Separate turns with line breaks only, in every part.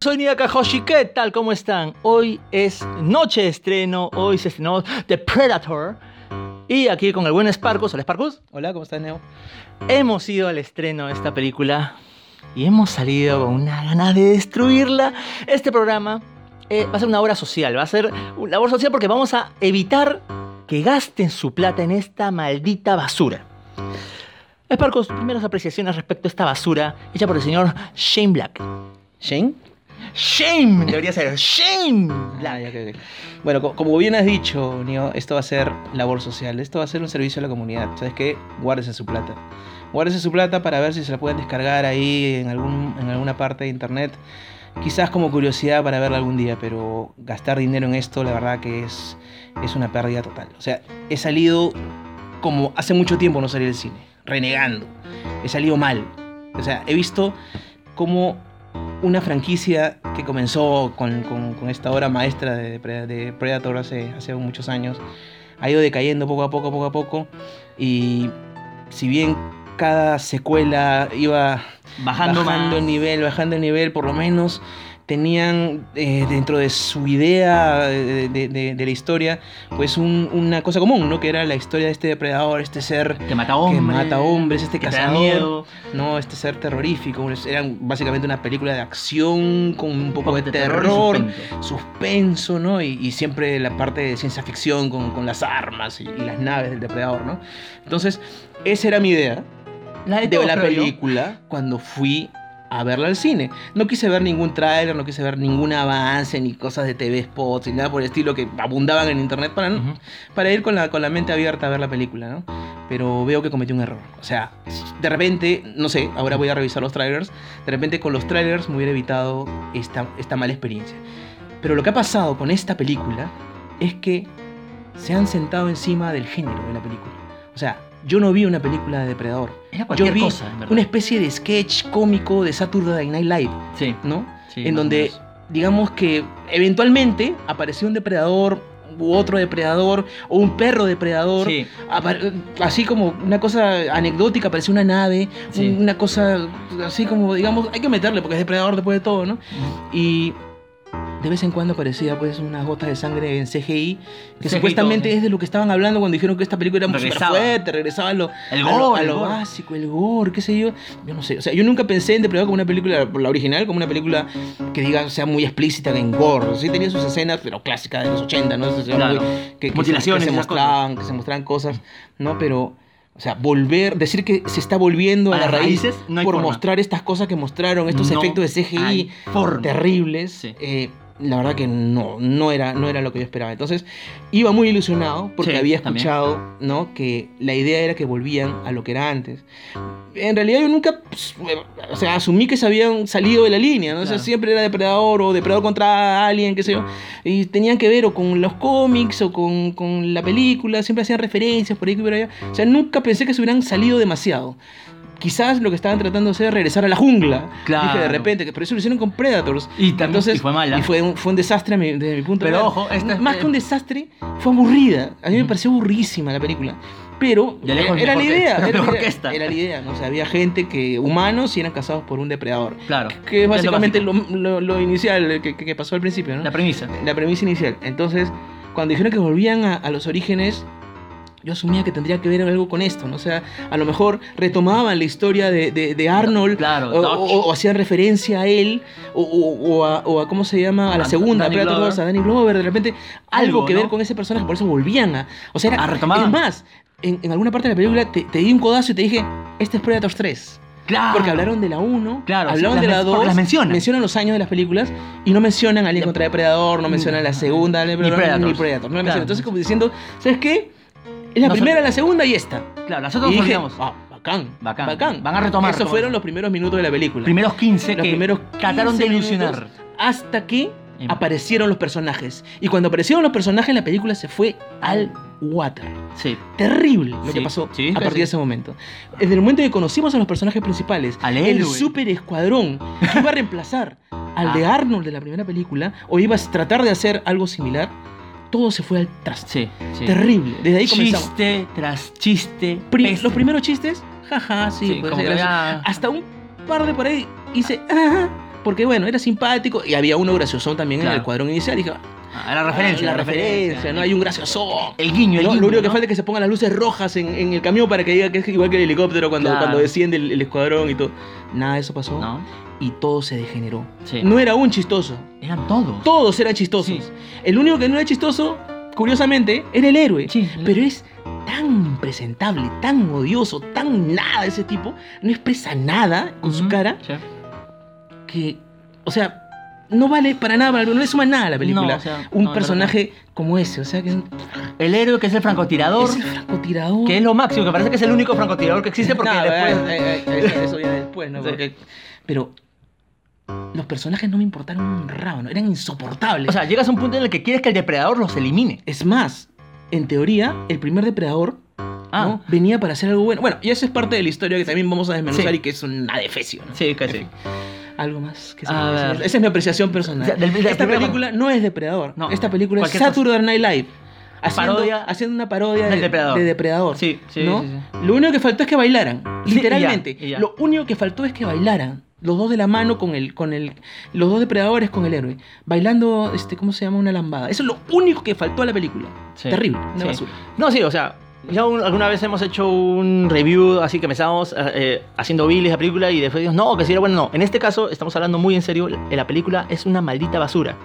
Soy Nia Kajoshi, ¿qué tal? ¿Cómo están? Hoy es noche de estreno, hoy se estrenó The Predator. Y aquí con el buen Sparkus, hola Sparkus. Hola, ¿cómo estás, Neo? Hemos ido al estreno de esta película y hemos salido con una gana de destruirla. Este programa eh, va a ser una obra social, va a ser una obra social porque vamos a evitar que gasten su plata en esta maldita basura. Sparkus, primeras apreciaciones respecto a esta basura hecha por el señor Shane Black.
¿Shane?
Shame, debería ser Shame.
Ah, ya, ok, ok. Bueno, co- como bien has dicho, Nio, esto va a ser labor social, esto va a ser un servicio a la comunidad. ¿Sabes qué? Guárdese su plata. Guárdese su plata para ver si se la pueden descargar ahí en, algún, en alguna parte de internet. Quizás como curiosidad para verla algún día, pero gastar dinero en esto, la verdad que es, es una pérdida total. O sea, he salido como hace mucho tiempo no salí del cine, renegando. He salido mal. O sea, he visto cómo una franquicia que comenzó con, con- con esta obra maestra de, Pre- de Predator hace, hace muchos años, ha ido decayendo poco a poco, poco a poco, y si bien cada secuela iba
Bajando, más.
el nivel, bajando el nivel, por lo menos tenían eh, dentro de su idea eh, de, de- de- de la historia, pues un- una cosa común, ¿no? Que era la historia de este depredador, este ser
Que mata hombres.
que mata hombres, este
que te da
cazador.
miedo.
No, este ser terrorífico. es- Era básicamente una película de acción con un poco de
de terror y
terror,
suspenso.
suspenso. ¿no? Y, y siempre la parte de ciencia ficción con, con las armas y, y las naves del depredador, ¿no? Entonces, esa era mi idea
La de
de
todos,
la
creo yo.
película cuando fui a verla al cine. No quise ver ningún tráiler, no quise ver ningún avance, ni cosas de TV spots, ni nada por el estilo que abundaban en internet para,
Ujú.
para ir con la, con la mente abierta a ver la película, ¿no? Pero veo que cometí un error. O sea, de repente, no sé, ahora voy a revisar los trailers. De repente con los trailers me hubiera evitado esta, esta mala experiencia. Pero lo que ha pasado con esta película es que se han sentado encima del género de la película. O sea, yo no vi una película de Depredador.
Era cualquier
yo vi
cosa, en verdad.
una especie de sketch cómico de Saturday Night Live,
Sí,
¿no?
sí,
en
más o
donde,
menos.
digamos que eventualmente apareció un depredador u otro depredador o un perro depredador.
Sí,
Apar- Así como una cosa anecdótica, apareció una nave, un-
Sí.
una cosa así como, digamos, hay que meterle porque es depredador después de todo, ¿no? Y de vez en cuando aparecía pues unas gotas de sangre en CGI, que
CGI,
supuestamente
todo, sí.
es de lo que estaban hablando cuando dijeron que esta película era súper
Regresaba.
fuerte, regresaba a lo,
El
a lo-
gore,
a
el
lo
gore.
básico, el gore, qué sé yo. Yo no sé, o sea, yo nunca pensé en Depredador como una película, la original, como una película que diga, sea muy explícita en gore. Sí tenía sus escenas, pero clásicas de los 80, ¿no? Esas
Claro.
muy- que, que
Mutilaciones
se, que
y
se
esas cosas.
mostraban, que se mostraban cosas, ¿no? Pero, o sea, volver, decir que se está volviendo a,
A
las
las
raíces,
raíces, no hay
por
forma.
mostrar estas cosas que mostraron, estos
No
efectos de
hay
CGI
forma.
terribles.
Sí.
eh, la verdad que no, no era, no era lo que yo esperaba. Entonces, iba muy ilusionado porque
Sí,
había
también.
escuchado, ¿no? Que la idea era que volvían a lo que era antes. En realidad yo nunca, pues, o sea, asumí que se habían salido de la línea, ¿no? O sea,
Claro.
siempre era depredador o depredador contra alien, qué sé yo. Y tenían que ver o con los cómics o con, con la película, siempre hacían referencias por ahí que por allá. O sea, nunca pensé que se hubieran salido demasiado. Quizás lo que estaban tratando de hacer era regresar a la jungla.
Claro.
Dije de repente, que- pero eso lo hicieron con Predators.
Y también- y fue mala.
Y fue un, fue un desastre a mi- desde mi punto
Pero
de
ojo, esta-
Más que un desastre, fue aburrida. A mí me
Ujú.
pareció aburrísima la película. Pero
De lejos
era la
mejor que-
idea. Era,
mejor
la idea,
que esta.
era la idea. ¿no? O sea, había gente que, humanos, y eran cazados por un depredador.
claro.
Que es
lo
básicamente
básico.
lo, lo- lo inicial eh, que, que- que pasó al principio, ¿no?
La premisa.
la premisa inicial. Entonces, cuando dijeron que volvían a, a los orígenes, yo asumía que tendría que ver algo con esto, ¿no? O sea, a lo mejor retomaban la historia de, de- de Arnold,
Claro,
o,
Dodge.
o- o hacían referencia a él, o, o- o a, o a- ¿cómo se llama? A la
A
segunda,
Danny
Predator
Glover.
Wars, a Danny Glover, de repente, algo,
Algo,
que ver
¿no?
con ese personaje, por eso volvían a... O sea, era,
A retomaban.
es más, en, en alguna parte de la película te, te di un codazo y te dije, este es Predator 3.
Claro.
Porque hablaron de la 1,
Ah. Claro, sí,
hablaron
las
de la
men- porque
2,
las mencionan.
los años de las películas y no mencionan Alien contra Depredador, no mencionan la segunda, Alien
Ni
Depredador,
Predators.
ni Predator. No la
Claro.
mencionan. Entonces, como diciendo, ¿sabes qué? Es la
No,
primera,
son-
la segunda y esta.
Claro,
Y
nosotros
dije,
olvidamos.
ah, bacán,
Bacán.
bacán,
Van a retomar
Esos
todo
fueron
eso.
los primeros minutos de la película.
Primeros 15
los
que
primeros
trataron de
15
ilusionar.
minutos hasta que
Em.
aparecieron los personajes. Y cuando aparecieron los personajes, la película se fue al water
Sí.
terrible lo
Sí,
que pasó
sí,
a
sí,
partir
sí.
de ese momento. Desde el momento que conocimos a los personajes principales,
Al
el
héroe. Ah.
super escuadrón que iba a reemplazar al de Arnold de la primera película o iba a tratar de hacer algo similar, todo se fue al traste.
Sí. sí.
Terrible. Desde ahí comenzamos.
Chiste tras chiste.
Pri-
pésimo.
los primeros chistes, jaja, sí,
Sí,
pues,
como que
gracias.
ya-
hasta un par de por ahí hice, ajá, Porque bueno, era simpático y había uno graciosón también en
Claro.
el cuadrón inicial. Y dije,
Ah, la referencia.
ah, la referencia, ¿no? Hay un graciosón.
El guiño, el
No,
guiño.
lo único que
¿no?
falta es que se pongan las luces rojas en, en el camión para que diga que es igual que el helicóptero cuando,
Claro.
cuando desciende el, el escuadrón y todo. Nada de eso pasó
No,
y todo se degeneró.
sí.
No era un chistoso,
Eran todos.
todos eran
Sí.
chistosos. El único que no era chistoso, curiosamente, era el héroe.
Sí.
Pero es tan impresentable, tan odioso, tan nada ese tipo, no expresa nada con su
Ujú,
cara,
sí.
que, o sea, no vale para nada, para- no le suma nada a la película.
No, o sea,
un
no, de
personaje como ese, o sea, que es un
El héroe que es el francotirador.
ese francotirador.
Que es lo máximo, que parece que es el único francotirador que existe porque
No,
después.
eh, eh, eh, eso- eso viene después, ¿no?
Sí.
Porque- pero los personajes no me importaron un rábano, eran insoportables.
O sea, llegas a un punto en el que quieres que el depredador los elimine.
es más, en teoría, el primer depredador
Ah.
¿no? venía para hacer algo bueno. Bueno, y eso es parte de la historia que también vamos a desmenuzar
Sí.
y que es una defecio, ¿no?
Sí,
En
casi.
fin, Algo más que se
A
puede decir.
ver.
Esa es mi apreciación
O
personal.
sea, del- del-
Esta
primero-
película no es Depredador.
No,
Esta película es
cualquier cosa.
Saturday Night Live. Haciendo,
Parodia
haciendo una parodia
del
de
Depredador.
de Depredador.
Sí, sí,
¿no?
sí,
Lo único que faltó es que bailaran.
Sí,
Literalmente.
y ya, y ya.
Lo único que faltó es que bailaran. Los dos de la mano con el, con el. Los dos depredadores con el héroe. Bailando, este, ¿cómo se llama? Una lambada. Eso es lo único que faltó a la película.
Sí,
Terrible. Una
sí.
basura.
No, sí, o sea, ya un- alguna vez hemos hecho un review, así que empezamos eh, eh, haciendo bilis la película y después dijimos, no, que sí era bueno, no. En este caso, estamos hablando muy en serio, la la película es una maldita basura.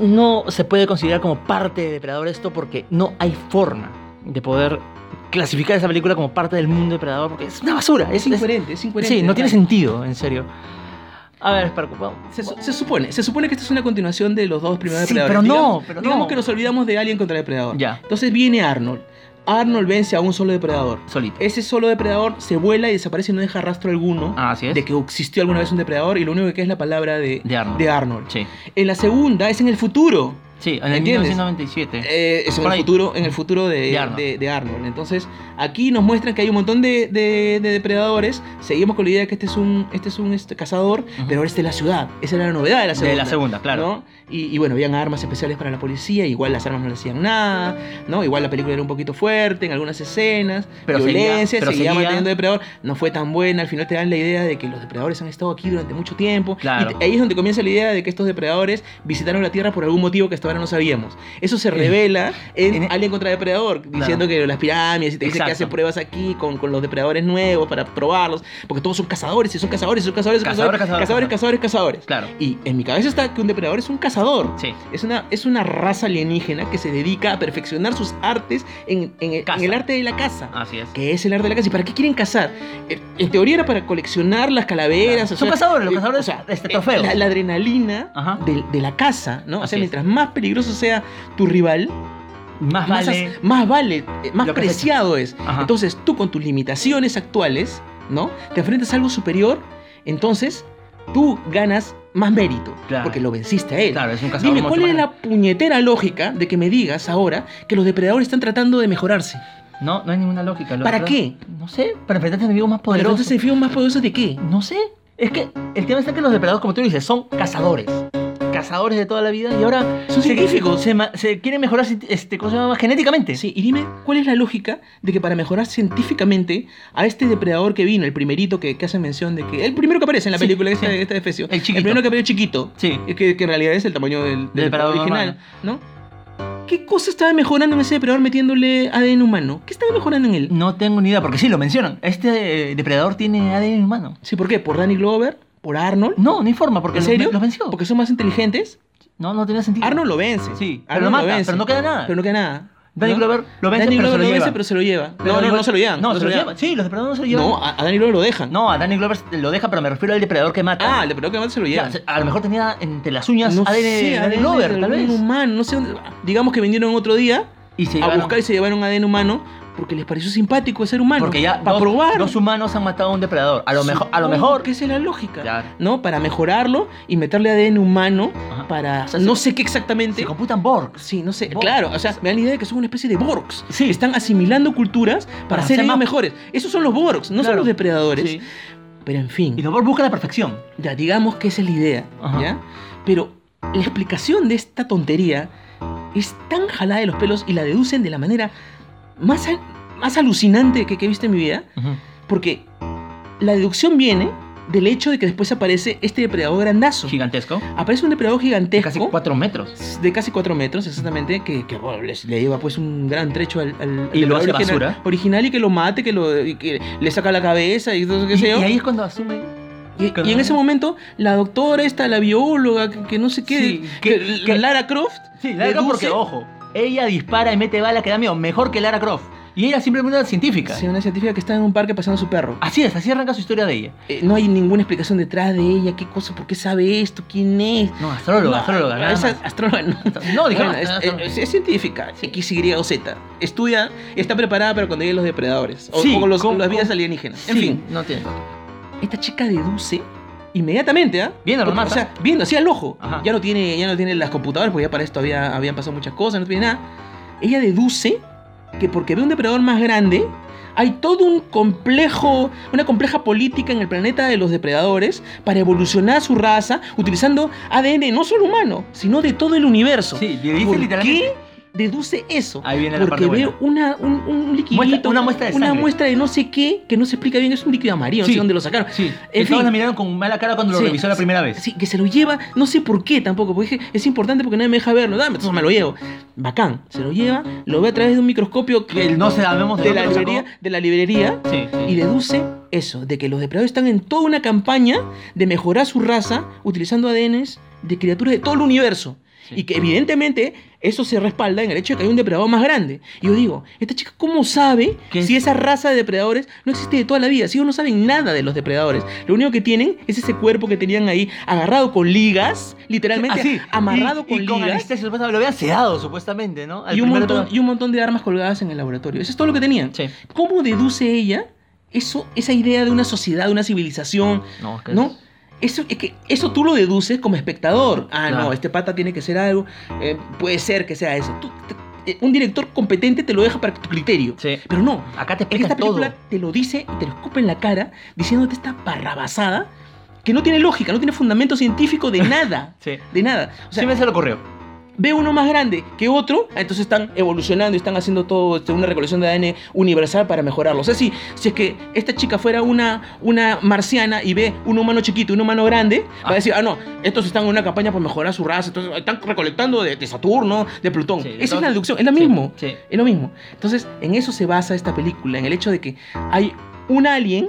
No se puede considerar como parte de Depredador esto porque no hay forma de poder clasificar esa película como parte del mundo depredador porque es una basura.
Es
Es, es-
incoherente, es incoherente.
sí, no tiene
Vale.
sentido, en serio. A ver, Sparco, vamos.
Se, su- se supone, se supone que esta es una continuación de los dos primeros
Sí,
depredadores.
pero no,
Digamos-
pero
digamos
no.
que nos olvidamos de Alien contra el depredador.
Ya.
Entonces viene Arnold. Arnold vence a un solo depredador.
Solito.
Ese solo depredador se vuela y desaparece y no deja rastro alguno
Ah, así es.
de que existió alguna vez un depredador y lo único que queda es la palabra de,
De Arnold. Sí.
En la segunda es en el futuro.
Sí, en el
¿Entiendes?
1997.
Eh, es en
Por
el
ahí.
futuro, en el futuro de,
De Arnold.
de- de Arnold. Entonces, aquí nos muestran que hay un montón de, de- de depredadores. Seguimos con la idea de que este es un, este es un este, cazador, pero ahora este es la ciudad. Esa era la novedad de la segunda.
de la segunda, claro.
¿no? Y, y bueno, habían armas especiales para la policía, igual las armas no le hacían nada, ¿no? Igual la película era un poquito fuerte en algunas escenas,
Pero
violencia,
seguía- pero
seguía
seguía-
manteniendo depredador, no fue tan buena, al final te dan la idea de que los depredadores han estado aquí durante mucho tiempo,
Claro.
y te- ahí es donde comienza la idea de que estos depredadores visitaron la Tierra por algún motivo que hasta ahora no sabíamos. Eso se revela en,
Eh, en- e-
Alien contra Depredador, diciendo que las pirámides, y te dicen que
Exacto.
hace pruebas aquí con, con los depredadores nuevos para probarlos, porque todos son cazadores, y son cazadores, y son cazadores,
Cazador,
cazadores,
cazador, cazador.
cazadores, cazadores,
Claro.
cazadores. Y en mi cabeza está que un depredador es un cazador.
Sí.
Es una, es una raza alienígena que se dedica a perfeccionar sus artes en, en el,
Caza. Ah.
en el arte de la caza.
Así es.
Que es el arte de la caza. ¿Y para qué quieren cazar? Eh, En teoría era para coleccionar las calaveras.
Claro. Son
o sea,
cazadores, los
eh,
cazadores,
o sea,
este,
eh,
trofeos.
La, la adrenalina
Ajá.
de, de la caza, ¿no? O
Así
sea,
es.
mientras más peligroso sea tu rival,
Más
más,
vale.
as- más vale, eh, más
Lo que has
preciado es.
Ajá.
Entonces, tú con tus limitaciones actuales, ¿no? Te enfrentas a algo superior, entonces tú ganas más mérito,
Claro.
porque lo venciste a él.
claro, es un cazador.
Dime, ¿cuál
mucho
es
más-
la puñetera lógica de que me digas ahora que los depredadores están tratando de mejorarse?
No, no hay ninguna lógica. la
¿Para
verdad.
qué?
No sé, para enfrentarte a enemigos más
Pero
poderosos.
entonces se fían más poderosos de qué?
No sé. Es que el tema está que los depredadores, como tú dices, son cazadores. Cazadores de toda la vida y ahora.
Son
se-
científicos.
Se, ma- se quieren mejorar este, ¿cómo se llama? genéticamente.
Sí, y dime, ¿cuál es la lógica de que para mejorar científicamente a este depredador que vino, el primerito que, que hace mención de que. El primero que aparece en la
Sí,
película, este,
sí.
este defecio.
El chiquito.
primero que aparece chiquito.
Sí.
Es Que, que en realidad es el tamaño del, del
depredador
depredador original, ¿no? ¿Qué cosa estaba mejorando en ese depredador metiéndole ADN humano? ¿Qué estaba mejorando en él?
No tengo ni idea, porque sí, lo mencionan. Este eh, depredador tiene ADN humano.
Sí, ¿por qué? ¿Por Danny Glover? ¿Por Arnold?
No, no hay forma, porque
¿En
los-
serio?
los venció.
¿Porque son más inteligentes?
No, no tenía sentido.
Arnold lo vence.
Sí, pero
Arnold
lo mata,
vence.
pero no queda nada.
Pero no queda nada.
Danny
¿No?
Glover lo vence,
Danny
pero se lo
Glover lo vence,
lleva.
pero se lo lleva.
Pero
no, no,
igual-
no se lo llevan.
No, se lo llevan. Sí, los depredadores no se lo llevan.
No, a, a Danny Glover lo dejan.
No, a Danny Glover lo deja, pero me refiero al depredador que mata.
Ah, el depredador que mata se lo
Ya,
lleva.
se- a lo mejor tenía entre las uñas
No
ADN
sé,
de Danny
ADN
Glover,
de
tal
algún
vez.
humano, no sé dónde. Digamos que vinieron otro día
Y se
a
llevaron-
buscar y se llevaron ADN humano porque les pareció simpático el ser humano.
Porque ya
para
dos,
probar.
dos humanos han matado a un depredador. A lo mejor, a lo
Supongo
mejor.
que esa es la lógica.
Claro.
¿No? Para mejorarlo y meterle ADN humano
Ajá.
para.
O sea,
no
se-
sé qué exactamente.
Se computan Borg.
Sí, no sé,
Borgs.
claro, o sea, me dan la idea de que son una especie de Borgs.
Sí.
Están asimilando culturas
Para
para ser
ser
ellos
más-
mejores. Esos son los Borgs, no son
Claro.
los depredadores.
Sí.
Pero en
Y
fin,
los Borg buscan la perfección.
ya digamos que esa es la idea,
Ajá.
¿ya? Pero la explicación de esta tontería es tan jalada de los pelos y la deducen de la manera más, al- más alucinante que, que he visto en mi vida, porque la deducción viene del hecho de que después aparece este depredador grandazo.
Gigantesco.
Aparece un depredador
De
gigantesco.
casi 4 metros.
de casi 4 metros, exactamente, que, que, bueno, les- le lleva pues un gran trecho al, al-
Y
al
lo hace
original-
basura.
original y que lo mate, que, lo, y que le saca la cabeza y todo eso,
Y,
qué sé yo.
y ahí es cuando asume.
Y- y en ese momento, la doctora esta, la bióloga, que, que no sé qué,
Sí,
que,
que- que-
Lara Croft,
Sí, Lara Croft,
deduce-
porque, ojo, ella dispara y mete balas que da miedo, mejor que Lara Croft. Y ella simplemente una científica.
sí, una científica que está en un parque pasando a su perro. Ah,
Así es, así arranca su historia de ella.
Eh, no hay ninguna explicación detrás de ella, qué cosa, por qué sabe esto, quién es.
No, astróloga,
No,
astróloga, nada
esa
más.
astróloga no.
No, dijeron
Bueno, es,
astróloga.
es- es científica, X, Y o Z. Estudia, está preparada para cuando lleguen los depredadores o,
Sí,
o los,
con-
las vidas
con-
alienígenas. En
Sí,
fin,
no tiene.
esta chica deduce inmediatamente, ¿ah?
Viendo, lo mata.
Porque, O sea, viendo, así al ojo.
Ajá.
Ya no tiene, ya no tiene las computadoras, porque ya para esto había, habían pasado muchas cosas, no tiene nada. Ella deduce que porque ve un depredador más grande, hay todo un complejo, una compleja política en el planeta de los depredadores para evolucionar su raza utilizando ADN no solo humano, sino de todo el universo.
Sí, le dice
¿Por
literalmente.
qué deduce eso?
Ahí viene la
Porque
parte
ve
buena.
una, un, un
Muestra-
liquidito,
una muestra de sangre.
muestra de no sé qué, que no se explica bien, es un líquido amarillo, no
Sí.
sé dónde lo sacaron.
Sí,
En
que todos
fin.
la miraron con mala cara cuando
Sí,
lo revisó la
sí,
primera vez.
Sí, que se lo lleva, no sé por qué tampoco, porque dije, es importante porque nadie me deja verlo, dame, entonces me lo llevo. Bacán, se lo lleva, lo ve a través de un microscopio que
Que no se da, vemos
de,
dónde
la
lo sacó.
librería, de la librería
Sí, sí.
y deduce eso, de que los depredadores están en toda una campaña de mejorar su raza utilizando ADNs de criaturas de todo el universo.
Sí.
Y que evidentemente eso se respalda en el hecho de que hay un depredador más grande. Y yo digo, ¿esta chica cómo sabe
¿Qué?
si esa raza de depredadores no existe de toda la vida? Si ellos no saben nada de los depredadores. Lo único que tienen es ese cuerpo que tenían ahí agarrado con ligas, literalmente
Así,
amarrado
Ah, y-
con
y con
ligas.
anestesia, supuestamente, lo habían sedado, supuestamente, ¿no? Al
Y un,
primer
montón,
depredador.
y un montón de armas colgadas en el laboratorio. Eso es todo lo que tenían.
Sí. Ah.
¿Cómo deduce ella eso, esa idea de una sociedad, de una civilización?
No, es que
¿No? Eso, es que eso tú lo deduces como espectador. Ah,
Claro.
no, este pata tiene que ser algo. eh, puede ser que sea eso. Tú- te- eh, un director competente te lo deja para tu criterio.
Sí.
Pero no,
Acá te
en
explica
esta
todo.
película te lo dice y te lo escupe en la cara diciéndote esta barrabasada que no tiene lógica, no tiene fundamento científico de nada.
Sí.
De nada. O sea,
sí, me se lo corrió.
ve uno más grande que otro, ah, entonces están evolucionando y están haciendo todo este, una recolección de ADN universal para mejorarlo. O sea, si, si es que esta chica fuera una, una marciana y ve un humano chiquito y un humano grande, va
Ah.
a decir, ah, no, estos están en una campaña por mejorar su raza, entonces están recolectando de, de Saturno, de Plutón.
Sí, de
Esa es
todo-
la deducción, es lo
Sí,
mismo.
Sí.
Es lo mismo. Entonces, en eso se basa esta película, en el hecho de que hay un alien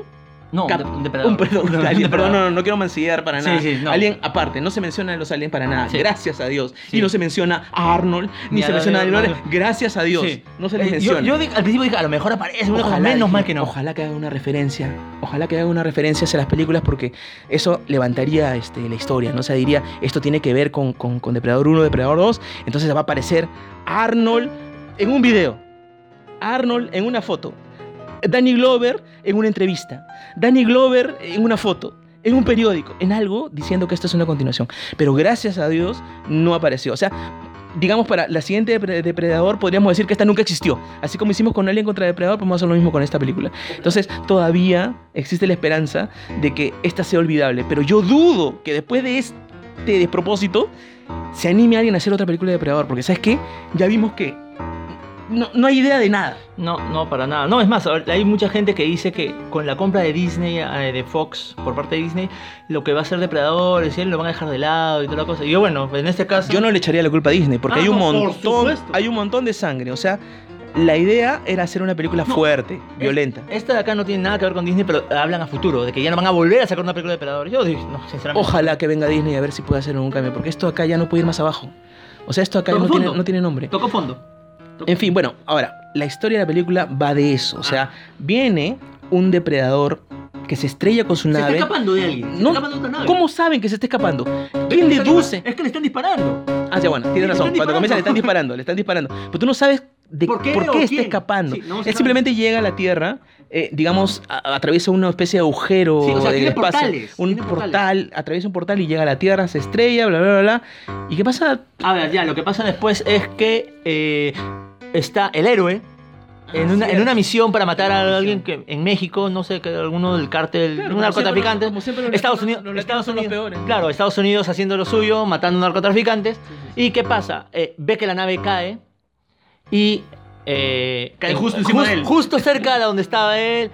No,
Cap-
un de- un depredador.
un perdón,
Un
un alien, perdón, no, no, no quiero mancillar para
Sí,
nada.
sí, no.
Alien aparte, no se menciona a los aliens para nada,
Sí.
gracias a Dios.
Sí.
Y no se menciona a Arnold, ni,
Ni a
se menciona a
Arnold.
Arnold, gracias a Dios.
Sí.
No se les
Eh,
menciona.
yo, yo di- al principio dije, a lo mejor aparece una cosa, menos
dije,
mal que no.
Ojalá que haga una referencia. Ojalá que haga una referencia hacia las películas porque eso levantaría este, la historia, ¿no? O sea, diría, esto tiene que ver con, con, con Depredador 1, Depredador 2. Entonces va a aparecer Arnold en un video. Arnold en una foto. Danny Glover en una entrevista. Danny Glover en una foto. En un periódico, en algo, diciendo que esto es una continuación. Pero gracias a Dios no apareció. O sea, digamos, para la siguiente depre- depredador podríamos decir que esta nunca existió. Así como hicimos con Alien contra Depredador, podemos hacer lo mismo con esta película. Entonces, todavía existe la esperanza de que esta sea olvidable. Pero yo dudo que después de este despropósito se anime alguien a hacer otra película de depredador. Porque, ¿sabes qué? Ya vimos que no, no hay idea de nada.
No, no, para nada. No, es más, ahor- hay mucha gente que dice que con la compra de Disney, eh, de Fox, por parte de Disney, lo que va a ser depredadores, él lo van a dejar de lado y toda la cosa. Y yo, bueno, en este caso.
Yo no le echaría la culpa a Disney porque
Ah,
hay un
no, por
montón,
supuesto.
hay un montón de sangre. O sea, la idea era hacer una película
No.
fuerte, violenta.
Esta de acá no tiene nada que ver con Disney, pero hablan a futuro, de que ya no van a volver a sacar una película de depredadores. Yo digo, no, sinceramente.
Ojalá que venga Disney a ver si puede hacer un cambio, porque esto acá ya no puede ir más abajo. O sea, esto acá
Pero
no tiene,
profundo.
no tiene nombre.
Tocó fondo.
En fin, bueno, ahora, la historia de la película va de eso. O
Ah.
sea, viene un depredador que se estrella con
Se
su
está
nave.
escapando de alguien. Se
¿eh?
está
No,
escapando de otra nave.
¿Cómo saben que se está escapando? ¿Quién
Es que le están-
deduce?
Es que le están disparando.
Ah, ya, bueno,
le
tiene razón.
están
Cuando comienza le están disparando, le están disparando. Pero tú no sabes de
¿Por
por
qué
qué,
o
está
quién?
escapando.
Sí, no se
Él simplemente llega a la Tierra, eh, digamos, a- atraviesa una especie de agujero
Sí, o sea,
del
tiene
espacio.
portales,
un
tiene
portal,
portales.
atraviesa un portal y llega a la Tierra, se estrella, bla, bla, bla, bla. ¿Y qué pasa?
A ver, ya, lo que pasa después es que eh, está el héroe en
Ah,
una, en una misión para matar a alguien que en México, no sé, que alguno del cártel, un narcotraficante. Estados Unidos, Estados Unidos, claro, Estados Unidos haciendo lo suyo, matando narcotraficantes. ¿Y qué pasa? Eh, ve que la nave cae y eh,
Cae justo encima de él.
justo cerca de donde estaba él.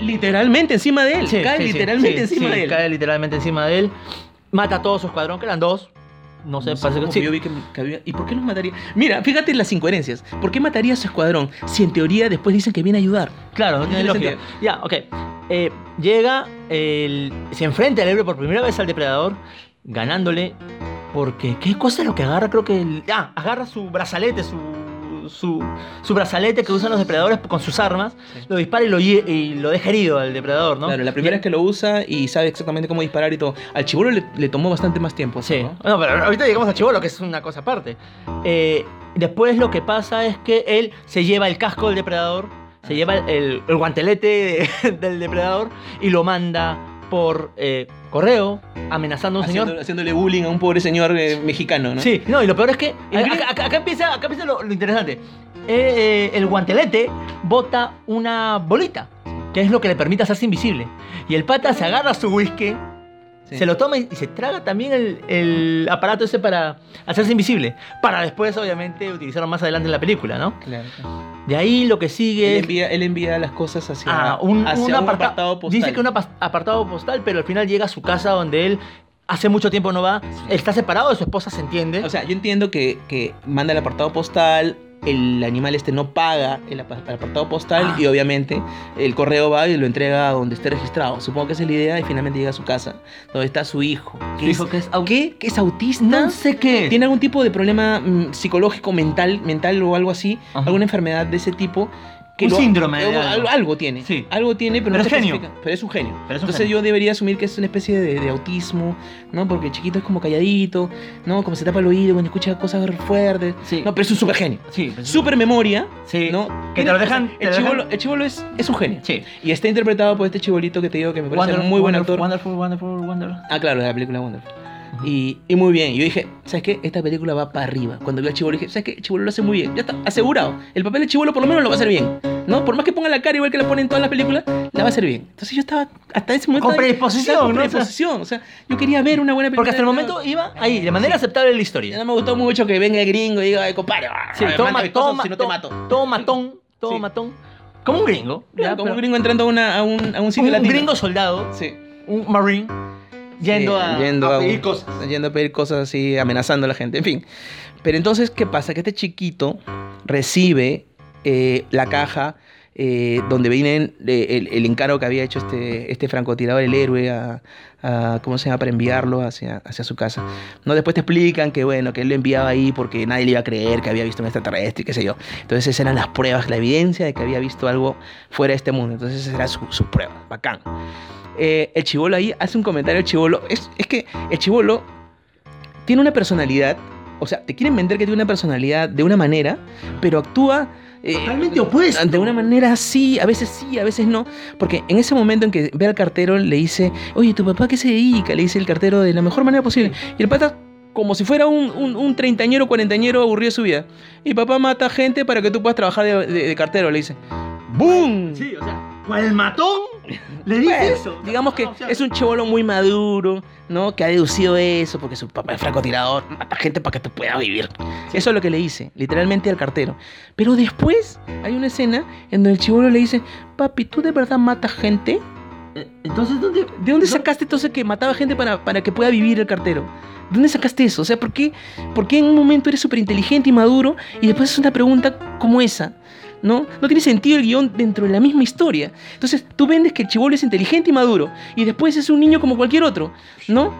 literalmente encima de él.
Sí,
cae
sí, sí,
literalmente
sí,
encima
sí,
de él.
Cae literalmente encima de él. Mata a todo su escuadrón, que eran dos. No sé,
No sé
parece
cómo
que sí.
yo vi que, que había- ¿Y por qué los mataría? Mira, fíjate las incoherencias. ¿Por qué mataría a su escuadrón si en teoría después dicen que viene a ayudar?
Claro, no tiene
tiene
lógica. Ya, ok. Eh, llega, el- se enfrenta el héroe por primera vez al depredador, ganándole. Porque, ¿qué cosa es lo que agarra? Creo que. el- ah, agarra su brazalete, su. Su, su brazalete que usan los depredadores con sus armas,
Sí.
lo dispara y lo, hie- y lo deja herido al depredador, ¿no? Mm.
Claro, la primera vez que lo usa y sabe exactamente cómo disparar y todo. Al chibolo le, le tomó bastante más tiempo. ¿no?
Sí. No, pero ahorita llegamos a Chivolo, que es una cosa aparte. Eh, después lo que pasa es que él se lleva el casco del depredador, se lleva el, el guantelete de- del depredador y lo manda por eh, correo amenazando a un
Haciendo-
señor.
Haciéndole bullying a un pobre señor eh, mexicano, ¿no?
Sí, no, y lo peor es que.
El gringo-
Acá, acá- acá empieza, acá empieza lo, lo interesante. Eh, eh, el guantelete bota una bolita, que es lo que le permite hacerse invisible. Y el pata se agarra su whisky.
Sí.
Se lo toma y y se traga también el, el aparato ese para hacerse invisible. Para después, obviamente, utilizarlo más adelante en la película, ¿no?
Claro, claro.
De ahí lo que
Él
sigue es
envía, él envía las cosas hacia,
a un,
hacia
un
un
aparta-
apartado postal.
Dice que un apa- apartado postal, pero al final llega a su casa donde él hace mucho tiempo no va. Está separado de su esposa, se entiende.
O sea, yo entiendo que, que manda el apartado postal, el animal este no paga el apa- el apartado postal
Ah.
y obviamente el correo va y lo entrega a donde esté registrado. Supongo que esa es la idea y finalmente llega a su casa, donde está su hijo. que es-
Dijo que es au-
¿Qué? ¿Que es autista?
no sé qué.
¿Tiene algún tipo de problema mm, psicológico, mental, mental o algo así?
Ajá.
¿Alguna enfermedad de ese tipo?
Un síndrome de
algo,
algo.
algo- algo tiene.
Sí.
Algo tiene, pero,
Pero
no
es
se
genio.
especifica. Pero es un genio.
Pero es un
Entonces
genio.
yo debería asumir que es una especie de, de autismo, ¿no? Porque el chiquito es como calladito, ¿no? Como se tapa el oído cuando escucha cosas fuertes.
Sí.
No, pero es un super genio.
Sí, pues-
Super memoria,
sí.
¿no?
Que te lo dejan- te
El
lo dejan-
chivolo, el chibolo es, es un genio.
Sí.
Y está interpretado por este chibolito que te digo que me parece
Wonderful,
muy buen
wonderful,
actor.
Wonderful, wonderful, wonderful.
Ah, claro, de la película Wonderful. y, y muy bien. Yo dije, ¿sabes qué? Esta película va para arriba. Cuando vi a Chibolo dije, ¿sabes qué? Chibolo lo hace muy bien. Ya está, asegurado. El papel de Chibolo por lo menos lo va a hacer bien. ¿No? Por más que ponga la cara igual que la pone en todas las películas, la va a hacer bien. Entonces yo estaba hasta ese momento.
Con predisposición,
Con
¿no?
predisposición. O sea, yo quería ver una buena película.
Porque hasta el momento iba ahí, de manera aceptable en la
Ya
historia.
no me gustó mucho que venga el gringo y diga, ay, compadre, ah,
Sí,
mata
toma,
mis cosas,
toma,
si no te
toma,
mato.
todo matón, todo
Sí.
matón. Como un gringo.
Ya,
ya,
como
pero-
un gringo entrando a, una- a un, a un sitio
un- un
latino.
gringo soldado,
Sí.
un marine, yendo,
Sí,
a,
yendo
a
a-
pedir cosas.
yendo a pedir cosas así, amenazando a la gente, en fin. Pero entonces, ¿qué pasa? Que este chiquito recibe eh, la caja eh, donde vienen eh, el, el encargo que había hecho este, este francotirador, el héroe, a, a- ¿cómo se llama? Para enviarlo hacia, hacia su casa. No, después te explican que, bueno, que él lo enviaba ahí porque nadie le iba a creer que había visto un extraterrestre y qué sé yo. Entonces esas eran las pruebas, la evidencia de que había visto algo fuera de este mundo. Entonces esas eran sus sus pruebas. Bacán. Eh, el chivolo ahí hace un comentario el chivolo. Es, es que el chivolo tiene una personalidad. O sea, te quieren vender que tiene una personalidad de una manera, pero actúa. eh,
Totalmente opuesto.
De una manera así, a veces sí, a veces no. Porque en ese momento en que ve al cartero, le dice, oye, ¿tu papá qué se dedica? Le dice el cartero de la mejor manera posible. Y el pata, como si fuera un, un, un treintañero, cuarentañero aburrido de su vida. Y papá mata gente para que tú puedas trabajar de, de- de cartero, le dice. ¡Boom!
Sí, o sea, ¿cuál matón? Le dice
Bueno,
eso.
Digamos que
Ah, o sea,
es un chivolo muy maduro, ¿no? Que ha deducido eso porque su papá es francotirador, mata gente para que tú puedas vivir. Eso es lo que le dice, literalmente al cartero. Pero después hay una escena en donde el chivolo le dice, papi, ¿tú de verdad matas gente?
eh, Entonces, ¿dónde?
¿De dónde
no-
sacaste entonces que mataba gente para, para que pueda vivir el cartero? ¿De dónde sacaste eso? O sea, ¿por qué, por qué en un momento eres súper inteligente y maduro y después haces una pregunta como esa? ¿No? no tiene sentido el guión dentro de la misma historia. Entonces, tú vendes que el chivolo es inteligente y maduro y después es un niño como cualquier otro, ¿no?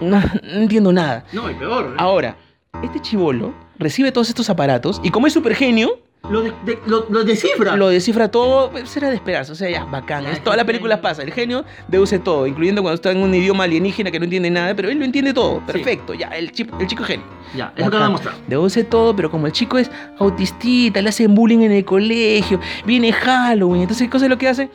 No, no entiendo nada.
No, y peor. ¿eh?
Ah.
Ahora, este chivolo recibe todos estos aparatos y como es súper genio,
Lo, de- de- lo, lo descifra.
lo descifra todo, pues, será de esperarse, o sea, ya, bacán.
Ya,
es-
qué
todas las películas
genio.
pasa, el genio deduce todo, incluyendo cuando está en un idioma alienígena que no entiende nada, pero él lo entiende todo, perfecto, ya, el, chip- el chico es genio.
Ya, es lo que van a
Bacán.
mostrar.
Deduce todo, pero como el chico es autistita, le hacen bullying en el colegio, viene Halloween, entonces, ¿qué cosa es lo que hace?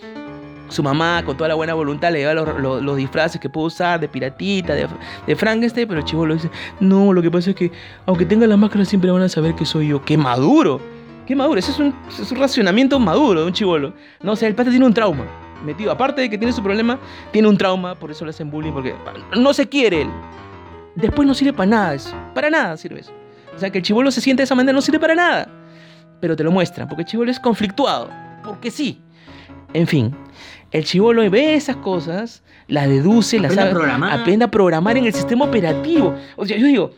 Su mamá, con toda la buena voluntad, le lleva los, los- los disfraces que puede usar de piratita, de, de Frankenstein, pero el chivo lo dice, no, lo que pasa es que aunque tenga la máscara siempre van a saber que soy yo. ¡Qué maduro! ¡Qué maduro! Ese es un, ese es un racionamiento maduro de un chivolo. No, o sea, el pata tiene un trauma. Metido. Aparte de que tiene su problema, tiene un trauma, por eso le hacen bullying, porque no se quiere él. Después no sirve para nada eso. Para nada sirve eso. O sea, que el chivolo se siente de esa manera no sirve para nada. Pero te lo muestran, porque el chivolo es conflictuado. Porque sí. En fin, el chivolo ve esas cosas, las deduce, las
Aprende a
sabe-
programar.
aprende a programar en el sistema operativo. O sea, yo digo,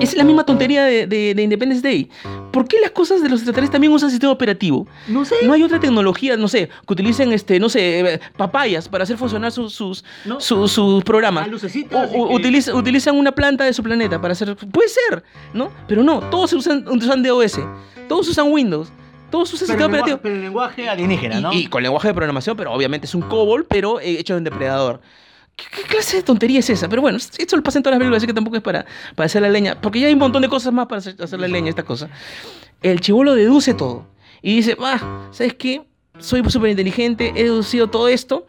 es la misma tontería de, de- de Independence Day. ¿Por qué las cosas de los extraterrestres también usan sistema operativo?
No sé.
No hay otra tecnología, no sé, que utilicen, este, no sé, eh, papayas para hacer funcionar sus, sus,
No.
sus- sus programas.
Hay lucecitas,
O-
así
o-
que-
utiliza- utilizan una planta de su planeta para hacer. Puede ser, ¿no? Pero no, todos usan, usan DOS, todos usan Windows, todos usan
pero el
sistema
lenguaje-
operativo.
Pero el lenguaje alienígena,
Y-
¿no?
y, con lenguaje de programación, pero obviamente es un COBOL, pero eh, hecho de un depredador. ¿Qué, qué clase de tontería es esa? Pero bueno, esto lo pasa en todas las películas, así que tampoco es para, para hacer la leña. Porque ya hay un montón de cosas más para hacer, hacer la leña, esta cosa. El chivolo deduce todo. Y dice, ah, ¿sabes qué? Soy súper inteligente, he deducido todo esto.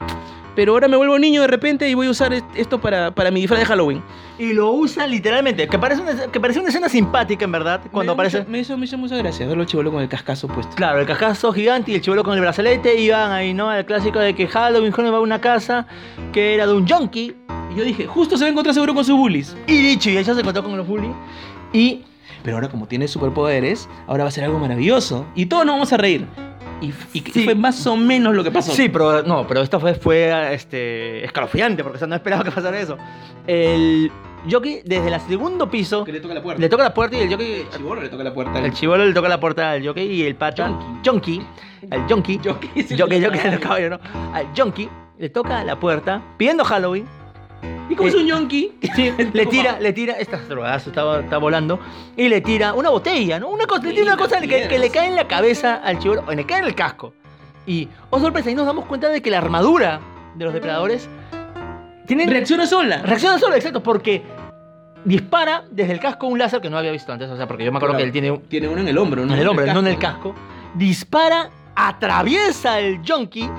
Pero ahora me vuelvo niño de repente y voy a usar est- esto para, para mi disfraz de Halloween.
Y lo usan literalmente. Que parece una, que parece una escena simpática, en verdad. Cuando
Me dio
aparece.
mucha- me, hizo, me hizo mucha gracia verlo al chivolo con el cascazo puesto.
Claro, el cajazo gigante y el chivolo con el brazalete iban ahí, ¿no? El clásico de que Halloween Halloween va a una casa que era de un junkie.
Y yo dije, justo se va a encontrar seguro con sus bullies.
Y dicho, y ella se encontró con los bullies. Y
Pero ahora como tiene superpoderes, ahora va a ser algo maravilloso. Y todos nos vamos a reír. Y, y que
Sí.
fue más o menos lo que pasó.
Sí, pero no, pero esta fue, fue este, escalofriante, porque o sea, no esperaba que pasara eso. El jockey, desde el segundo piso,
Que le toca la puerta.
le toca la puerta y el jockey.
El chibolo le toca la puerta.
El chivolo le toca la puerta al jockey y el pata. Junkie. Al junkie.
Jockey es el
Jockey, jockey,
caballo.
el caballo, ¿no? Al junkie le toca la puerta pidiendo Halloween.
Y como es un yonki,
Sí, le tira, le tira, esta drogazo estaba, está volando, y le tira una botella, ¿no? Una cosa, le tira una cosa que, que le cae en la cabeza al chivolo, o le cae en el casco. Y, oh sorpresa, ahí nos damos cuenta de que la armadura de los depredadores tiene
reacciona sola.
reacciona solo, exacto, porque dispara desde el casco un láser que no había visto antes, o sea, porque yo me acuerdo
Claro.
que él tiene un,
Tiene uno en el hombro, ¿no?
en el hombro, no en el casco, dispara, atraviesa el junkie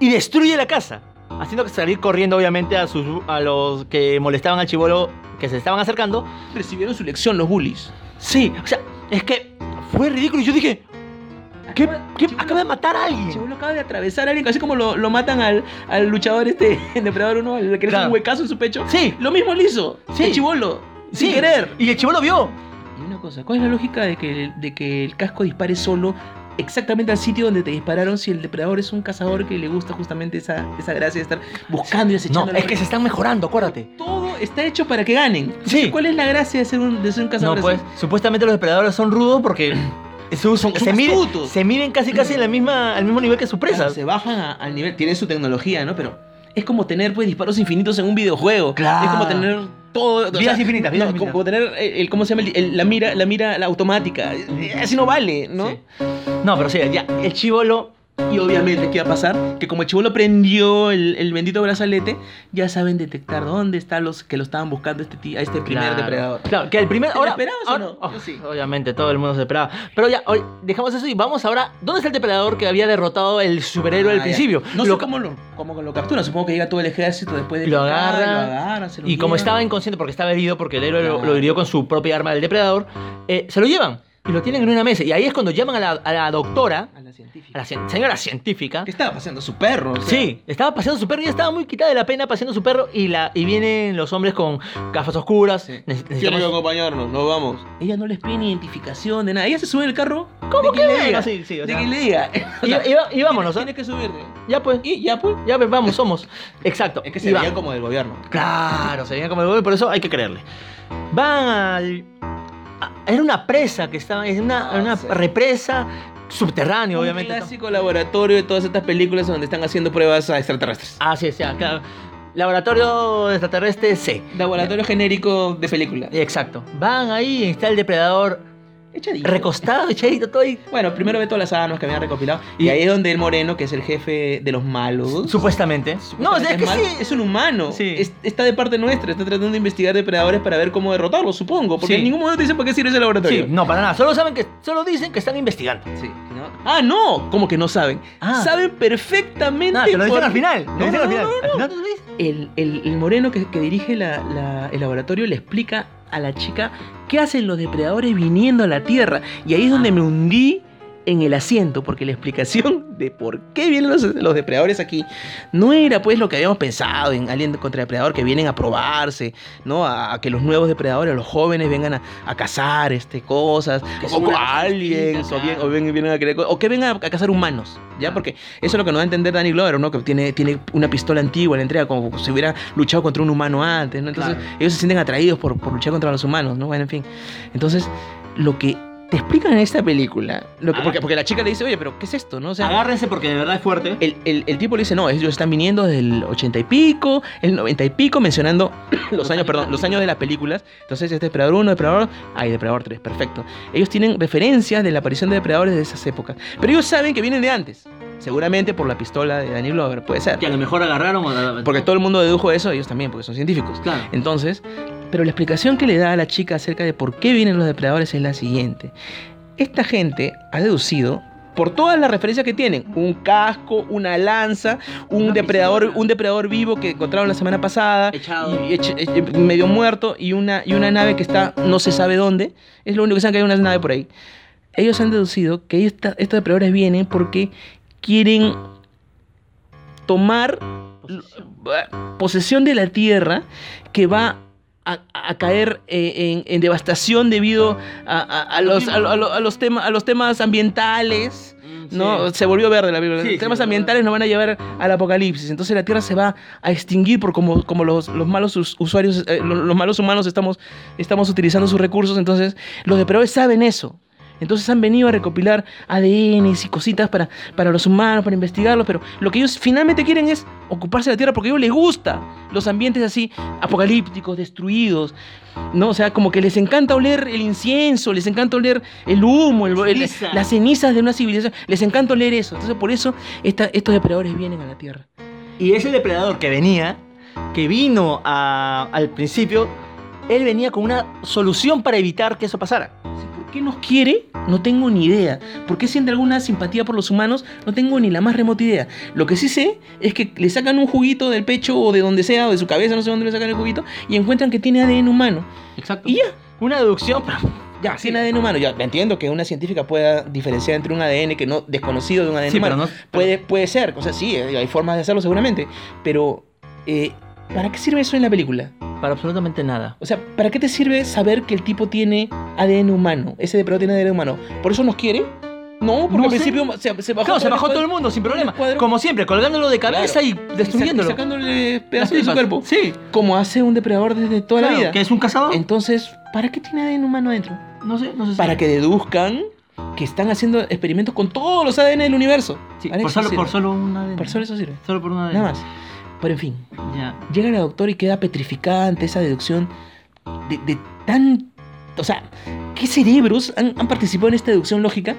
y destruye la casa, haciendo que salir corriendo obviamente a, sus, a los que molestaban al chivolo que se estaban acercando.
Recibieron su lección los bullies.
Sí, o sea, es que fue ridículo y yo dije, ¿qué? qué acaba de matar a
El
alguien.
chibolo acaba de atravesar a alguien, así como lo, lo matan al, al luchador este, el depredador uno, al que le hace
Claro.
un huecazo en su pecho.
Sí,
Lo mismo le hizo.
Sí.
El chivolo.
sí,
Sin querer.
Y el chivolo vio.
Y una cosa, ¿cuál es la lógica de que, de que el casco dispare solo exactamente al sitio donde te dispararon si el depredador es un cazador que le gusta justamente esa, esa gracia de estar buscando y
No,
acechando? a la
es que se están mejorando, acuérdate.
gente? Todo está hecho para que ganen.
Sí.
¿Cuál es la gracia de ser un, de ser un
No,
cazador?
pues,
así?
supuestamente los depredadores son rudos porque se, usan-
Son
se miden,
astutos.
se miden casi casi en la misma, al mismo nivel que sus
Claro,
presas.
se bajan a- al nivel, tienen su tecnología, ¿no? Pero es como tener pues disparos infinitos en un videojuego.
Claro.
Es como tener todo... o sea,
Vidas infinitas, vidas
no,
infinitas.
como, como tener el, el- ¿cómo se llama? El- el- la mira, la mira la automática. Eh, Así no vale, ¿no?
Sí. No, pero sí, ya, el chivolo.
Y obviamente, ¿qué va a pasar? Que como el chivolo prendió el, el bendito brazalete, ya saben detectar dónde están los que lo estaban buscando este ti- a este primer
Claro.
depredador.
Claro, que el primer.
¿Te lo
ahora,
esperabas o
ahora-
no?
oh,
Yo sí.
Obviamente, todo el mundo se esperaba. Pero ya, hoy dejamos eso y vamos ahora. ¿Dónde está el depredador que había derrotado el superhéroe
Ah,
al
ya.
principio?
No
Lo-
sé cómo lo, cómo lo capturan. Supongo que llega todo el ejército después de.
Lo
picar,
agarra,
lo agarran, se lo
Y como
llevan.
estaba inconsciente porque estaba herido, porque el héroe lo- lo,
Claro.
hirió con su propia arma del depredador, eh, se lo llevan y lo tienen en una mesa. Y ahí es cuando llaman a la, a la doctora,
A la
a
científica.
la cien- señora científica.
¿Qué estaba pasando? Su perro. o sea,
Sí, estaba paseando su perro y estaba muy quitada de la pena paseando su perro y, la, y vienen los hombres con gafas oscuras.
Sí.
Nece-
Tiene
necesitamos-
que acompañarnos, nos vamos. Ella no les pide ni identificación de nada. Ella se sube al carro.
¿Cómo
de quien
que
le diga.
venga? Sí, sí, o
de
sea.
quien le diga.
Y, y- y vámonos, ¿ah?
Tienes que subirte.
Ya pues.
Y ya pues.
Ya pues, vamos, somos. Exacto.
Es que
Y
se
va-
veía como del gobierno.
Claro, se veían como el huevo, por eso hay que creerle. Van al. a- Era una presa que estaba. Es una,
Ah,
una
sí.
represa subterránea, obviamente.
Un clásico laboratorio de todas estas películas donde están haciendo pruebas a extraterrestres.
Así es, ya, claro. Laboratorio extraterrestre C.
Laboratorio genérico de película.
Exacto. Van ahí, está el depredador
Echadito.
recostado, echadito, todo ahí.
Bueno, primero ve todas las armas que habían recopilado.
Y-
Y ahí es donde el moreno, que es el jefe de los malos.
Supuestamente. No, o sea, es que
malo,
sí.
es un humano.
Sí.
Es- está de parte nuestra. Está tratando de investigar depredadores para ver cómo derrotarlos, supongo. Porque
Sí.
en ningún momento te dicen para qué sirve ese laboratorio.
Sí, no, para nada. Solo saben que. Solo dicen que están investigando.
Sí, ¿no? Ah, no. ¿Cómo que no saben?
Ah.
Saben perfectamente.
Nada, te lo dicen
por-
al final.
No,
Lo dicen al
no,
final.
no,
Al
no.
final te lo dicen.
el, el- el moreno que, que dirige la- la- el laboratorio le explica a la chica qué hacen los depredadores viniendo a la Tierra. Y ahí es donde me hundí en el asiento, porque la explicación de por qué vienen los, los depredadores aquí no era pues lo que habíamos pensado en Alien contra Depredador, que vienen a probarse, ¿no? A, a que los nuevos depredadores, los jóvenes vengan a, a cazar este, cosas,
Que
o,
son
o
unas
aliens,
distintas,
o, bien-
claro. Ah.
o bien- vienen a querer co- o que vengan a, a cazar humanos, ¿ya? Porque eso es lo que nos va a entender Danny Glover, ¿no? Que tiene, tiene una pistola antigua, la entrega como si hubiera luchado contra un humano antes, ¿no? Entonces
Claro.
ellos se sienten atraídos por, por luchar contra los humanos, ¿no? Bueno, en fin. Entonces, lo que te explican en esta película, lo que,
Ah.
porque, porque la chica le dice, oye, pero ¿qué es esto? ¿No? O sea,
Agárrense porque de verdad es fuerte.
el, el- el tipo le dice, no, ellos están viniendo desde el 80 y pico, el 90 y pico, mencionando los
Los
años,
años
perdón,
de la
los
película.
años de las películas. Entonces, este Depredador 1, Depredador, ay, Depredador 3, perfecto. Ellos tienen referencias de la aparición de depredadores de esas épocas, pero ellos saben que vienen de antes, seguramente por la pistola de Danny Glover, puede ser.
Que a lo mejor agarraron. o-
Porque todo el mundo dedujo eso, ellos también, porque son científicos.
Claro.
Entonces, pero la explicación que le da a la chica acerca de por qué vienen los depredadores es la siguiente. Esta gente ha deducido por todas las referencias que tienen, un casco, una lanza, un
Una
depredador,
pistola.
un depredador vivo que encontraron la semana pasada,
Echado.
y eche- eche- medio muerto y una y una nave que está no se sabe dónde, es lo único que saben que hay una nave por ahí. Ellos han deducido que ellos ta- estos depredadores vienen porque quieren tomar eh, posesión de la tierra que va a, a caer eh, en, en devastación debido a, a- a los, a, lo- a lo- a los tema- a los temas ambientales.
Mm, sí.
¿no? Se volvió verde la película.
Sí,
los
sí,
temas
la
ambientales nos van a llevar al apocalipsis. Entonces la tierra se va a extinguir por como, como los, los malos us- usuarios, eh, lo- los, malos humanos estamos, estamos utilizando sus recursos. Entonces los depredadores saben eso. Entonces han venido a recopilar ADNs y cositas para, para los humanos, para investigarlos, pero lo que ellos finalmente quieren es ocuparse de la Tierra porque a ellos les gusta los ambientes así apocalípticos, destruidos, ¿no? O sea, como que les encanta oler el incienso, les encanta oler el humo, el- el-
Ceniza.
las cenizas de una civilización, les encanta oler eso. Entonces por eso esta- estos depredadores vienen a la Tierra.
Y ese depredador que venía, que vino a- al principio, él venía con una solución para evitar que eso pasara.
Así, ¿Por qué nos quiere? No tengo ni idea. ¿Por qué siente alguna simpatía por los humanos? No tengo ni la más remota idea. Lo que sí sé es que le sacan un juguito del pecho o de donde sea, o de su cabeza, no sé dónde le sacan el juguito, y encuentran que tiene ADN humano.
Exacto.
Y ya,
Una deducción, pero
ya, tiene ADN humano. Ya entiendo que una científica pueda diferenciar entre un ADN que no desconocido de un ADN
Sí,
humano.
pero no.
Puede, puede ser, o sea, sí, eh, hay formas de hacerlo seguramente, pero eh, ¿para qué sirve eso en la película?
para absolutamente nada.
O sea, ¿para qué te sirve saber que el tipo tiene ADN humano? Ese depredador tiene ADN humano. ¿Por eso nos quiere? No, porque
No
al
sé.
principio se, se bajó.
Claro, se
todo
bajó todo el
cuadro
mundo sin problema.
cuadro-
Como siempre, colgándolo de cabeza y
y sa- y
destruyéndolo.
sacándole
Las
pedazos de su
tripas.
cuerpo.
Sí,
Como hace un depredador desde toda
Claro,
la vida.
que es un cazador.
Entonces, ¿para qué tiene ADN humano adentro?
No sé, no sé. si-
Para que deduzcan que están haciendo experimentos con todos los ADN del universo.
Sí,
Para
por,
eso
solo,
sirve.
por solo una de.
Por solo eso sirve.
Solo por una de.
Nada más. Pero en fin.
Ya.
Llega la doctora y queda petrificada ante esa deducción de, de tan... O sea, ¿qué cerebros han, han participado en esta deducción lógica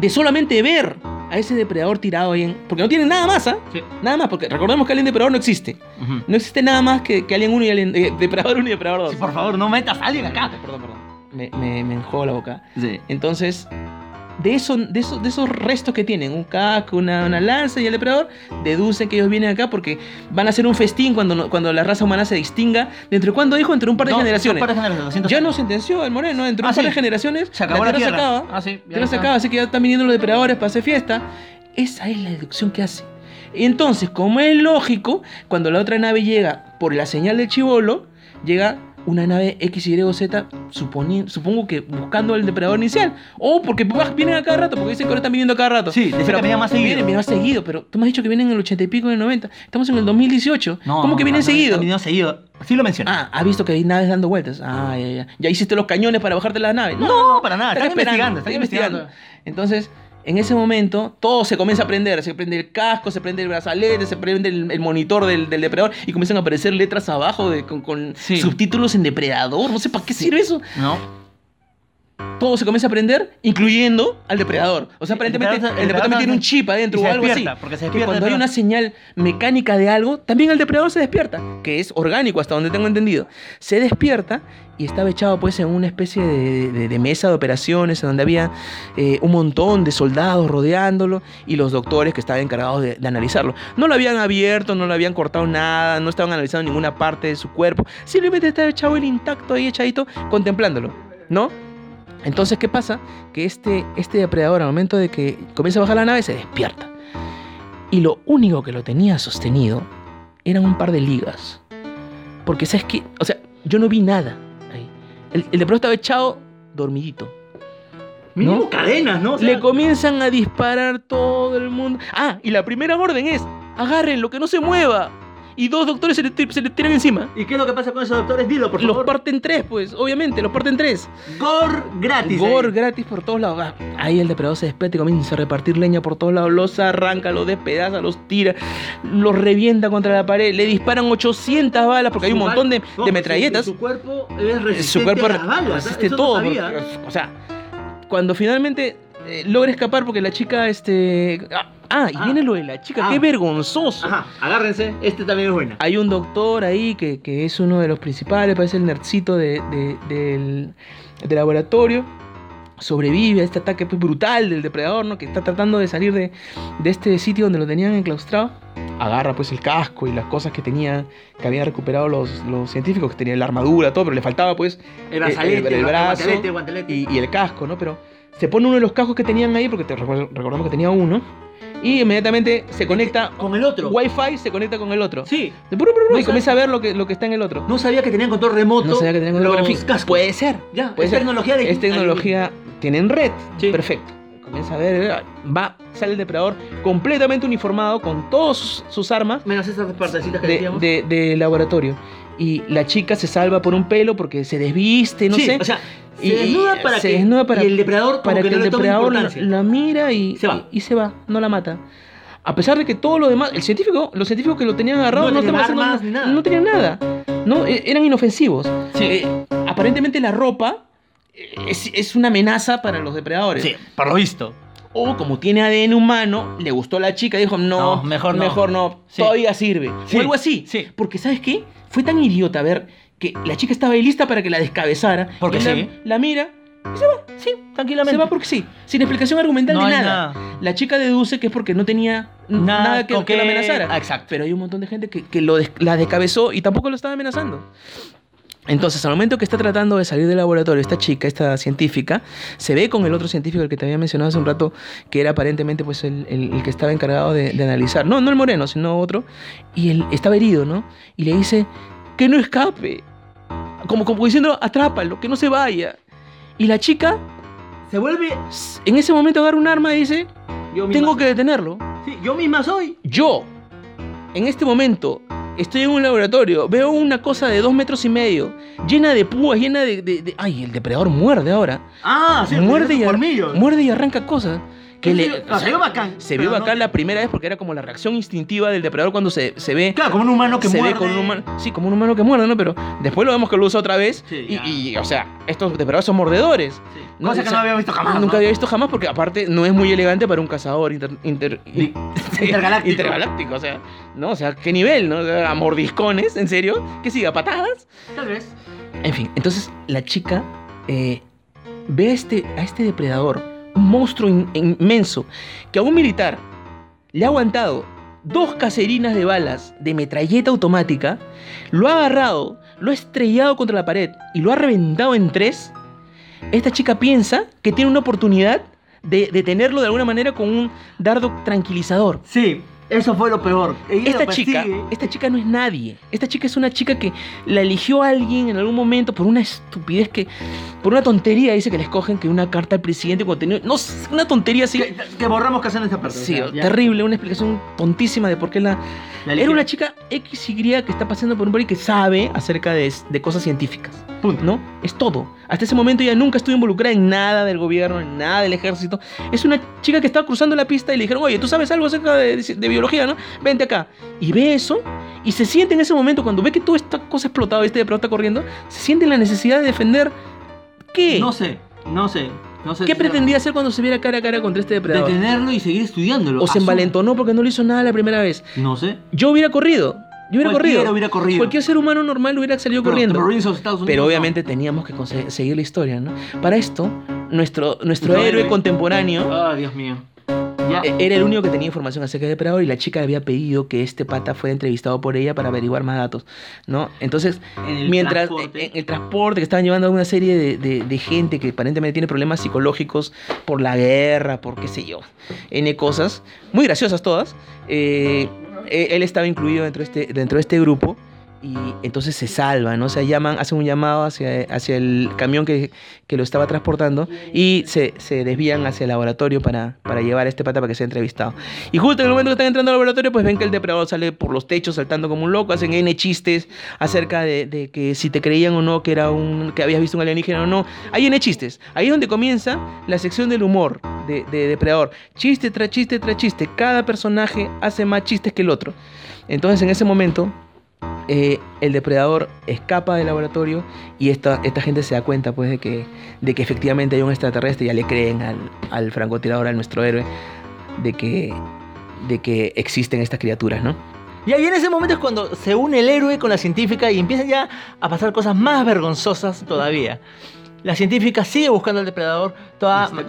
de solamente ver a ese depredador tirado ahí en... Porque no tienen nada más, ¿ah?
Sí.
Nada más, porque recordemos que Alien Depredador no existe.
Ujú.
No existe nada más que, que Alien 1 y Alien... eh, Depredador 1 y Depredador 2.
Sí, por favor, no metas a alguien acá.
Perdón, perdón. Me, me, me enjuago la boca.
Sí.
Entonces, de, eso, de, eso- de esos restos que tienen, un casco, una, una lanza y el depredador, deducen que ellos vienen acá porque van a hacer un festín cuando, no- cuando la raza humana se distinga. ¿Dentro de cuándo dijo? Entre un par de
No,
generaciones.
son par de generaciones, lo siento.
Ya nos sentenció el Moreno, entre
Ah,
un par
sí.
de generaciones.
Se acabó la tierra.
se acaba.
Ah, sí.
la tierra se acaba, así que ya están viniendo los depredadores para hacer fiesta. Esa es la deducción que hace. Y entonces, como es lógico, cuando la otra nave llega por la señal del chivolo, llega una nave XYZ, suponi- supongo que buscando al depredador inicial. O porque bah, vienen a cada rato, porque dicen que ahora están viniendo a cada rato.
Sí, decía que venía más seguido.
Vienen, vienen más seguido, pero tú me has dicho que vienen en el 80 y pico, en el 90. Estamos en el 2018. ¿Cómo que vienen seguido?
Vienen seguido. Sí lo mencioné.
Ah, has visto que hay naves dando vueltas. Ah, ya, ya. Ya hiciste los cañones para bajarte las naves. No,
no, para nada.
están
Ah, Están investigando, están
esperando, están
investigando.
entonces, en ese momento, todo se comienza a prender. Se prende el casco, se prende el brazalete, se prende el, el monitor del, del depredador y comienzan a aparecer letras abajo de- con, con
Sí.
subtítulos en depredador. No sé para qué sirve eso.
No.
Todo se comienza a prender, incluyendo al depredador.
Sí,
O sea,
el
aparentemente el
depredador-
depredador,
el depredador
tiene un chip adentro
Y
o
se
algo así.
despierta, porque se
Que
despierta
cuando hay
el
una señal mecánica de algo, también el depredador se despierta, que es orgánico hasta donde tengo entendido. Se despierta y estaba echado pues en una especie de, de- de mesa de operaciones en donde había eh, un montón de soldados rodeándolo y los doctores que estaban encargados de, de analizarlo. No lo habían abierto, no lo habían cortado nada, no estaban analizando ninguna parte de su cuerpo, simplemente estaba echado el intacto ahí echadito contemplándolo, ¿no? Entonces, ¿qué pasa? Que este, este depredador, al momento de que comienza a bajar la nave, se despierta. Y lo único que lo tenía sostenido eran un par de ligas. Porque, ¿sabes qué? O sea, yo no vi nada ahí. El, el depredador estaba echado dormidito.
Mínimo
¿No?
cadenas, ¿no? O sea,
Le comienzan a disparar todo el mundo. Ah, y la primera orden es: agárrenlo, que no se mueva. Y dos doctores se le, ti- se le tiran encima.
¿Y qué es lo que pasa con esos doctores? Dilo, por
Los
favor.
parten tres, pues, obviamente, los parten tres.
Gore gratis.
Gore
ahí.
gratis por todos lados. Ah, Ahí el depredador se despierta y comienza a repartir leña por todos lados. Los arranca, los despedaza, los tira, los revienta contra la pared. Le disparan 800 balas porque hay un
Su
montón de,
bar-
de
su-
metralletas.
Su, cuerpo es
Eh,
resistente
Su cuerpo
a las balas. ¿ah?
resiste
Eso no
todo.
sabía.
porque- o sea, cuando finalmente eh, logra escapar porque la chica, este... Ah, ah, y
Ah.
viene lo de la chica.
Ah.
¡Qué vergonzoso!
Ajá, agárrense. Este también es buena.
Hay un doctor ahí que, que es uno de los principales, parece el nerdcito de- de- del, del laboratorio. Sobrevive a este ataque pues, brutal del depredador, ¿no? Que está tratando de salir de, de este sitio donde lo tenían enclaustrado. Agarra pues el casco y las cosas que tenía, que habían recuperado los, los científicos, que tenía la armadura, todo, pero le faltaba pues
Eh, El brazalete,
el- el brazo
guantelete, guantelete.
y, y el casco, ¿no? Pero se pone uno de los cascos que tenían ahí, porque te recuerdo- recordamos que tenía uno, y inmediatamente se conecta,
con el Este otro.
Wi-Fi se conecta con el otro.
Sí.
De bru, bru, bru,
No
y
sabía-
comienza a ver lo que, lo que está en el otro.
No sabía que tenían control remoto.
No sabía que tenían control,
los
pero en fin,
cascos.
puede ser.
Ya,
puede
es
ser.
tecnología de
Es tecnología, tienen red.
Sí.
Perfecto. Comienza a ver, eh, va, sale el depredador completamente uniformado con todas sus, sus armas
Menos esas partecitas que
de,
decíamos.
de- de laboratorio. Y la chica se salva por un pelo porque se desviste, no
sí,
sé.
o sea, se
Y-
desnuda para
se
que
desnuda para-
y el depredador como
para que,
no
el
le tome
depredador la,
importancia.
la mira y
Se va.
Y, y se va, no la mata. A pesar de que todo lo demás, el científico, los científicos que lo tenían agarrado
No
no,
tenían
estaban haciendo
armas
nada,
ni nada.
no tenían nada. No, E- eran inofensivos. Eh, aparentemente la ropa eh, es, es una amenaza para los depredadores.
Sí, por lo visto.
O como tiene ADN humano, le gustó la chica, dijo, no,
No, mejor no.
mejor no,
Sí.
todavía sirve.
Sí,
O algo así.
sí.
Porque ¿sabes qué? Fue tan idiota ver que la chica estaba ahí lista para que la descabezara.
Porque
Y la,
sí.
la mira y se va, sí,
Tranquilamente.
se va porque sí, sin explicación argumental
no
de
hay
nada.
nada.
La chica deduce que es porque no tenía n- nada,
Nada
que,
con
que la
qué-
amenazara.
Ah, exacto.
Pero hay un montón de gente que, que lo des- la descabezó y tampoco lo estaba amenazando. Entonces, al momento que está tratando de salir del laboratorio, esta chica, esta científica, se ve con el otro científico, el que te había mencionado hace un rato, que era aparentemente pues, el, el- el que estaba encargado de, de analizar. No, no el moreno, sino otro. Y él estaba herido, ¿no? Y le dice, que no escape. Como, como diciendo, atrápalo, que no se vaya. Y la chica,
Se vuelve
s- en ese momento, agarra un arma y dice,
yo misma.
tengo que detenerlo.
Sí, yo misma soy.
Yo, en este momento, estoy en un laboratorio, veo una cosa de dos metros y medio, llena de púas, llena de... de- de- Ay, el depredador muerde ahora.
Ah, sí,
muerde, y
por
ar-
millos.
muerde y arranca cosas. Que le- o
ah, se
sea,
vio bacán.
se vio
pero
bacán
no-
la primera vez porque era como la reacción instintiva del depredador cuando se, se ve...
Claro, como un humano que
se
muerde.
ve con un humano, sí, como un humano que muerde, ¿no? Pero después lo vemos que lo usa otra vez.
Sí,
y-
ya.
y, o sea, estos depredadores son mordedores.
Sí,
No,
Cosa
o
que no
sea,
había visto jamás.
Nunca
¿no?
había visto jamás porque aparte no es muy elegante para un cazador inter, inter-
Ni-
sí,
intergaláctico.
intergaláctico, O sea, no, o sea, ¿qué nivel? ¿No? O sea, ¿A mordiscones? ¿En serio? ¿Qué sigue? ¿A patadas?
Tal vez.
En fin, entonces la chica eh, ve a este, a este depredador, un monstruo in- inmenso, que a un militar le ha aguantado dos caserinas de balas de metralleta automática, lo ha agarrado, lo ha estrellado contra la pared y lo ha reventado en tres. Esta chica piensa que tiene una oportunidad de detenerlo de alguna manera con un dardo tranquilizador.
Sí, eso fue lo peor. Ella
Esta
lo
chica,
persigue.
esta chica no es nadie. Esta chica es una chica que la eligió alguien en algún momento por una estupidez que, por una tontería, dice que le escogen que una carta al presidente cuando tenía, no, sé, una tontería así.
Que, que borramos que hacen esa parte.
Sí,
o sea, ya.
terrible, una explicación tontísima de por qué la...
La
Era
elegí.
una chica XY que está pasando por un país que sabe acerca de, de cosas científicas.
Punto.
¿No? Es todo. Hasta ese momento ella nunca estuvo involucrada en nada del gobierno, en nada del ejército. Es una chica que estaba cruzando la pista y le dijeron, oye, tú sabes algo acerca de, de biología, ¿no? Vente acá. Y ve eso y se siente en ese momento, cuando ve que toda esta cosa ha explotado, este de está corriendo, se siente la necesidad de defender. ¿Qué?
No sé, no sé. No sé
¿Qué
si-
pretendía hacer cuando se viera cara a cara contra este depredador?
Detenerlo y seguir estudiándolo.
O se
Asumo.
envalentonó porque no le hizo nada la primera vez.
No sé.
Yo hubiera corrido. Yo hubiera
Cualquiera
corrido.
hubiera corrido.
Cualquier ser humano normal hubiera salido
Pero
corriendo.
Terrorismo de los Estados Unidos,
Pero
no.
obviamente teníamos que conse- seguir la historia, ¿no? Para esto, nuestro, nuestro
Nuestro
héroe
héroe.
contemporáneo
Ah, Dios mío.
Ya.
Eh, Era el único que tenía información acerca de Depredador y la chica había pedido que este pata fuera entrevistado por ella para averiguar más datos, ¿no? Entonces,
En el
mientras eh,
transporte.
en el transporte que estaban llevando a una serie de, de- de gente que aparentemente tiene problemas psicológicos por la guerra, por qué sé yo, N cosas, muy graciosas todas, eh, eh, él estaba incluido dentro de este, dentro de este grupo. Y entonces se salva, ¿no? O sea, llaman, hacen un llamado hacia, hacia el camión que, que lo estaba transportando y se, se desvían hacia el laboratorio para, para llevar a este pata para que sea entrevistado. Y justo en el momento que están entrando al laboratorio, pues ven que el depredador sale por los techos saltando como un loco, hacen N chistes acerca de, de que si te creían o no que era un que habías visto un alienígena o no. Hay N chistes. Ahí es donde comienza la sección del humor de, de depredador. Chiste tras chiste tras chiste. Cada personaje hace más chistes que el otro. Entonces en ese momento eh, el depredador escapa del laboratorio y esta, esta gente se da cuenta pues de que, de que efectivamente hay un extraterrestre, ya le creen al, al francotirador, a nuestro héroe, de que, de que existen estas criaturas, ¿no?
Y ahí en ese momento es cuando se une el héroe con la científica y empiezan ya a pasar cosas más vergonzosas todavía. La científica sigue buscando al depredador, toda
Lo está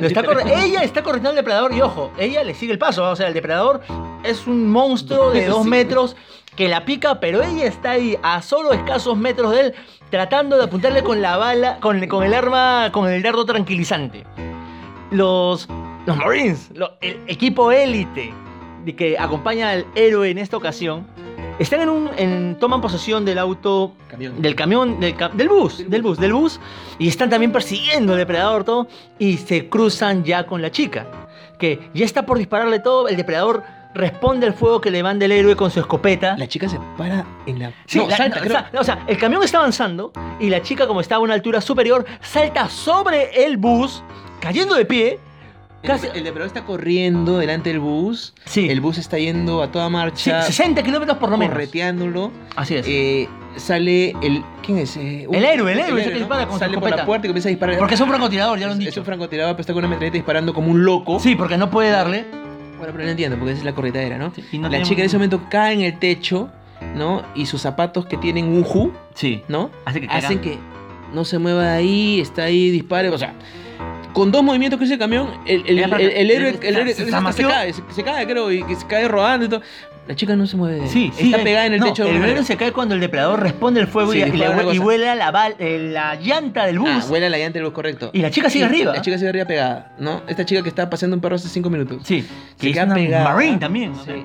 Ah, Lo está corre- ella está corriendo al depredador y ojo, ella le sigue el paso. ¿ah? O sea, el depredador es un monstruo de dos
Sí.
metros que la pica, pero ella está ahí a solo escasos metros de él, tratando de apuntarle con la bala, con, con el arma, con el dardo tranquilizante. Los, los Marines, lo- el equipo élite de que acompaña al héroe en esta ocasión, están en un, en- toman posesión del auto
Camión.
del camión, del, ca- del bus, del bus, del bus. Y están también persiguiendo al depredador todo. Y se cruzan ya con la chica. Que ya está por dispararle todo. El depredador responde al fuego que le manda el héroe con su escopeta.
La chica se para en la.
Sí,
no,
la-
salta,
no,
creo.
sa- no, o sea, el camión está avanzando y la chica, como estaba a una altura superior, salta sobre el bus, cayendo de pie. Casi,
El depredador está corriendo delante del bus.
sí,
El bus está yendo a toda
sí,
marcha.
60 kilómetros por lo menos.
correteándolo.
Así es.
Eh, sale el. ¿Quién es? Eh, un-
El héroe, el héroe, ese que dispara con su
Sale por la
escopeta.
puerta y comienza a disparar.
porque es un francotirador, ya lo han
es, es
dicho.
un francotirador, pero está con una metralleta disparando como un loco.
Sí, porque no puede darle.
Bueno, pero no entiendo, porque esa es la corretadera, ¿no?
Y no
la
tenemos-
chica en ese momento cae en el techo, ¿no? Y sus zapatos que tienen un ju,
Sí.
¿no?
Hace que caigan.
hacen que no se mueva de ahí, está ahí, dispare, o sea, con dos movimientos que hizo el camión, el, el,
Ya,
el,
pero-
el héroe, el
se-
héroe
se
hasta se,
zamació.
cae, se, se cae, creo, y que se cae rodando y todo. La chica no se mueve de ahí.
Sí, sí,
está
eh.
pegada en el
No,
techo. de
El
alguna
velero
manera.
se cae cuando el depredador responde el fuego
Sí,
y, y
dispara
le-
una
y
cosa.
vuela la, bal- eh, la llanta del bus.
Ah, vuela la llanta del bus, correcto.
Y la chica sigue
Y
arriba.
La chica sigue arriba pegada, ¿no? Esta chica que estaba paseando un perro hace cinco minutos.
sí,
se
que es
queda
una
pegada.
marine también. o
Sí.
sea.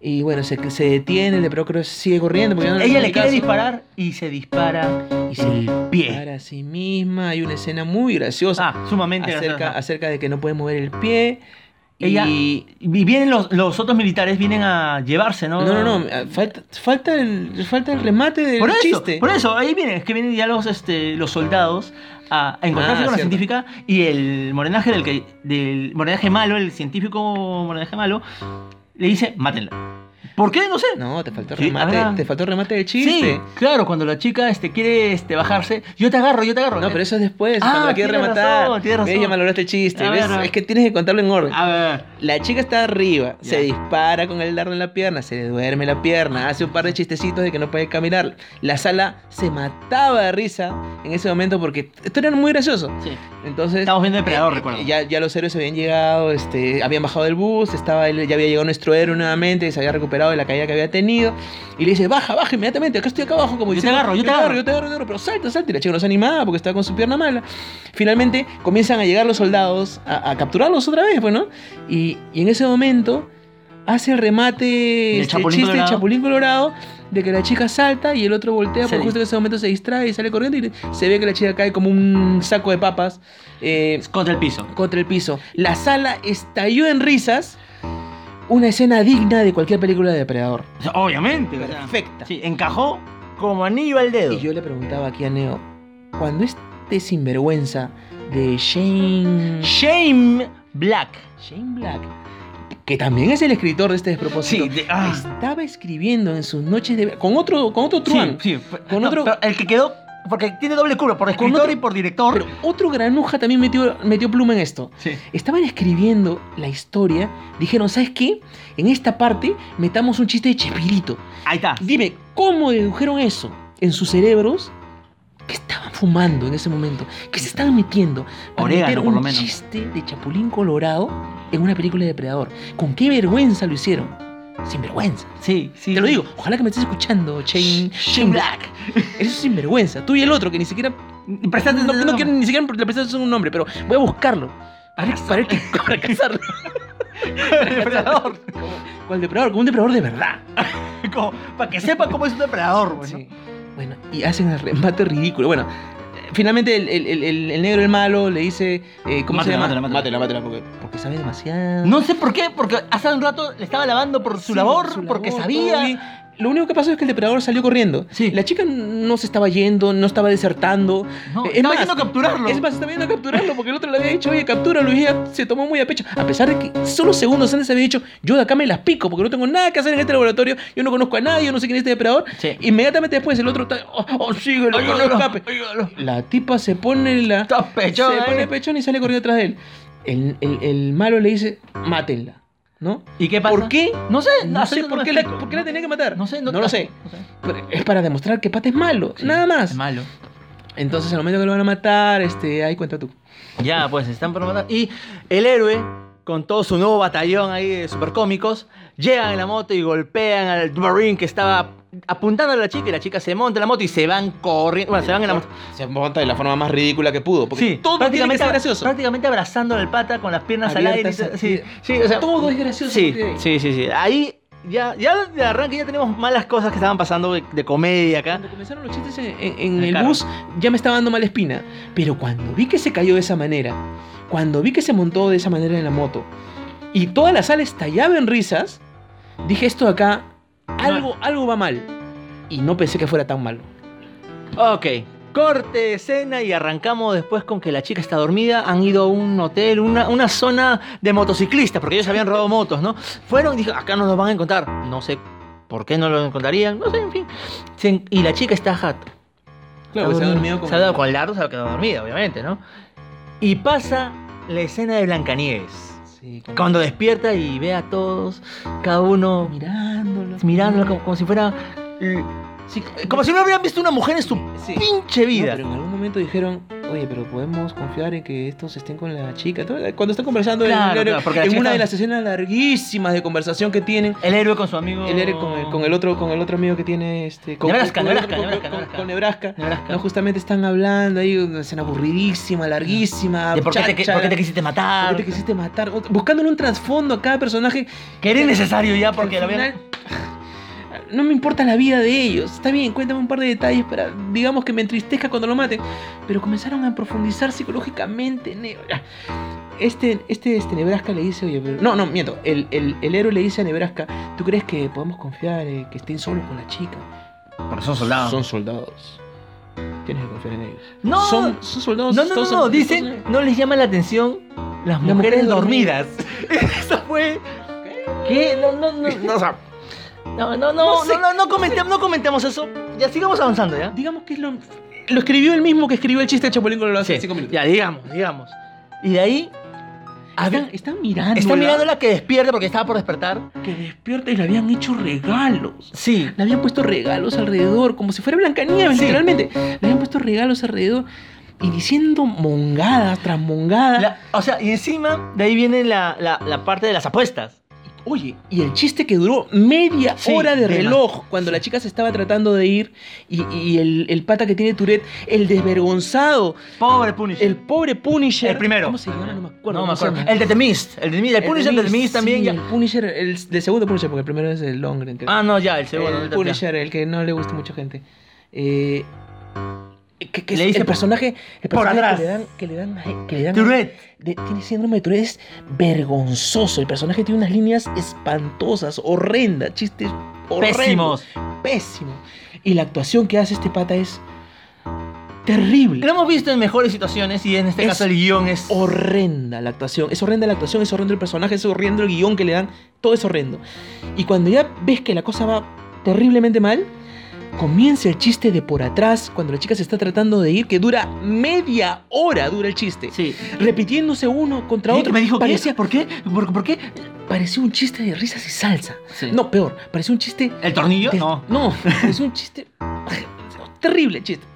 Y bueno, se, se detiene, el pero creo que sigue corriendo. porque ya no
Ella le
hace
quiere
caso.
disparar y se dispara
Y
el
se
pie.
para a sí misma. Hay una escena muy graciosa.
Ah, sumamente
acerca,
graciosa.
acerca de que no puede mover el pie.
Ella-
Y...
Y vienen los, los otros militares, vienen a llevarse, ¿no?
No, no, no. ah, Falta, falta, el, falta el remate del
Por eso,
chiste.
por eso, ahí vienen, es que vienen ya los, este, los soldados a, a encontrarse
Ah,
con la
cierto.
científica y el morenaje del que, del morenaje malo, el científico morenaje malo, le dice, mátenla. ¿Por qué? No sé.
No, te faltó
Sí,
remate.
ahora-
Te faltó remate del
Sí,
chiste.
claro, cuando la chica este, quiere este, bajarse, yo te agarro, yo te agarro.
No, pero eso es después.
Ah,
cuando la quiere
tienes
rematar.
razón, tienes
Ves,
razón.
ya malograste el chiste.
A
¿ves?
ver, a ver.
Es que tienes que contarlo en orden.
A ver,
La chica está arriba,
Ya.
se dispara con el dardo en la pierna, se le duerme la pierna, hace un par de chistecitos de que no puede caminar. La sala se mataba de risa en ese momento porque esto era muy gracioso.
sí.
Entonces,
estamos viendo Depredador,
eh,
recuerdo.
Ya, ya los héroes habían llegado, este, habían bajado del bus, estaba, él- ya había llegado nuestro héroe nuevamente, se había recuperado de la caída que había tenido. Y le dice, baja, baja inmediatamente, acá estoy acá abajo.
Yo
Como
te
diciendo,
agarro, yo te agarro".
yo te agarro, yo te agarro, pero salta, salta. Y la chica no se animaba porque estaba con su pierna mala. Finalmente comienzan a llegar los soldados a, a capturarlos otra vez, bueno. Y, y en ese momento hace el remate,
Del
este
Chapulín
chiste del
Colorado.
Chapulín Colorado, de que la chica salta y el otro voltea,
Se
porque
di-
justo en ese momento se distrae y sale corriendo y se ve que la chica cae como un saco de papas. eh,
Contra el piso.
contra el piso. La sala estalló en risas. Una escena digna de cualquier película de depredador.
O sea, Obviamente. o sea,
Perfecta.
sí, encajó como anillo al dedo.
Y yo le preguntaba aquí a Neo, cuando este sinvergüenza de Shane...
Shame Black.
Shane Black, que también es el escritor de este despropósito,
Sí, de- ah.
estaba escribiendo en sus noches de... con otro, con otro truán,
Sí, sí. fue-
Con
no,
otro-
pero el que quedó, porque tiene doble culo, por escritor
otro-
y por director.
pero otro granuja también metió, metió pluma en esto.
Sí.
Estaban escribiendo la historia, dijeron, ¿sabes qué? En esta parte metamos un chiste de Chespirito.
Ahí está.
Dime, ¿cómo dedujeron eso en sus cerebros? Que estaban fumando en ese momento? ¿Qué se están metiendo? para
Orégano,
meter
por lo
un
menos.
chiste de Chapulín Colorado en una película de Depredador. ¿Con qué vergüenza lo hicieron? Sin vergüenza.
Sí, sí.
Te lo digo, ojalá que me estés escuchando, Shane, Shane
Shane
Black. Eso es sinvergüenza. Tú y el otro, que ni siquiera.
Prestaste-
No, no quiero ni siquiera le prestaste un nombre, pero voy a buscarlo. Para, para, que- para cazarlo.
depredador.
Con el depredador, como un depredador de verdad.
Como, para que sepan cómo es un depredador, güey. pues, ¿no?
Sí. Bueno, y hacen el remate ridículo. Bueno, eh, finalmente el, el- el- el- el negro, el malo, le dice. eh, ¿Cómo se
Mátela,
llama?
mátela, mátela.
porque, porque sabe demasiado.
No sé por qué, porque hace un rato le estaba lavando por su
Sí,
labor,
su
porque
labor, todo
sabía.
bien. Lo único que pasó es que el depredador salió corriendo.
Sí.
La chica no se estaba yendo, no estaba desertando.
No,
Eh, es
estaba
más,
yendo a capturarlo.
Es más, estaba yendo a capturarlo porque el otro le había dicho, oye, captúralo. Y ella se tomó muy a pecho. A pesar de que solo segundos antes había dicho, yo de acá me las pico porque no tengo nada que hacer en este laboratorio. Yo no conozco a nadie, yo no sé quién es este depredador.
Sí.
Inmediatamente después el otro está, oh, oh, síguelo, que no
Ayúdalo,
escape.
ayúdalo.
La tipa se pone la.
Está pechón,
Se
¿eh?
pone pechón y sale corriendo atrás de él. El, el- el malo le dice, mátenla. ¿No?
¿Y qué pasa?
¿Por qué?
No sé,
No
hasta
sé
eso
por
me
qué, la,
explico.
por qué la tenía que matar.
No sé,
no lo sé.
no sé.
Pero es para demostrar que Pat es malo, nada más.
Es malo.
Entonces, al momento que lo van a matar, este, ahí cuenta tú.
Ya, pues están por matar. Y el héroe, con todo su nuevo batallón ahí de supercómicos, llegan en la moto y golpean al Marine que estaba apuntando a la chica y la chica se monta en la moto y se van corriendo. Bueno, se van en la moto.
Se monta de la forma más ridícula que pudo, porque
Sí,
todo tiene que ser gracioso.
prácticamente abrazando al pata con las piernas
Abiertas,
al aire. Sí, sí, o sea,
Todo es gracioso.
Sí,
porque-
sí, sí, sí. Ahí ya, ya de arranque ya tenemos malas cosas que estaban pasando de, de comedia acá.
Cuando comenzaron los chistes en, en- en
El
el
carro.
bus, ya me estaba dando mala espina. Pero cuando vi que se cayó de esa manera, cuando vi que se montó de esa manera en la moto, y toda la sala estallaba en risas, dije esto de acá, algo, algo va mal. Y no pensé que fuera tan malo.
Ok. Corte de escena y arrancamos después con que la chica está dormida. Han ido a un hotel, una, una zona de motociclistas, porque ellos habían robado motos, ¿no? Fueron y dijeron, acá no nos van a encontrar. No sé por qué no los encontrarían, no sé, en fin. Se en- y la chica está jato.
Está
Está
dormido.
Se ha dado con el lardo, se ha quedado dormida, obviamente, ¿no? Y pasa la escena de Blancanieves.
Sí, con-
Cuando despierta y ve a todos, cada uno
Mirándolo.
mirándola como, como si fuera. eh,
Sí,
Como si no hubieran visto una mujer en su
sí.
pinche
No,
vida.
pero en algún momento dijeron, oye, pero podemos confiar en que estos estén con la chica. eh, Cuando están conversando en-
Claro,
en,
claro, porque la
en
chica
una de
estaba-
las escenas larguísimas de conversación que tienen,
El héroe con su amigo.
el héroe con el, con el otro con el otro amigo que tiene este con
Nebraska,
con el
Nebraska,
otro- con-
Nebraska,
con-
Nebraska.
con Nebraska.
Nebraska.
No, justamente están hablando ahí una escena aburridísima, larguísima.
¿De por, qué te,
cháchara,
por qué te quisiste
Ah, por
matar?
qué te quisiste matar, buscándole un trasfondo a cada personaje
Que era innecesario ya, porque
porque
lo
al
habían-
final, no me importa la vida de ellos. Está bien, cuéntame un par de detalles para, digamos, que me entristezca cuando lo maten. Pero comenzaron a profundizar psicológicamente. ne- Este, este, este Nebraska le dice, oye, pero... No, no, miento. El, el- el héroe le dice a Nebraska, ¿tú crees que podemos confiar eh, que estén solos con la chica?
Porque son soldados.
Son soldados. Tienes que confiar en ellos.
No.
Son, son soldados.
No, no, no,
todos
no,
son-
dicen, no les llama la atención las
Las
mujeres,
mujeres
dormidas. Eso fue. ¿Qué? No, no, no. No, o sea, no, no, no,
No sé.
no, no, no comentemos, no comentemos eso. Ya sigamos avanzando, ¿ya?
Digamos que es lo... Lo escribió el mismo que escribió el chiste de Chapulín Colorado hace
Sí,
cinco minutos.
ya, digamos, digamos. Y de ahí.
Están,
había-
están mirando.
Está mirando la que despierta porque estaba por despertar.
que despierta y le habían hecho regalos.
Sí.
Le habían puesto regalos alrededor, como si fuera Blancanieves,
Sí.
literalmente. Le habían puesto regalos alrededor y diciendo mongadas tras mongadas.
o sea, y encima de ahí viene la, la- la parte de las apuestas.
Oye, y el chiste que duró media
Sí,
hora de
de
reloj cuando la chica se estaba tratando de ir y, y el, el pata que tiene Tourette, el desvergonzado,
Pobre Punisher.
el pobre Punisher.
El primero.
¿Cómo se llama? No me acuerdo.
No me
¿cómo se
acuerdo.
llama?
El de The Mist. El, de The Mist, el Punisher de The Mist también.
sí,
ya-
El Punisher, el, del segundo Punisher, porque el primero es el Longren. creo.
Ah, no, ya, el segundo.
el
ya.
Eh, Punisher, el que no le gusta mucha gente. Eh, que, que
Le
es
dice
el personaje, el
por
personaje
atrás.
que le dan, que le dan, a- que le dan-
Tourette.
de- tiene síndrome de Tourette, es vergonzoso. El personaje tiene unas líneas espantosas, horrendas, chistes horrendos,
Pésimos.
pésimo. Y la actuación que hace este pata es terrible.
Lo hemos visto en mejores situaciones y en este
Es
caso el guión es.
horrenda la actuación. Es horrenda la actuación, es horrendo el personaje, es horrendo el guión que le dan. Todo es horrendo. Y cuando ya ves que la cosa va terriblemente mal, comienza el chiste de por atrás, cuando la chica se está tratando de ir, que dura media hora, dura el chiste.
Sí.
Repitiéndose uno contra
Sí,
otro.
me dijo, ¿qué?
parecía,
¿por qué? ¿Por, por qué?
parecía un chiste de risas y salsa.
Sí.
No, peor, parecía un chiste...
¿El tornillo?
de-
No.
No, parecía un chiste... terrible el chiste.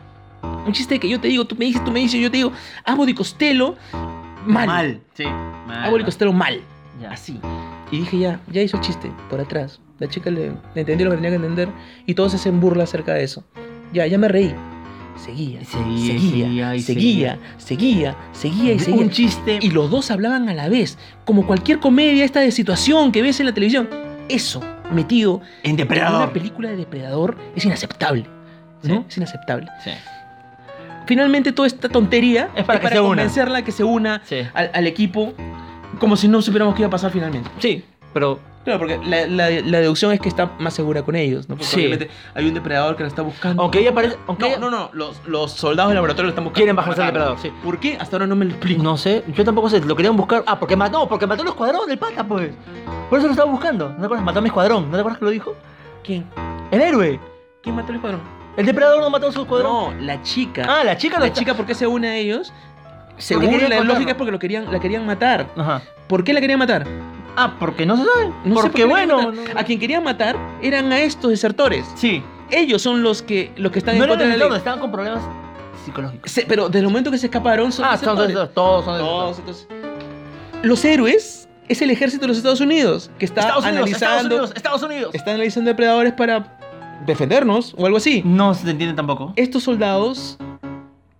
Un chiste que yo te digo, tú me dices, tú me dices, yo te digo, Abbott y Costello, mal.
Mal, sí.
Ah,
Mal.
Abbott y Costello, mal.
Ya.
Así. Y dije, ya, ya hizo el chiste, por atrás. La chica le, le entendió lo que tenía que entender y todos hacen burla acerca de eso. Ya, ya me reí. Seguía,
Y
seguía,
seguía,
seguía,
y
seguía, seguía, seguía y seguía.
Un chiste.
Y los dos hablaban a la vez, como cualquier comedia esta de situación que ves en la televisión. Eso, metido
En
en una
depredador.
película de depredador, es inaceptable. ¿no? Es inaceptable.
Sí.
Finalmente toda esta tontería
Es para que se una.
convencerla que se una
Sí.
al, al equipo como si no supiéramos qué iba a pasar finalmente.
Sí, pero
Claro, porque la, la- la deducción es que está más segura con ellos, ¿no? Porque
Sí.
obviamente hay un depredador que la está buscando.
aunque ella parece. Aunque
No,
ella-
no, no, los, los soldados del laboratorio lo están buscando.
Quieren bajarse
para
al
matarlo.
depredador, sí.
¿Por qué? Hasta ahora no me lo explico.
No sé, yo tampoco sé, lo querían buscar. Ah, porque mató, porque mató el escuadrón del pata, pues. Por eso lo estaba buscando. ¿No te acuerdas? Mató a mi escuadrón, ¿no te acuerdas que lo dijo?
¿Quién?
El héroe.
¿Quién mató al escuadrón?
El depredador no mató a su escuadrón.
No, la chica.
Ah, la chica no
la
está-
chica, ¿por qué se une a ellos? Según
querían
la lógica
encontrarlo.
es porque lo querían, la querían matar.
Ajá.
¿Por qué la querían matar?
Ah, porque no se sabe.
No sé por
porque
qué la querían
bueno.
matar.
no-
A quien querían matar eran a estos desertores.
Sí.
Ellos son los que, los que están
No
en
eran
contra de la
desertores,
ley.
estaban con problemas psicológicos.
Se- pero desde el momento que se escaparon son
Ah, son
desertores.
desertores, todos son desertores.
Todos, entonces. Los héroes es el ejército de los Estados Unidos que está
Estados Unidos, Estados
analizando,
Unidos, Estados Unidos.
está analizando depredadores para defendernos o algo así.
No se entiende tampoco.
Estos soldados,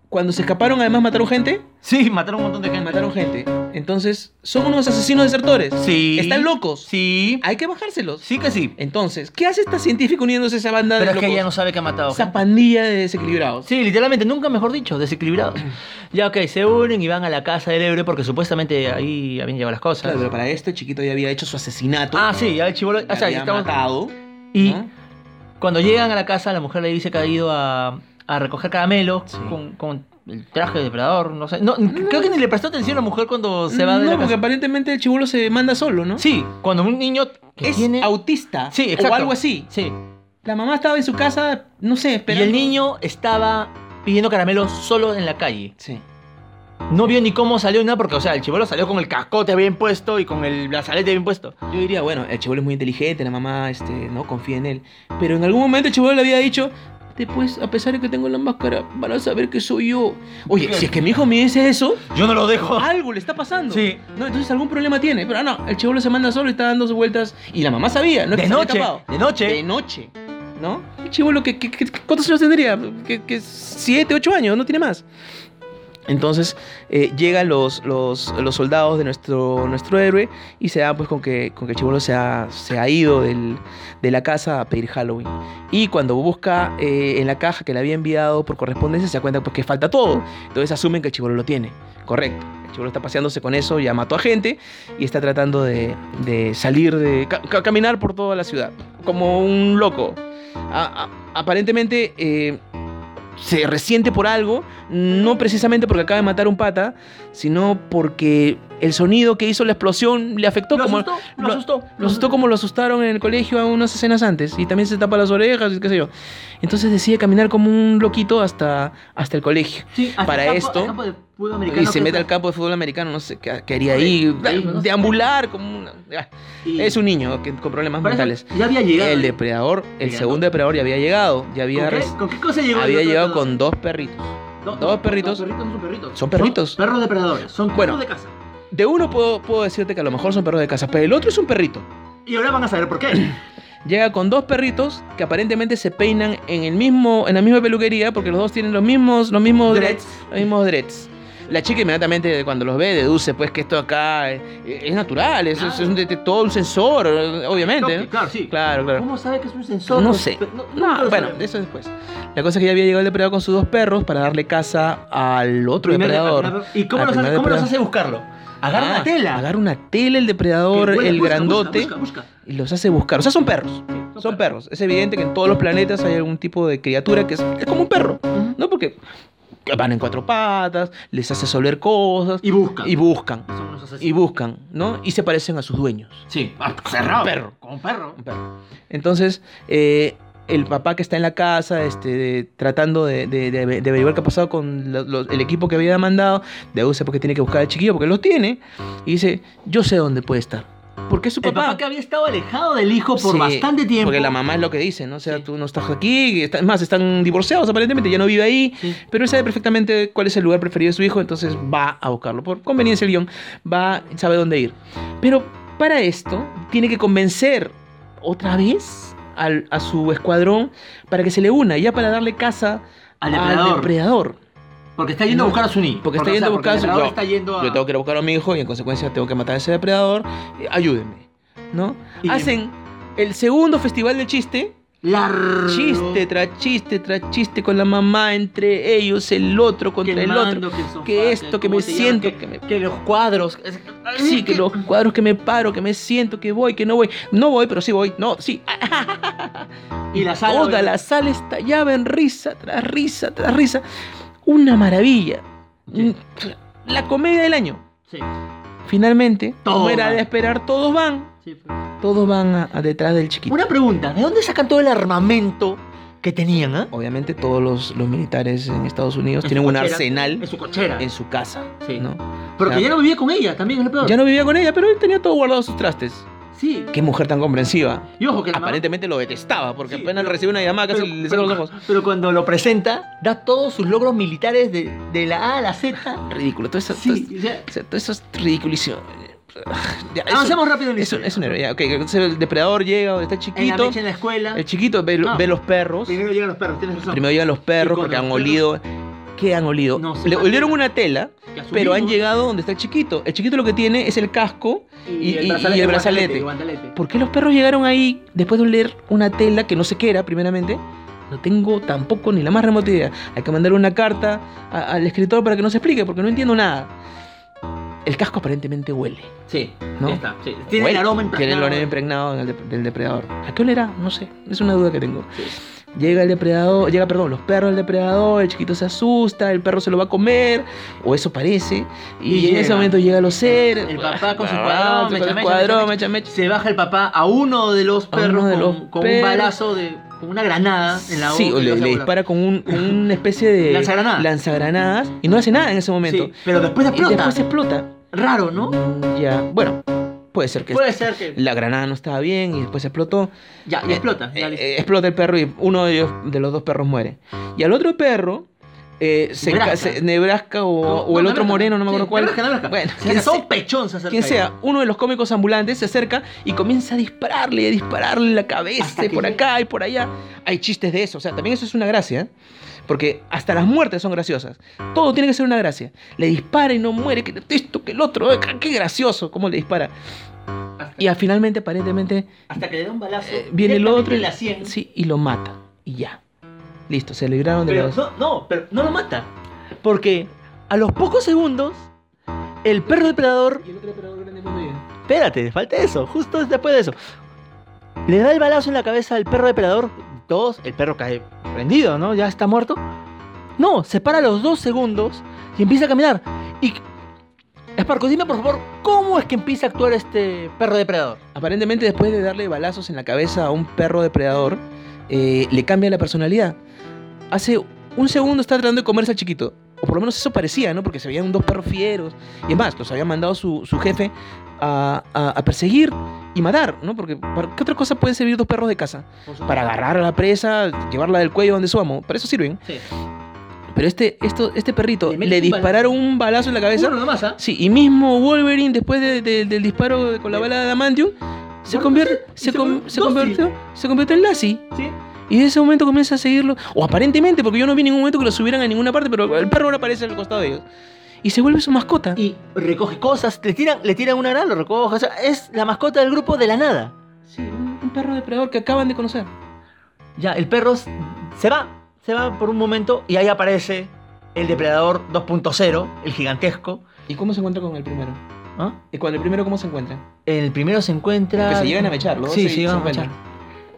cuando se escaparon, además mataron gente.
Sí, mataron un montón de gente.
Mataron gente. Entonces, son unos asesinos desertores.
Sí.
Están locos.
Sí.
Hay que bajárselos.
Sí que sí.
Entonces, ¿qué hace esta científica uniéndose a esa banda
Pero
de
es que
locos?
ella no sabe que ha matado. gente.
Esa pandilla de desequilibrados.
Sí, literalmente, nunca mejor dicho, desequilibrados.
Ah.
ya, ok, se unen y van a la casa del héroe porque supuestamente ahí habían llegado las cosas.
Claro, pero para esto el chiquito ya había hecho su asesinato.
Ah, sí, ya el chivolo.
Ya
O sea,
había
estamos-
matado. ¿Eh?
y
¿no?
cuando llegan a la casa, la mujer le dice que ha ido a, a recoger caramelos
Sí.
con, con el traje de depredador, no sé. No, creo que ni le prestó atención a la mujer cuando se va de
no,
la
porque
casa.
aparentemente el chibolo se manda solo, ¿no?
Sí, cuando un niño que
Es
tiene.
autista.
Sí, exacto.
O algo así.
Sí.
La mamá estaba en su casa, no sé,
Y
esperando.
el niño estaba pidiendo caramelos solo en la calle.
Sí.
No vio ni cómo salió ni nada porque, o sea, el chivolo salió con el cascote bien puesto y con el brazalete bien puesto.
Yo diría, bueno, el chibolo es muy inteligente, la mamá, este, no confía en él. Pero en algún momento el chibolo le había dicho, después, a pesar de que tengo la máscara, van a saber que soy yo. Oye,
Claro.
si es que mi hijo me dice eso,
Yo no lo dejo.
algo le está pasando.
Sí.
No, entonces algún problema tiene. Pero no, el chibolo se manda solo y está dando sus vueltas. Y la mamá sabía, no es que
De
se había
noche,
escapado.
de noche.
De noche, ¿no? El chibolo, que, que- que- ¿cuántos años tendría? Que, que siete, ocho años, no tiene más. Entonces eh, llegan los, los, los soldados de nuestro, nuestro héroe y se da pues con que, con que el chibolo se ha, se ha ido del- de la casa a pedir Halloween. Y cuando busca eh, en la caja que le había enviado por correspondencia se da cuenta pues que falta todo. Entonces asumen que el chibolo lo tiene. Correcto. El chibolo está paseándose con eso, ya mató a gente y está tratando de, de salir, de ca- ca- caminar por toda la ciudad. Como un loco. A- a- aparentemente... eh, se resiente por algo, no precisamente porque acaba de matar un pata, sino porque el sonido que hizo la explosión le afectó
Lo
como
asustó, lo asustó.
lo asustó como lo asustaron en el colegio a unas escenas antes. Y también se tapa las orejas y qué sé yo. Entonces decide caminar como un loquito hasta, hasta el colegio.
Sí, hasta
para
el campo-
esto,
el campo de fútbol americano
Y se
que
mete
está-
al campo de fútbol americano, no sé qué, qué haría ahí.
ahí, ¿no?
Deambular como una... ah,
y-
Es un niño que- con problemas
para eso
mentales.
Ya había llegado.
El depredador, el
Llegando.
segundo depredador ya había llegado. Ya había,
¿Con, qué,
res-
con qué cosa llegó?
había
el otro
llegado
depredador?
con dos perritos.
Do-
dos
no, no,
perritos.
Los perritos no son perritos.
Son perritos.
perros depredadores. Son
Bueno.
perros de casa.
De uno puedo, puedo decirte que a lo mejor son perros de casa, pero el otro es un perrito.
Y ahora van a saber por qué.
Llega con dos perritos que aparentemente se peinan en el mismo, en la misma peluquería porque los dos tienen los mismos, los mismos dreads,
Dreads.
los mismos dreads. La chica inmediatamente cuando los ve deduce pues que esto acá es, es natural, es, es un detector, un sensor, obviamente. ¿no?
Claro, sí.
Claro, claro.
¿Cómo sabe que es un sensor?
No
Pues,
sé.
pero- No, nunca
No,
lo
bueno,
sabemos.
eso después. La cosa es que ya había llegado el depredador con sus dos perros para darle caza al otro
Primer
depredador.
¿Y cómo,
Al
los
primer
hace, cómo los
depredador.
hace buscarlo? Agarra
Ah,
una tela.
Agarra una tela el depredador,
Que huele,
el
busca,
grandote.
Busca, busca, busca.
Y los hace buscar. O sea, son perros.
son
Son perros. Es evidente que en todos los planetas hay algún tipo de criatura que es, es como un perro.
Ujú.
¿No? Porque van en cuatro patas, les hace oler cosas
Y busca.
y buscan.
Son unos asesinos.
Y buscan, ¿no? Y se parecen a sus dueños.
Sí, ah, cerrado.
Perro.
Con un perro.
Un perro. Entonces, eh, el papá que está en la casa, este, de- tratando de, de- de- de averiguar qué ha pasado con lo- lo- el equipo que había mandado, deduce porque tiene que buscar al chiquillo, porque lo tiene, y dice, yo sé dónde puede estar. Porque es su
El papá que había estado alejado del hijo por
Sí,
bastante tiempo.
Porque la mamá es lo que dice, ¿no? O sea,
Sí.
tú no estás aquí, está- es más, están divorciados aparentemente, ya no vive ahí,
Sí.
pero él sabe perfectamente cuál es el lugar preferido de su hijo, entonces
Ah.
va a buscarlo. Por conveniencia el guión, va, sabe dónde ir. Pero para esto, tiene que convencer otra vez al- a su escuadrón para que se le una, ya para darle casa
Al depredador.
depredador.
Porque está yendo a
No.
buscar a su niño.
Porque está yendo a buscar a su-
niño.
yo-
está yendo a...
Yo tengo que ir a buscar a mi hijo y en consecuencia tengo que matar a ese depredador, eh, ayúdenme, ¿no?
Y-
Hacen el segundo festival del chiste.
Largo.
chiste tras chiste tras chiste con la mamá entre ellos, el otro contra el otro.
quemando, el sofá,
Que esto, que
cómo
me
te llaman,
siento,
que-
que me...
Que los cuadros.
Sí, que los cuadros que me paro, que me siento, que voy, que no voy. No voy, pero sí voy. No, sí. Ah,
Y la sala.
Toda la sala estallaba en risa, tras risa, tras risa. Una maravilla. Mm,
Sí.
La comedia del año.
Sí,
Finalmente, como
Todos
era de
van.
esperar, todos van.
sí, pero-
Todos van a- a detrás del chiquito.
Una pregunta, ¿de dónde sacan todo el armamento que tenían, ah?
Obviamente todos los, los militares en Estados Unidos
En
tienen
su
un
cochera.
arsenal
En su cochera.
en su casa.
Sí.
¿no?
Pero que
Claro.
ya no vivía con ella, también es lo peor.
Ya no vivía con ella, pero él tenía todo guardado sus trastes.
Sí.
Qué mujer tan comprensiva.
Y ojo que la mamá-
Aparentemente lo detestaba, porque
Sí,
apenas
pero-
recibe una llamada casi
Pero,
le saca
pero-
los ojos.
pero cuando lo presenta, da todos sus logros militares de, de la A a la Z.
Ridículo, todo eso,
Sí,
todo,
o sea,
eso- o sea, todo eso es ridiculísimo. Ya, eso-
avancemos rápido en la
es, un-
historia.
es un héroe, ya, ok. Entonces el depredador llega donde está
En la
chiquito.
mecha, en la escuela.
El chiquito ve,
Ah.
ve los perros.
Primero llegan los perros, tienes razón.
Primero llegan los perros
Y con
porque
los
han
perros-
olido. ¿Qué han olido?
No sé.
Le olieron una tela,
Que asumimos.
pero han llegado donde está el chiquito. El chiquito lo que tiene es el casco y- y- y el brazalete.
y guantelete.
¿Por qué los perros llegaron ahí después de oler una tela que no sé qué era, primeramente? No tengo tampoco ni la más remota idea. Hay que mandar una carta a- al escritor para que nos explique, porque no entiendo nada. El casco aparentemente huele.
Sí,
¿No?
ya está. sí. Tiene
Huele.
el aroma
Tiene
impregnado.
el
eh.
aroma impregnado en el dep- del depredador. ¿A qué olerá? No sé. Es una duda que tengo.
Sí.
Llega el depredador, llega, perdón, los perros del depredador, el chiquito se asusta, el perro se lo va a comer, o eso parece. Y,
Y
en ese
llega.
momento llegan los seres.
El papá con su
Ah,
cuadrón,
con el
mecha, mecha,
cuadrón,
mecha,
mecha, mecha.
Se baja el papá a uno de los
A uno
perros
de
con,
los
con un
perros.
balazo de con una granada en la
Sí,
boca
o
y
le,
lo hace
le
volar.
dispara con, un- con una especie de
Lanzagranadas.
lanzagranadas y no hace nada en ese momento.
Sí, pero después
Y
explota.
después explota.
Raro, ¿no?
Mm, Ya, bueno, puede ser que
Puede ser que
la granada no estaba bien y después explotó.
ya, ya
Eh,
explota. ya
eh,
listo.
eh, explota el perro y uno de, ellos, de los dos perros muere. Y al otro perro, eh, se
Nebraska.
Nebraska, Nebraska o,
No,
o el
no,
otro
Nebraska.
moreno, no me
Sí,
acuerdo cuál.
Nebraska, Nebraska.
Bueno,
Se
quien
hace
sea,
todo pechón se acerca
quien
ahí.
sea, uno de los cómicos ambulantes se acerca y comienza a dispararle y a dispararle la cabeza
Hasta
y
que
por
llega.
acá y por allá. Hay chistes de eso, o sea, también eso es una gracia, ¿eh? porque hasta las muertes son graciosas. Todo tiene que ser una gracia. Le dispara y no muere, que esto, que el otro, eh, qué gracioso, cómo le dispara.
Hasta,
Y ah, finalmente, aparentemente,
hasta que le da un balazo.
eh, viene el otro
y
y,
la sien.
sí, y lo mata. Y ya. Listo, se libraron de
Pero
los...
no, no, pero no lo mata.
Porque a los pocos segundos, el perro depredador. Espérate, falta eso, justo después de eso. Le da el balazo en la cabeza al perro depredador. Dos, el perro cae rendido, ¿no? Ya está muerto. No, se para a los dos segundos y empieza a caminar. Y. Esparco, dime por favor, ¿cómo es que empieza a actuar este perro depredador?
Aparentemente, después de darle balazos en la cabeza a un perro depredador, eh, le cambia la personalidad. Hace un segundo está tratando de comerse al chiquito. O por lo menos eso parecía, ¿no? Porque se veían dos perros fieros. Y es más, los había mandado su, su jefe a, a- a perseguir y matar, ¿no? Porque ¿para ¿qué otra cosa pueden servir dos perros de casa? Para agarrar a la presa, llevarla del cuello donde su amo. Para eso sirven.
Sí.
Pero este, esto, este perrito,
Le
le,
mete un
dispararon un balazo en la cabeza.
Uno nomás, ¿ah?
Sí, y mismo Wolverine, después de- de- del disparo de- con la bala de Adamantium, se,
Bueno,
convierte,
sí,
se,
se
con-
volvió
se
dócil.
convirtió, se convirtió en Lassie.
Sí.
Y de ese momento comienza a seguirlo. O aparentemente, porque yo no vi ningún momento que lo subieran a ninguna parte, pero el perro ahora aparece al costado de ellos. Y se vuelve su mascota.
Y recoge cosas.
Cosas, le tiran, le tiran una gran, lo recoge. o sea, es la mascota del grupo de la nada.
Sí, un, un perro depredador que acaban de conocer.
Ya, el perro s- se va, se va por un momento y ahí aparece el depredador 2.0, el gigantesco.
¿Y cómo se encuentra con el primero?
¿Ah?
¿Y con el primero cómo se encuentra?
El primero se encuentra.
Porque se llegan a mechar, los dos
Sí,
se-
se,
se
llegan a mechar.
encuentran.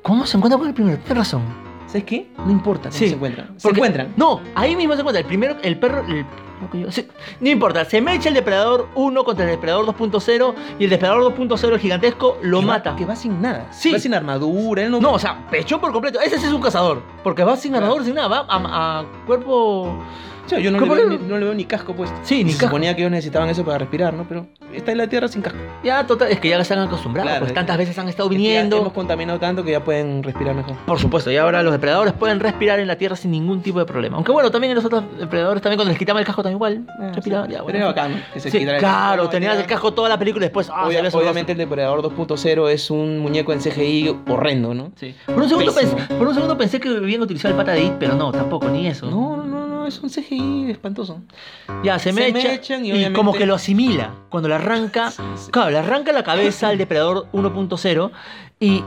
¿Cómo se encuentra con el primero? Tienes razón.
¿Sabes qué? No importa cómo
Sí,
se encuentran. Se
porque-
encuentran.
No, ahí mismo se encuentra. El primero, el perro. el- lo que yo- sí, no importa, se mecha el depredador 1 contra el depredador 2.0 y el depredador 2.0, el gigantesco, lo
Que va-
mata.
Que va sin nada.
Sí.
Va sin armadura. Él no,
No, o sea, pechón por completo. Ese sí es un cazador. Porque va sin armador, sin nada. Va a, a cuerpo.
sea, yo no le,
¿Cómo
veo,
no?
ni- no le veo ni casco puesto.
Sí, ni
Se
casco.
suponía que ellos necesitaban eso para respirar, ¿no? Pero está en la Tierra sin casco.
Ya, total, es que ya se han acostumbrado,
Claro,
pues
es-
tantas veces han estado
Es que ya
viniendo. Ah,
hemos contaminado tanto que ya pueden respirar mejor.
Por supuesto, y ahora los depredadores pueden respirar en la tierra sin ningún tipo de problema. Aunque bueno, también los otros depredadores también cuando les quitaban el casco también igual. respiraban, Ah, ya,
Pero
bueno.
era bacán ¿no? que se
Sí,
quitara el
claro,
casco.
tenías el casco toda la película y después. Ah,
Obvia-
se ve su
obviamente el Depredador 2.0 es un muñeco en CGI horrendo, ¿no?
rostro. Sí. Por, un segundo
Pésimo.
pensé, por un segundo pensé que habían utilizado el pata de It, pero no, tampoco, ni eso.
No, no, no, no, es un CGI espantoso.
Ya, se,
Se
me
me
echa
echan y
y,
obviamente-
como que lo asimila. Cuando le arranca, claro, le arranca la cabeza al depredador 1.0 y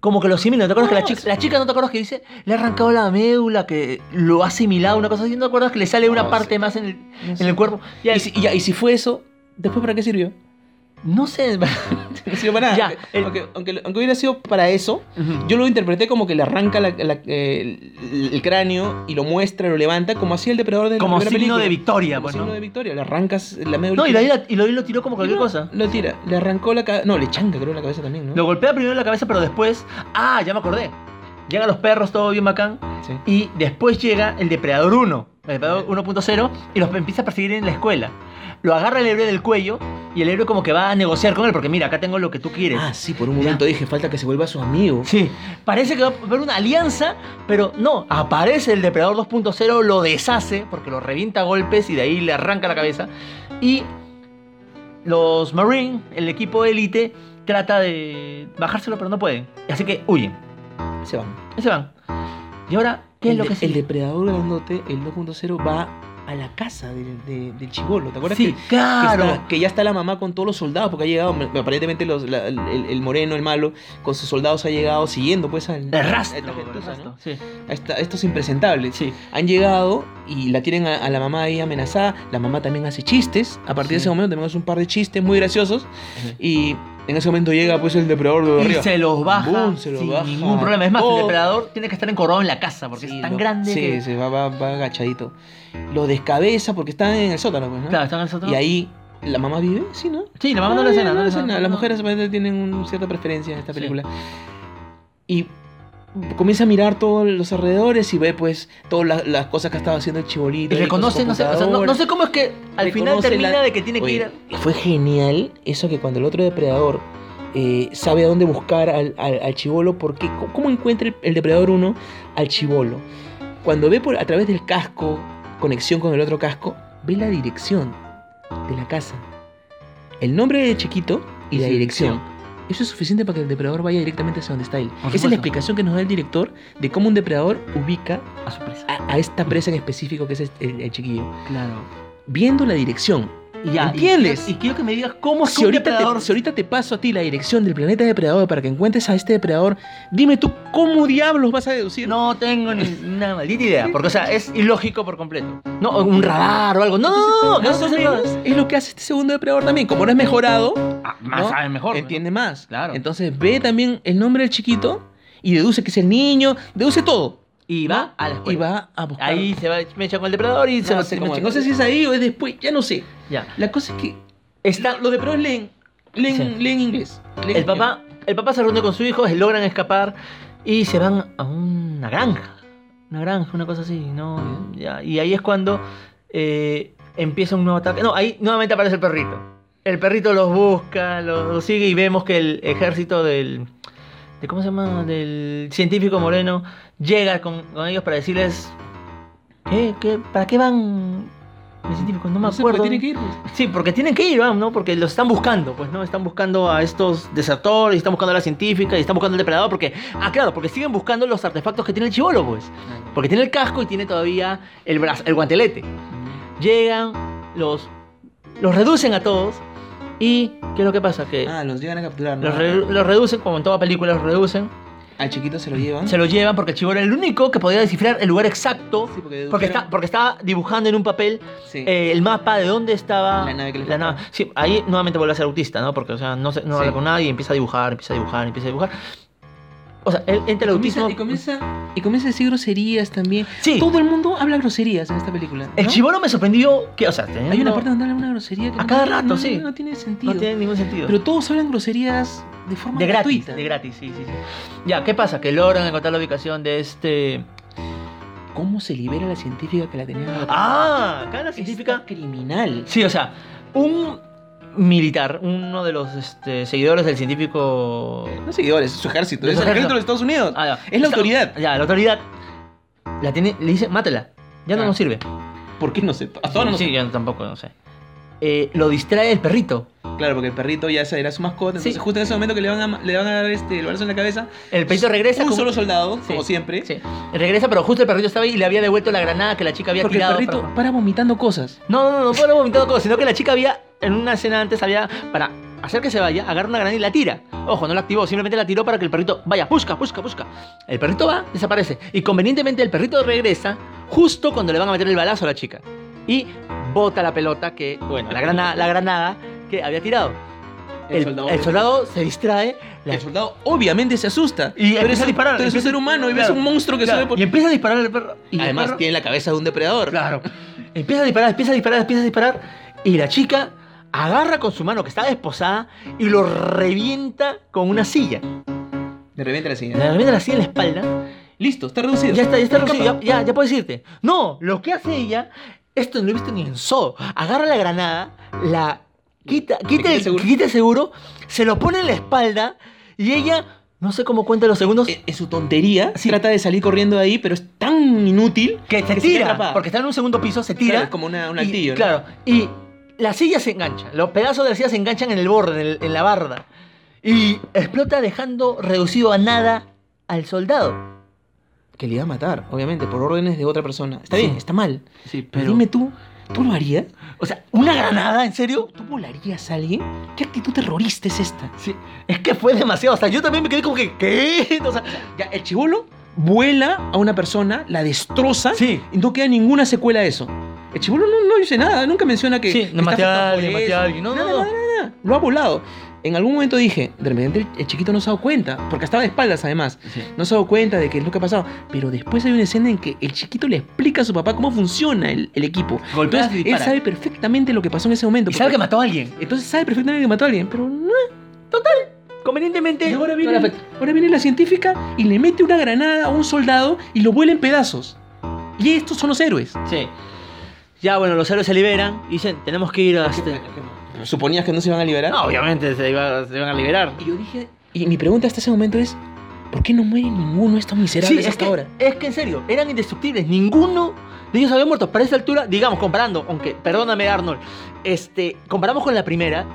como que lo asimila. ¿Te acuerdas que la chica, la chica no te acuerdas que dice, le ha arrancado la médula, que lo ha asimilado, una cosa así? ¿No te acuerdas que le sale una
No
parte
sé.
más en el,
No
en
sé.
el cuerpo? Ya,
Y si, y ya, y si fue eso, ¿después para qué sirvió?
no sé.
No sirvió para nada.
Ya,
aunque,
el-
aunque, aunque- aunque hubiera sido para eso, yo lo interpreté como que le arranca
Ah.
la- la- eh, el, el cráneo y lo muestra, lo levanta, como hacía el depredador de la
como signo
primera película.
de victoria,
Como
pues,
signo
¿no?
de victoria. Le arrancas la médula.
No, y, la- y lo, y lo tiró como cualquier
no,
cosa.
Lo tira. Le arrancó la cabeza. No, le chanca, creo, la cabeza también, ¿no?
Lo golpea primero en la cabeza, pero después. Ah, ya me acordé. Llegan los perros, todo bien bacán.
Sí.
Y después llega el Depredador 1, el Depredador 1.0, y los empieza a perseguir en la escuela. Lo agarra el héroe del cuello y el héroe como que va a negociar con él, porque mira, acá tengo lo que tú quieres.
Ah, sí, por un momento dije, falta que se vuelva su amigo.
Sí, parece que va a haber una alianza, pero no, aparece el Depredador 2.0, lo deshace, porque lo revienta a golpes y de ahí le arranca la cabeza. Y los Marine, el equipo élite, trata de bajárselo, pero no pueden. Así que huyen,
Se van.
ahí se van. Y ahora, ¿qué es
el
lo
de-
que sigue?
El depredador grandote, el 2.0, va a la casa del, de- del chibolo. ¿Te acuerdas
Sí,
que,
claro.
que, está- que ya está la mamá con todos los soldados? Porque ha llegado, me- aparentemente, los- la- el, el moreno, el malo, con sus soldados ha llegado siguiendo pues al...
El
a
rastro,
esta
el
gentuza,
rastro,
¿no?
sí.
A esta- a estos impresentables.
Sí.
Han llegado y la tienen a, a la mamá ahí amenazada. La mamá también hace chistes. A partir de
Sí.
ese momento también hace un par de chistes muy graciosos. Y en ese momento llega pues el depredador de
Y
arriba.
se los baja
Boom, se los
sin
baja.
ningún problema. Es más,
Todo.
el depredador tiene que estar encorvado en la casa porque
Sí,
es tan
lo-
grande
Sí,
que...
sí, va, va, va agachadito. Lo descabeza porque están en el sótano, pues, ¿no?
Claro, están en el sótano.
Y ahí la mamá vive, sí, ¿no?
Sí, la mamá no
Ah,
le hace
ya,
nada.
no
no
le
le
hace
hace
nada.
nada.
Las mujeres aparentemente tienen una cierta preferencia en esta
Sí.
película. Y comienza a mirar todos los alrededores y ve, pues, todas las, las cosas que ha estado haciendo el chibolito.
Y
ahí con su
reconoce, no sé, o sea, no, no sé cómo es que al final
Reconoce
termina
la-
de que tiene que
Oye,
ir. a-
Fue genial eso que cuando el otro depredador eh, sabe a dónde buscar al, al, al chivolo, porque c- ¿cómo encuentra el, el depredador uno al chivolo? Cuando ve por, a través del casco, conexión con el otro casco, ve la dirección de la casa, el nombre de chiquito y
Y
la
su
dirección. Eso es suficiente para que el depredador vaya directamente hacia donde está él.
Por
Esa es
supuesto.
la explicación que nos da el director de cómo un depredador ubica
A su presa.
a, a esta presa en específico que es este- el, el chiquillo.
Claro.
Viendo la dirección,
Y ya. y-
¿Entiendes?
Y, quiero que me digas cómo es que
si
un
ahorita,
Oh, depredador.
te, si ahorita te paso a ti la dirección del planeta depredador para que encuentres a este depredador, dime tú cómo diablos vas a deducir.
No tengo ni una maldita idea. Porque, o sea, es ilógico por completo. No, un radar o algo. No, no, no, no, no,
Más o
no, no, no,
menos es lo que hace este segundo depredador también. Como no es mejorado,
Ah, Más
¿no?
saben mejor. ¿no?
entiende más.
Claro.
Entonces ve también el nombre del chiquito y deduce que es el niño, deduce todo.
Y
¿no?
va a la
Y
escuela.
va a buscar.
Ahí se va, me echa con el depredador y se
no,
va
sé
me
cómo es.
echa-
No sé si es ahí o es después, ya no sé.
Ya.
La cosa es que
Está,
los depredadores leen, leen,
Sí.
leen inglés. leen
El
español.
papá, el papá se reúne con su hijo, logran escapar y se van a una granja. Una granja, una cosa así, ¿no? Ya, y ahí es cuando eh, empieza un nuevo ataque. No, ahí nuevamente aparece el perrito. El perrito los busca, los, los sigue y vemos que el ejército del. De, ¿Cómo se llama? Del científico moreno llega con, con ellos para decirles. ¿Qué? ¿Qué? ¿Para qué van? Los científicos, no me
No sé, pues,
acuerdo.
tiene que ir, pues.
Sí, porque tienen que ir, vamos, ¿no? Porque los están buscando, pues, ¿no? Están buscando a estos desertores, están buscando a la científica, y están buscando al depredador, porque... Ah, claro, porque siguen buscando los artefactos que tiene el chivolo, pues. Porque tiene el casco y tiene todavía el, brazo, el guantelete. Llegan, los, los reducen a todos, y... ¿Qué es lo que pasa? Que
Ah, los llegan a capturar. ¿no?
eh, los, re- los reducen, como en toda película, los reducen,
Al chiquito se lo llevan.
se lo llevan porque el chivolo era el único que podía descifrar el lugar exacto,
Sí, porque,
porque,
dedujeron-
está, porque estaba dibujando en un papel
Sí.
eh, el mapa de dónde estaba
La nave que les
nave. Sí, ahí nuevamente vuelve a ser autista, ¿no? Porque, o sea, no, se- no
Sí.
habla con nadie, empieza a dibujar, empieza a dibujar, empieza a dibujar. O sea, él entra el
Comienza-
autismo.
y, comienza, y comienza a decir groserías también.
Sí,
Todo el mundo habla groserías en esta película. ¿no?
el chivolo me sorprendió que, o sea, teniendo-
Hay una parte donde habla una grosería que
A
no-
cada rato,
no,
sí.
No tiene sentido.
no tiene ningún sentido.
Pero todos hablan groserías de forma
de gratis,
gratuita.
de gratis, sí, sí, sí. Ya, ¿qué pasa? Que logran encontrar la ubicación de este
¿Cómo se libera la científica que la tenía?
Ah, acá la
Esta
científica.
criminal.
Sí, o sea, un militar, uno de los este, seguidores del científico.
No seguidores, es su ejército.
De
Es
su
el
ejército.
ejército de los Estados Unidos.
Ah, ya.
Es la
Está-
autoridad.
Ya, la autoridad la tiene, le dice, mátala. Ya no
Ah.
nos sirve.
¿Por qué no sé? A todos
sí,
no
sí, yo tampoco, no sé. Eh, lo distrae el perrito.
Claro, porque el perrito ya esa era su mascota. Entonces,
Sí.
justo en ese momento que le van a, le van a dar este, el balazo en la cabeza,
El perrito regresa.
Pues, un
con-
solo soldado,
Sí,
como siempre.
Sí. Regresa, pero justo el perrito estaba ahí y le había devuelto la granada que la chica había
Porque el
tirado.
perrito
para-
para vomitando cosas.
No, no, no, no fue vomitado todo, sino que la chica había, en una escena antes, había, para hacer que se vaya, agarra una granada y la tira. Ojo, no la activó, simplemente la tiró para que el perrito vaya, busca, busca, busca. El perrito va, desaparece. Y convenientemente el perrito regresa justo cuando le van a meter el balazo a la chica. Y bota la pelota que, bueno, la granada, la granada que había tirado. El, el soldado se distrae. la-
el soldado obviamente se asusta.
Y
tú eres,
empieza a disparar,
tú eres un
empieza-
ser humano y ves
claro,
un monstruo que
claro,
sube por.
Y empieza a disparar el perro. Y el
Además,
perro-
tiene la cabeza de un depredador.
Claro. Empieza a disparar, empieza a disparar, empieza a disparar. Y la chica agarra con su mano que está desposada y lo revienta con una silla.
De repente la
Le
siguiente.
revienta la silla en la espalda.
Listo, está reducido.
Ya está, ya está
Escapa.
reducido, ya, ya, ya puedes irte. No, lo que hace ella, esto no lo he visto ni en zoo. Agarra la granada, la quita, quita,
quita
el,
el seguro.
quita el seguro, se lo pone en la espalda y ella, no sé cómo cuenta los segundos,
En, en Eh, su tontería,
Sí.
trata de salir corriendo de ahí, pero es tan inútil
que se
queda
tira.
atrapada.
Porque está en un segundo piso, se
Claro,
tira.
es como una, un
Y,
altillo. ¿no?
Claro, y la silla se engancha, los pedazos de la silla se enganchan en el borde, en, el- en la barda. Y explota dejando reducido a nada al soldado.
Que le iba a matar, obviamente, por órdenes de otra persona. Está bien,
Sí.
está mal.
Sí,
Pero dime tú, ¿tú lo harías?
O sea, ¿una granada? ¿En serio?
¿Tú volarías a alguien? ¿Qué actitud terrorista es esta?
Sí, es que fue demasiado. O sea, yo también me quedé como que, ¿qué? O sea,
Ya, el chivolo vuela a una persona, la destroza
sí.
y no queda ninguna secuela de eso. El chivolo no, no dice nada, nunca menciona que.
Sí,
que
no
está
maté a
afectado por
alguien, maté a
eso.
alguien. No,
Nada,
no, no.
nada, nada. Lo ha volado. En algún momento dije, de repente el, el chiquito no se ha dado cuenta, porque estaba de espaldas además. No se ha dado cuenta de que es lo que ha pasado. Pero después hay una escena en que el chiquito le explica a su papá cómo funciona el, el equipo.
Golpeas
Entonces,
y
él
disparas.
sabe perfectamente lo que pasó en ese momento.
Y sabe que
porque-
mató a alguien.
Entonces sabe perfectamente que mató a alguien, pero no.
Convenientemente.
Y ahora
no le
viene,
afecta.
ahora viene la científica y le mete una granada a un soldado y lo vuela en pedazos. Y estos son los héroes.
Sí. Ya, bueno, los héroes se liberan y dicen, tenemos que ir a este.
¿Suponías que no se iban a liberar?
No, obviamente se, iba- se iban a liberar.
Y yo dije, y mi pregunta hasta ese momento es, ¿por qué no mueren ninguno de estos
Sí,
miserables
es
hasta
que,
ahora?
es que en serio, eran indestructibles. Ninguno de ellos había muerto. Para esa altura, digamos, comparando, aunque, perdóname Arnold, este, comparamos con la primera.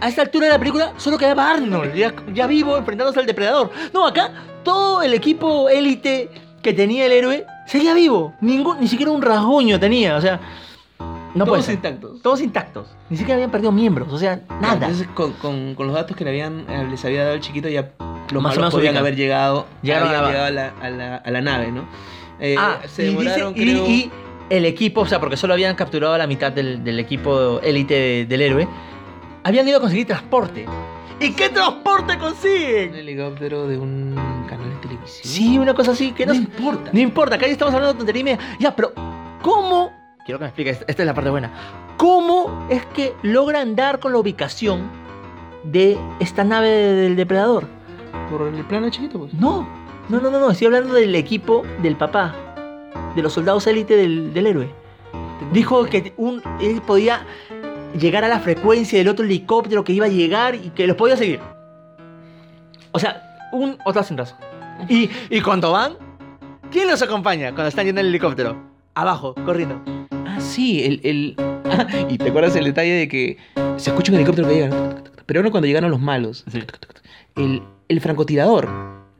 A esta altura de la película solo quedaba Arnold, ya, ya vivo, enfrentándose al depredador. No, acá todo el equipo élite que tenía el héroe seguía vivo. Ningún, ni siquiera un rasguño tenía, o sea. No puede
Todos
ser.
intactos.
Todos intactos. Ni siquiera habían perdido miembros, o sea, nada.
Entonces, con, con- con los datos que le habían, eh, les había dado el chiquito, ya los
Más o
malos
menos
podían
ubican.
haber llegado,
Llegaron
habían
a la-
llegado a, la, a, la, a la nave, ¿no? Eh,
ah,
se
y dice-
demoraron,
y,
creo-
y el equipo, o sea, porque solo habían capturado a la mitad del, del equipo élite de- del héroe, habían ido a conseguir transporte. ¿Y qué transporte
un
consiguen?
helicóptero de un canal de televisión.
Sí, una cosa así que
no
no,
importa.
no importa, acá ya estamos hablando de tontería y media. Ya, pero ¿cómo? Quiero que me expliques, esta es la parte buena. ¿Cómo es que logran dar con la ubicación de esta nave del depredador?
Por el plano chiquito, pues.
No, no, no, no, no, estoy hablando del equipo del papá, de los soldados élite del, del héroe. Dijo que un, él podía llegar a la frecuencia del otro helicóptero que iba a llegar y que los podía seguir. O sea, un otra sin razón. Y, y cuando van, ¿quién los acompaña cuando están yendo en el helicóptero? Abajo, corriendo.
Ah, sí, el. el... Ah, y te acuerdas el detalle de que se escucha un helicóptero que llega. ¿no? Tuc, tuc, tuc, tuc. Pero no cuando llegaron los malos. Tuc, tuc, tuc. El, el francotirador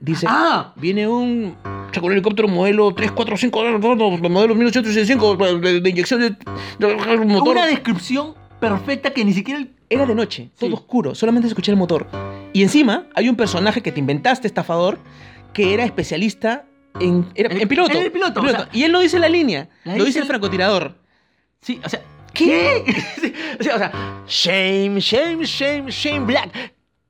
dice:
¡Ah!
Viene un. Con un helicóptero modelo 345, no, no, no, modelo 1865, de, pues, de- de inyección de, de- de- motor.
Una descripción perfecta que ni siquiera el...
Era de noche, todo
Sí.
oscuro, solamente se escuchaba el motor. Y encima hay un personaje que te inventaste, estafador, que era especialista en, era-
En-
en piloto.
en el piloto, o sea-
y él no dice la línea,
La
lo
dice
dice el
el-
francotirador.
Sí, o sea, ¿qué? Sí, o sea, o sea, shame, shame, shame, shame black.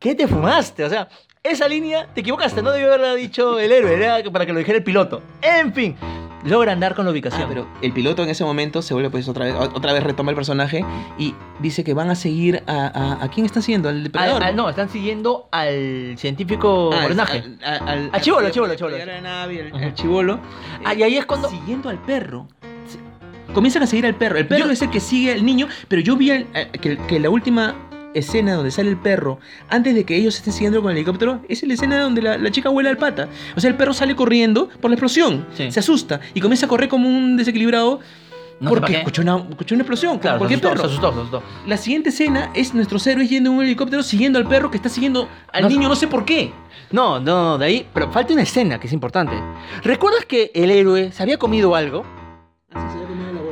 ¿Qué te fumaste? O sea, esa línea te equivocaste, no debió haberla dicho el héroe, era para que lo dijera el piloto. En fin, Logra andar con la ubicación.
Ah, pero el piloto en ese momento se vuelve pues otra vez, otra vez retoma el personaje y dice que van a seguir a... ¿A, a quién está siguiendo? ¿Al
Al-
depredador?
al- no, están siguiendo al científico
Ah,
Bornaje.
al- al- al-
Al chibolo,
al-
chibolo,
al-
chibolo.
al- al- al- al-
Ajá.
al chibolo.
Ah, y ahí es cuando-
Siguiendo al perro. Se- Comienzan a seguir al perro. El perro
Yo-
es el que sigue al niño, pero yo vi al- a- que, que la última escena donde sale el perro, antes de que ellos estén siguiendo con el helicóptero, es la escena donde la, la chica vuela al pata. O sea, el perro sale corriendo por la explosión,
Sí.
se asusta y comienza a correr como un
No
desequilibrado
sé para
porque
qué.
escuchó una, escuchó una explosión,
Claro,
como
se
cualquier
asustó,
perro.
se asustó, se asustó.
La siguiente escena es nuestros héroes yendo en un helicóptero siguiendo al perro que está siguiendo al
No sé-
niño, no sé por qué.
No, no, no, de ahí. Pero falta una escena que es importante. ¿Recuerdas que el héroe se había comido algo?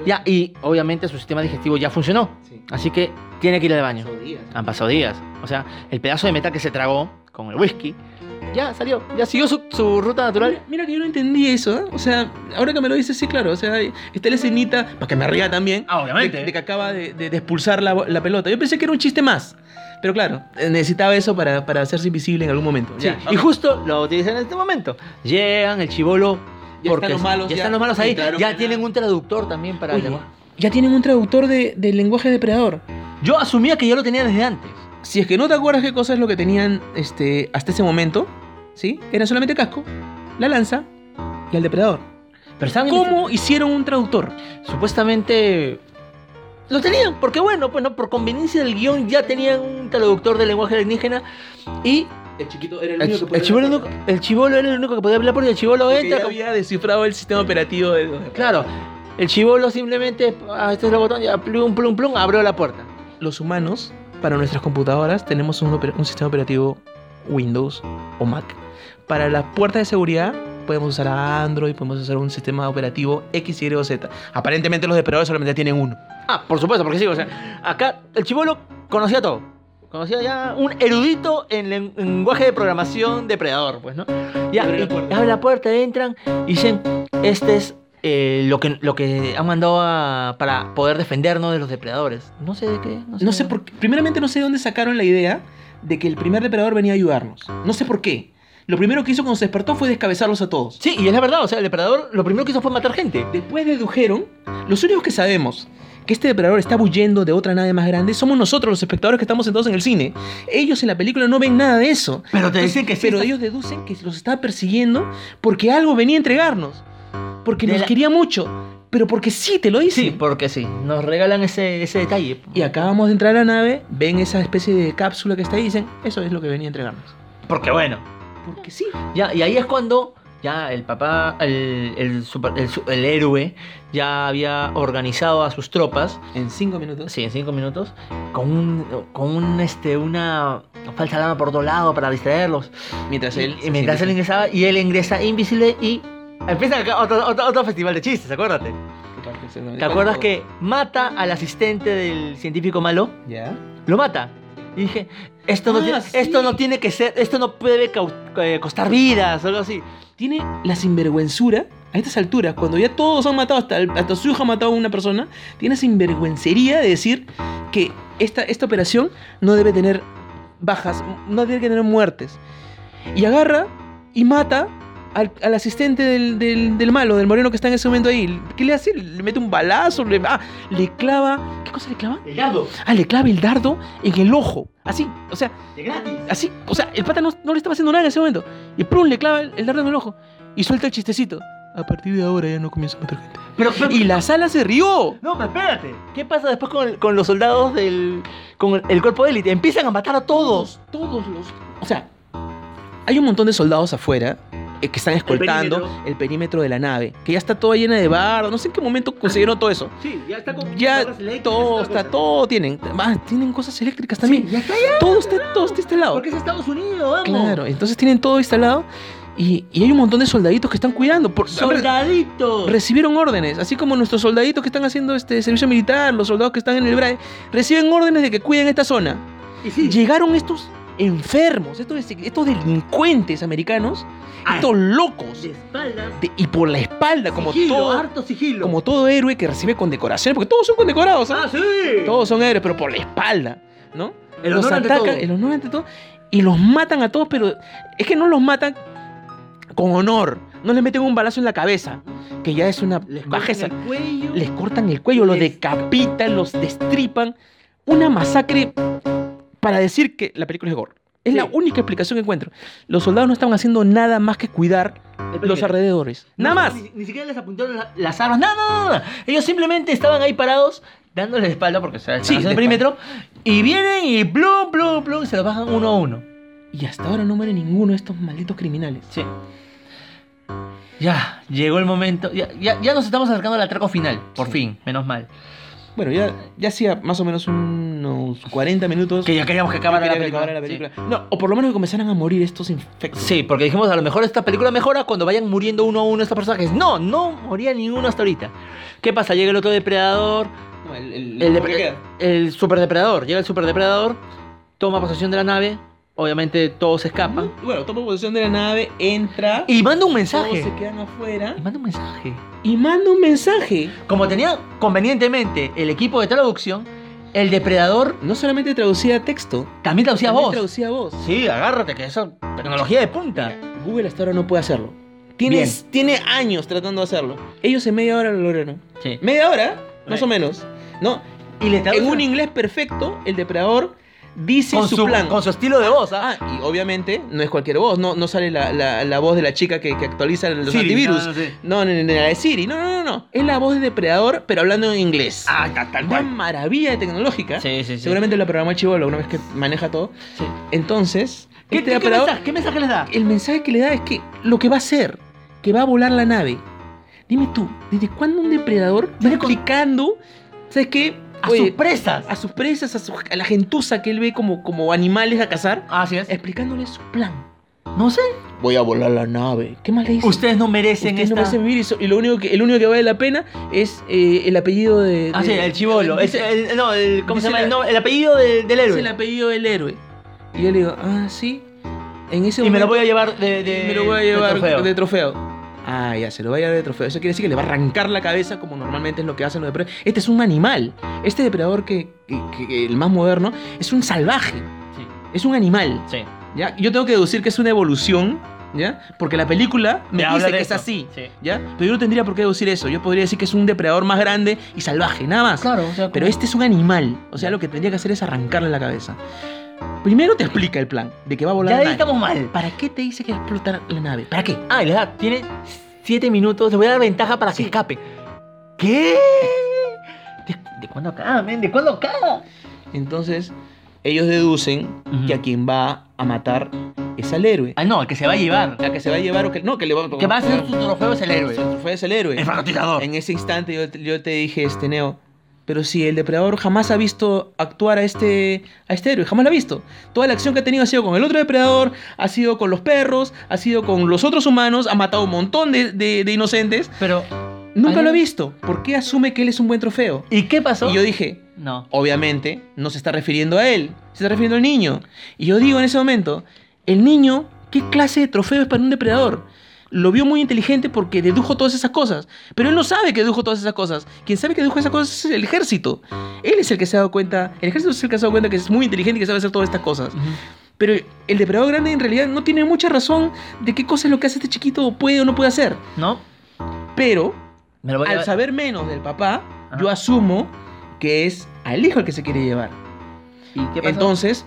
Ya, y obviamente su sistema digestivo ya funcionó.
Sí.
Así que tiene que ir al baño.
Pasó días.
Han pasado días. O sea, el pedazo de metal que se tragó con el whisky ya salió. Ya siguió su, su ruta natural.
Mira, mira que yo no entendí eso, ¿eh? O sea, ahora que me lo dices, sí, claro. O sea, está la escenita, para que me ría también,
Ah,
de,
obviamente.
de que acaba de, de- de expulsar la, la pelota. Yo pensé que era un chiste más. Pero claro, eh, necesitaba eso para, para hacerse invisible en algún momento.
Sí,
Ya,
y
ok.
justo lo utilizan en este momento. Llegan, el chivolo.
Ya están los malos,
ya,
ya.
están los malos ahí.
Sí, claro.
ya tienen un traductor también para.
Oye,
el-
ya tienen un traductor de, de lenguaje depredador.
Yo asumía que ya lo tenía desde antes.
Si es que no te acuerdas qué cosas es lo que tenían este, hasta ese momento, ¿sí? Era solamente casco, la lanza y el depredador.
Pero estaban en
¿Cómo hicieron un traductor?
supuestamente lo tenían, porque bueno, pues no, por conveniencia del guión ya tenían un traductor de lenguaje alienígena y
El chiquito era el
el, el chibolo, no- el chibolo era el único que podía hablar porque el chibolo
Porque
entra.
ya
como-
había descifrado el sistema operativo de...
Claro, el chibolo simplemente, ah, este es el botón, ya plum, plum, plum, abrió la puerta.
Los humanos, para nuestras computadoras, tenemos un, oper- un sistema operativo Windows o Mac. Para las puertas de seguridad, podemos usar a Android, podemos usar un sistema operativo X, Y o Z. Aparentemente los depredadores solamente tienen uno.
Ah, por supuesto, porque sí, o sea, acá el chibolo conocía todo. Conocía ya un erudito en len- lenguaje de programación depredador, pues, ¿no? Ya,
Abre la
y-
puerta.
abre la puerta, entran y dicen, este es eh, lo, que, lo que han mandado a- para poder defendernos de los depredadores. No sé de qué.
No sé por qué. Primeramente, no sé de dónde sacaron la idea de que el primer depredador venía a ayudarnos. No sé por qué. Lo primero que hizo cuando se despertó fue descabezarlos a todos.
Sí, y es la verdad, o sea, el depredador lo primero que hizo fue matar gente.
Después dedujeron, los únicos que sabemos que este depredador está huyendo de otra nave más grande somos nosotros, los espectadores que estamos sentados en el cine. Ellos en la película no ven nada de eso.
Pero te dicen que sí.
Pero ellos deducen que los estaba persiguiendo porque algo venía a entregarnos. Porque
De
nos
la-
quería mucho. Pero porque sí te lo hice.
Sí, porque sí, nos regalan ese, ese detalle. pues.
Y acabamos de entrar a la nave, ven esa especie de cápsula que está ahí y dicen, eso es lo que venía a entregarnos. Ah.
Porque bueno.
Porque sí.
Ya, y ahí es cuando ya el papá, el, el super- el su- el héroe, ya había organizado a sus tropas,
En cinco minutos.
sí, en cinco minutos, con, un, con un, este, una falsa lama por todo lado para distraerlos.
Mientras él...
y, y mientras él ingresaba, y él ingresa invisible y empieza acá otro, otro- otro festival de chistes, acuérdate. ¿Te acuerdas que mata al asistente del científico malo?
Ya.
Lo mata. Y dije, esto no,
Ah,
tiene,
sí.
esto no tiene que ser, esto no puede cau- eh, costar vidas o algo así.
tiene la sinvergüenzura a estas alturas, cuando ya todos han matado, hasta, el- hasta su hijo ha matado a una persona, tiene la sinvergüencería de decir que esta, esta operación no debe tener bajas, no debe tener muertes. Y agarra y mata al, al asistente del, del- del malo, del moreno que está en ese momento ahí. ¿Qué le hace? Le mete un balazo, le, ah, le clava... ¿Qué cosa le clava?
Helado,
Ah, le clava el dardo en el ojo. Así, o sea,
de gratis.
así, o sea, el pata no, no le estaba haciendo nada en ese momento. Y plum, le clava el, el dardo en el ojo y suelta el chistecito. A partir de ahora ya no comienza a matar gente.
Pero, pero-
Y la sala se rió.
No, pero espérate.
¿Qué pasa después con, el- con los soldados del. con el, el cuerpo de élite? Empiezan a matar a todos.
todos los. O sea, hay un montón de soldados afuera eh, que están escoltando el perímetro.
perímetro.
de la nave, que ya está toda llena de barro. No sé en qué momento consiguieron todo eso.
Sí, ya está con.
Ya
barras eléctricas,
todo
toda
está,
cosa.
todo tienen. Más, tienen cosas eléctricas también.
Sí, ya está ya.
todo está, todo está instalado.
Porque es Estados Unidos, vamos.
Claro, entonces tienen todo instalado y, y hay un montón de soldaditos que están cuidando. Por, a ver,
Soldaditos.
recibieron órdenes, así como nuestros soldaditos que están haciendo este servicio militar, los soldados que están en el BRAE, reciben órdenes de que cuiden esta zona.
Y sí,
Llegaron estos enfermos, estos, des- estos delincuentes americanos,
Ah.
estos locos,
de espaldas.
de- y por la espalda, como
sigilo,
todo,
harto sigilo.
como todo héroe que recibe condecoraciones, porque todos son condecorados, ¿ah?
Ah, sí.
todos son héroes, pero por la espalda, ¿no?
El
los
honor ante
atacan,
todo.
el honor ante todo, y los matan a todos, pero es que no los matan con honor, no les meten un balazo en la cabeza, que ya es una
Les
bajeza.
cortan el cuello.
Les cortan el cuello, los
Les-
decapitan, los destripan. Una masacre para decir que la película es gore. Es la
Sí.
única explicación que encuentro. Los soldados no estaban haciendo nada más que cuidar
El
los
pequeño.
alrededores. Nada
No,
más.
Ni, ni siquiera les apuntaron la- las armas. Nada, nada, nada. Ellos simplemente estaban ahí parados, dándoles la espalda porque se sí,
Sí,
el
de
perímetro. Y vienen y plum, plum, plum, se los bajan uno a uno.
Y hasta ahora no muere ninguno de estos malditos criminales.
Sí. Ya, llegó el momento. Ya, ya, ya nos estamos acercando al atraco final, por
Sí.
fin, menos mal.
Bueno, ya, ya hacía más o menos unos 40 minutos.
Que ya queríamos que acabara
Quería
la
que
película.
acabara la película. No, o por lo menos que comenzaran a morir estos infectos.
Sí. Sí, porque dijimos, a lo mejor esta película mejora cuando vayan muriendo uno a uno estos personajes. No, no moría ninguno hasta ahorita. ¿Qué pasa? Llega el otro depredador,
No, el, el,
El,
¿por qué
super
queda?
superdepredador. Llega el superdepredador, toma posesión de la nave. Obviamente todos escapan.
Bueno, toma posesión de la nave, entra.
Y manda un
todos se
mensaje.
quedan afuera.
Y manda un mensaje.
Y manda un mensaje.
Como tenía convenientemente el equipo de traducción, el depredador
No solamente traducía texto,
también traducía
también
voz.
traducía voz.
Sí, agárrate, que eso tecnología de punta.
Google hasta ahora no puede hacerlo. Tienes- tiene años tratando de hacerlo. Ellos en media hora lo lograron.
Sí.
Media hora, más
Sí.
o menos. No,
Y le
en
traduce
un inglés perfecto, el depredador dice
con
su,
su,
plan.
con su estilo de voz. ¿ah?
Ah, y obviamente no es cualquier voz, no, no sale la, la- la voz de la chica que, que actualiza los
Siri,
antivirus.
no, no sé.
No, no, no, no, la de Siri. No, no, no, no. Es la voz de depredador, pero hablando en inglés.
Ah, tal, tal
Una
cual.
maravilla tecnológica.
Sí, sí, sí.
Seguramente la programó el chivolo una vez que maneja todo.
Sí.
Entonces,
¿Qué,
este
qué- qué
depredador-
mensaje, qué mensaje les da?
el mensaje que le da es que lo que va a hacer, que va a volar la nave. Dime tú, ¿desde cuándo un depredador va
Viene con-
explicando, sabes qué?
A
Oye,
sus presas.
a sus presas, a, su- a la gentuza que él ve como, como animales a cazar,
Así es.
explicándole su plan.
Eh, No sé.
Voy a volar la nave. ¿Qué más le dice?
Ustedes no merecen
Ustedes no
esta.
merecen vivir y, so- y lo único que, el único que vale la pena es eh, el apellido de...
Ah,
de-
sí, el chivolo. Es
Eh, Dice-
el- no, el, ¿Cómo se
dice
llama?
la-
el, nombre? El apellido del- del
es el
héroe.
apellido del héroe. Y yo le digo, ah, sí. En ese
Y me lo voy a
momento-
llevar de. de-
me lo voy a
de
llevar de
trofeo.
trofeo. Ah, ya, se lo va a llevar de trofeo. Eso quiere decir que le va a arrancar la cabeza como normalmente es lo que hacen los depredadores. Este es un animal. Este depredador que, que- que- el más moderno es un salvaje.
Sí.
Es un animal.
Sí.
¿ya? Yo tengo que deducir que es una evolución, ¿ya? Porque la película me
Te habla
dice
de
que
eso.
es así.
Sí.
¿Ya? Pero yo no tendría por qué deducir eso. Yo podría decir que es un depredador más grande y salvaje, nada más.
Claro, o sea.
Pero este es un animal. O sea, lo que tendría que hacer es arrancarle la cabeza. Primero te explica el plan de que va a volar.
Ya
la
ahí
nave.
estamos mal.
¿Para qué te dice que va a explotar la nave? ¿Para qué?
Ah, y la edad. Tiene 7 minutos. Le voy a dar ventaja para que escape. ¿Qué? ¿De, de cuándo acá, men? ¿De cuándo acá?
Entonces, ellos deducen
Ujú.
que a quien va a matar es al héroe.
Ah, no, el que se va a llevar.
A que se va a llevar o que. No, que le va
Que va a ser su trofeo es el héroe.
Su trofeo es el héroe.
El francotirador.
En ese instante yo, yo te dije, este Neo. Pero si el depredador jamás ha visto actuar a este, a este héroe, jamás lo ha visto. Toda la acción que ha tenido ha sido con el otro depredador, ha sido con los perros, ha sido con los otros humanos, ha matado un montón de, de- de inocentes.
Pero.
Nunca
Ay,
lo
no.
ha visto. ¿Por qué asume que él es un buen trofeo?
¿Y qué pasó?
Y yo dije,
No.
obviamente no se está refiriendo a él, se está refiriendo al niño. Y yo digo en ese momento, el niño, ¿qué clase de trofeo es para un depredador? Lo vio muy inteligente porque dedujo todas esas cosas, pero él no sabe que dedujo todas esas cosas. Quien sabe que dedujo esas cosas es el ejército. Él es el que se ha dado cuenta, el ejército es el que se ha dado cuenta que es muy inteligente y que sabe hacer todas estas cosas. Pero el depredador grande en realidad no tiene mucha razón de qué cosa es lo que hace este chiquito o puede o no puede hacer.
No.
Pero
Me lo voy a
al
llevar.
saber menos del papá,
Ajá.
yo asumo que es al hijo el que se quiere llevar.
¿Y qué pasó?
Entonces,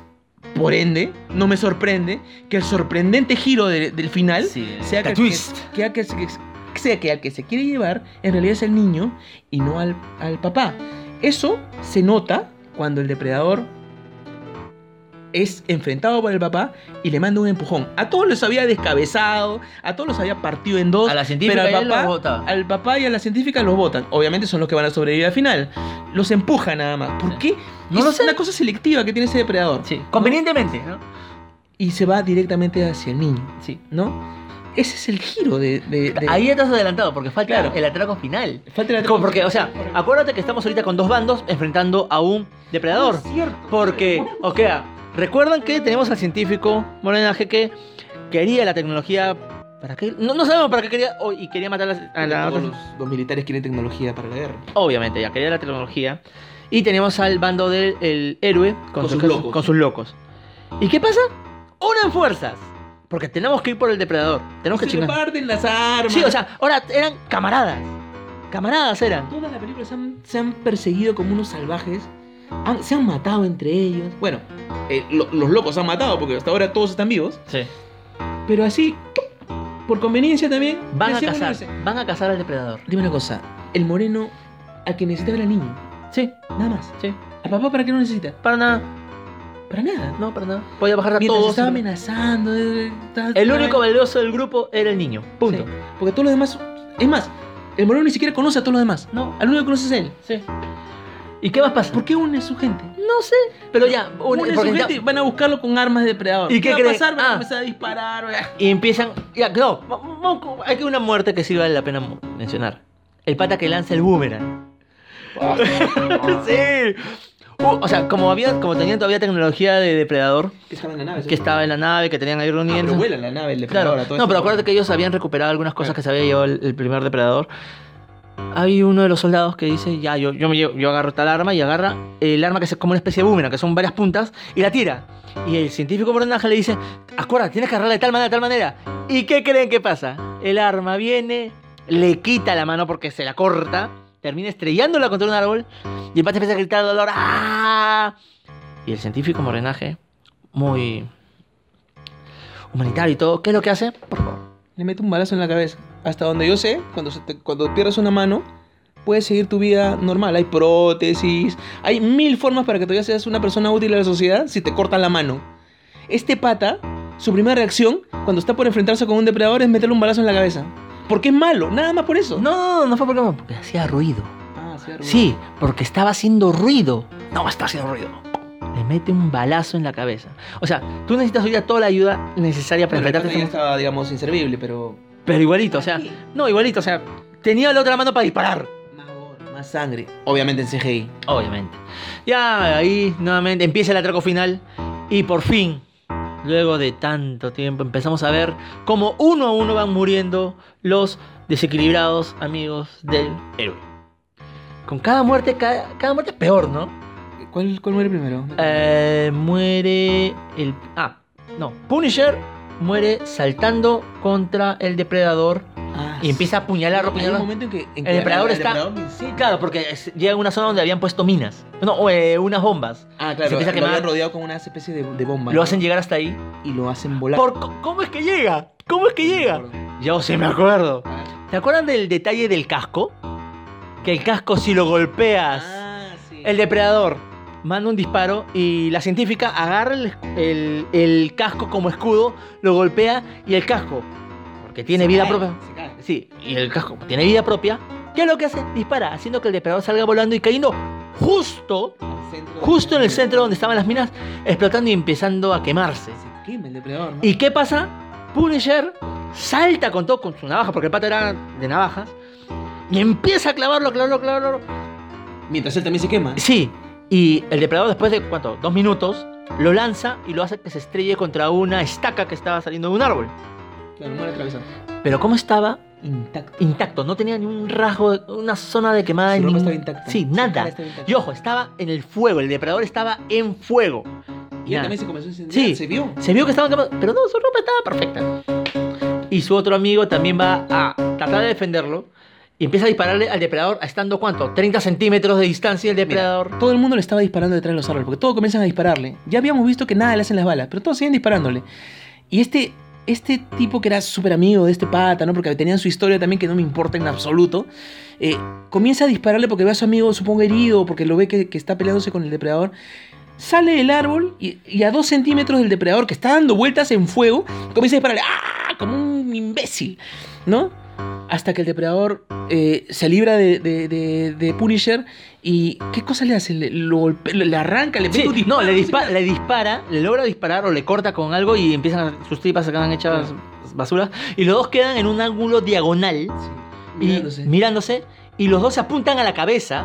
por ende, no me sorprende que el sorprendente giro de- del final
Sí,
sea, que,
the
el que-
twist.
que al que se- que sea que al que se quiere llevar en realidad es el niño y no al, al papá. Eso se nota cuando el depredador es enfrentado por el papá y le manda un empujón. A todos los había descabezado, a todos los había partido en dos.
A la científica
Pero al
él
papá-
lo bota.
Al papá y a la científica los votan. Obviamente son los que van a sobrevivir al final. Los empuja nada más. ¿Por qué?
No
es
lo sé.
una cosa selectiva que tiene ese depredador.
Sí, convenientemente, ¿no?
Y se va directamente hacia el niño,
Sí.
¿no? Ese es el giro de... de- de-
Ahí estás adelantado porque falta
Claro.
el atraco final.
Falta la-
Como porque, o sea, acuérdate que estamos ahorita con dos bandos enfrentando a un depredador. Porque, o sea, recuerdan que tenemos al científico Morenaje que quería la tecnología. ¿Para qué? No, no sabemos para qué quería. o- y quería matar a la, a la
Todos
otra-
los, los militares quieren tecnología para la guerra.
Obviamente, ya quería la tecnología. Y tenemos al bando del el héroe
Con sus
ejército-
locos.
con sus locos. ¿Y qué pasa? Unen fuerzas. Porque tenemos que ir por el depredador. Tenemos que
Se
chingar.
reparten las armas.
Sí, o sea, ahora eran camaradas. Camaradas eran.
Todas las películas se han, se han perseguido como unos salvajes. Han- se han matado entre ellos. Bueno, eh, lo- los locos han matado porque hasta ahora todos están vivos.
Sí.
Pero así, por conveniencia también.
Van a
decían,
cazar.
bueno,
Van a cazar al depredador.
Dime una cosa. El moreno al que necesita ver al niño.
Sí,
Nada más.
sí.
¿A papá para qué lo necesita?
Para nada.
Para nada.
No, para nada. Podía bajar a
Mientras
todos.
estaba amenazando. eh, tal,
El
tal.
único valioso del grupo era el niño. Punto.
Sí, porque todos los demás. Es más, el moreno ni siquiera conoce a todos los demás.
No.
Al único que conoce es él.
Sí. ¿Y qué más pasa?
¿Por qué une a su gente?
No sé. Pero ya, un-
Une a su
porque ya-
gente y van a buscarlo con armas de depredador.
¿Y qué
va
creen?
a pasar? Van
Ah.
a empezar a disparar. vea.
y empiezan. Ya, no. va- vamos con- Hay que una muerte que sí vale la pena mo- mencionar. El pata que lanza el boomerang. Ah. sí. Uh, o sea, como había, como tenían todavía tecnología de depredador,
Que estaba en la nave.
que estaba en la nave, que tenían ahí
Ah,
reuniendo.
pero vuela en la nave el depredador.
Claro,
a todo
no,
esto.
pero acuérdate que ellos habían recuperado algunas cosas que se había llevado el, el primer depredador. Hay uno de los soldados que dice, ya, yo, yo, me llevo- yo agarro tal arma y agarra el arma que es como una especie de boomerang, que son varias puntas, y la tira. Y el científico morenaje le dice, acuérdate, tienes que agarrarla de tal manera, de tal manera. ¿Y qué creen que pasa? El arma viene, le quita la mano porque se la corta, termina estrellándola contra un árbol, y el pata empieza a gritar de dolor, ¡ah! Y el científico morenaje, muy humanitario y todo, ¿qué es lo que hace? Por favor.
Le mete un balazo en la cabeza. Hasta donde yo sé, cuando, se te- cuando pierdes una mano, puedes seguir tu vida normal. Hay prótesis, hay mil formas para que todavía seas una persona útil a la sociedad si te cortan la mano. Este pata, su primera reacción cuando está por enfrentarse con un depredador es meterle un balazo en la cabeza. Porque es malo, nada más por eso.
No, no fue porque, porque hacía ruido.
Ah, sí, Arrugas.
Sí, porque estaba haciendo ruido. No, está haciendo ruido. Le mete un balazo en la cabeza. O sea, tú necesitas hoy día toda la ayuda necesaria para
Bueno, el
enfrentarte.
pata
a
ya
este-
estaba, digamos, inservible, pero.
Pero igualito, o sea, no, igualito, o sea, tenía la otra mano para disparar.
Más gore, más sangre. Obviamente en CGI.
Obviamente. Ya ahí nuevamente empieza el atraco final y por fin, luego de tanto tiempo, empezamos a ver cómo uno a uno van muriendo los desequilibrados amigos del héroe. Con cada muerte, cada, cada muerte es peor, ¿no?
¿Cuál, cuál muere primero?
Eh, muere el... Ah, no. Punisher muere saltando contra el depredador
Ah,
y empieza a apuñalar,
Hay un
apuñalar.
momento en que. en
El
que
depredador
al- al
está-
depredador le enseña.
Claro, porque es- llega a una zona donde habían puesto minas. No, o, eh, unas bombas.
Ah,
Se
claro.
empieza a
lo
quemar.
habían rodeado con una especie de, de bomba.
Lo
¿no?
hacen llegar hasta ahí.
y lo hacen volar.
Por co- ¿Cómo es que llega? ¿Cómo es que llega? Yo sí me acuerdo.
Ah,
¿Te acuerdan del detalle del casco? Que el casco si lo golpeas,
Ah, sí.
el depredador manda un disparo y la científica agarra el, el- el casco como escudo, lo golpea y el casco, porque tiene
Se
vida
cae,
propia.
se cae.
Sí, y el casco como tiene vida propia. ¿Qué es lo que hace? Dispara, haciendo que el depredador salga volando y cayendo justo,
Al centro de-
justo en el centro donde estaban las minas, explotando y empezando a quemarse.
Se quema el depredador. ¿no?
¿Y qué pasa? Punisher salta con todo, con su navaja, porque el pata era de navajas, y empieza a clavarlo, a clavarlo, a clavarlo.
Mientras él también se quema.
Sí, y el depredador después de, ¿cuánto? Dos minutos, lo lanza y lo hace que se estrelle contra una estaca que estaba saliendo de un árbol.
Claro, muere atravesado.
Pero como estaba
Intacto.
intacto, no tenía ni un rasgo, una zona de quemada.
Su
ni
ropa
ningún-
estaba intacta.
Sí,
Su cara
nada.
estaba intacta.
Y ojo, estaba en el fuego, el depredador estaba en fuego.
Y él
nada.
también se comenzó a incendiar.
Sí.
Se vio.
Se vio que estaban quemados, pero no, su ropa estaba perfecta. Y su otro amigo también va a tratar de defenderlo y empieza a dispararle al depredador, estando cuánto? 30 centímetros de distancia del depredador.
Todo el mundo le estaba disparando detrás de los árboles, porque todos comienzan a dispararle. Ya habíamos visto que nada le hacen las balas, pero todos siguen disparándole. Y este, este tipo que era súper amigo de este pata, ¿no? Porque tenían su historia también que no me importa en absoluto. eh, comienza a dispararle porque ve a su amigo, supongo, herido, porque lo ve que, que está peleándose con el depredador. Sale del árbol y, y a dos centímetros del depredador, que está dando vueltas en fuego, comienza a dispararle. ¡Ah! Como un imbécil, ¿no? Hasta que el depredador eh, se libra de- de- de- de Punisher ¿Y qué cosa le hace? Le, lo golpe- le arranca, le
Sí,
mete un disparo,
no, le,
sé
dispa-
qué.
le dispara, le logra disparar o le corta con algo y empiezan a- sus tripas se quedan hechas basura. Y los dos quedan en un ángulo diagonal
Sí,
y-
mirándose.
mirándose, y los dos se apuntan a la cabeza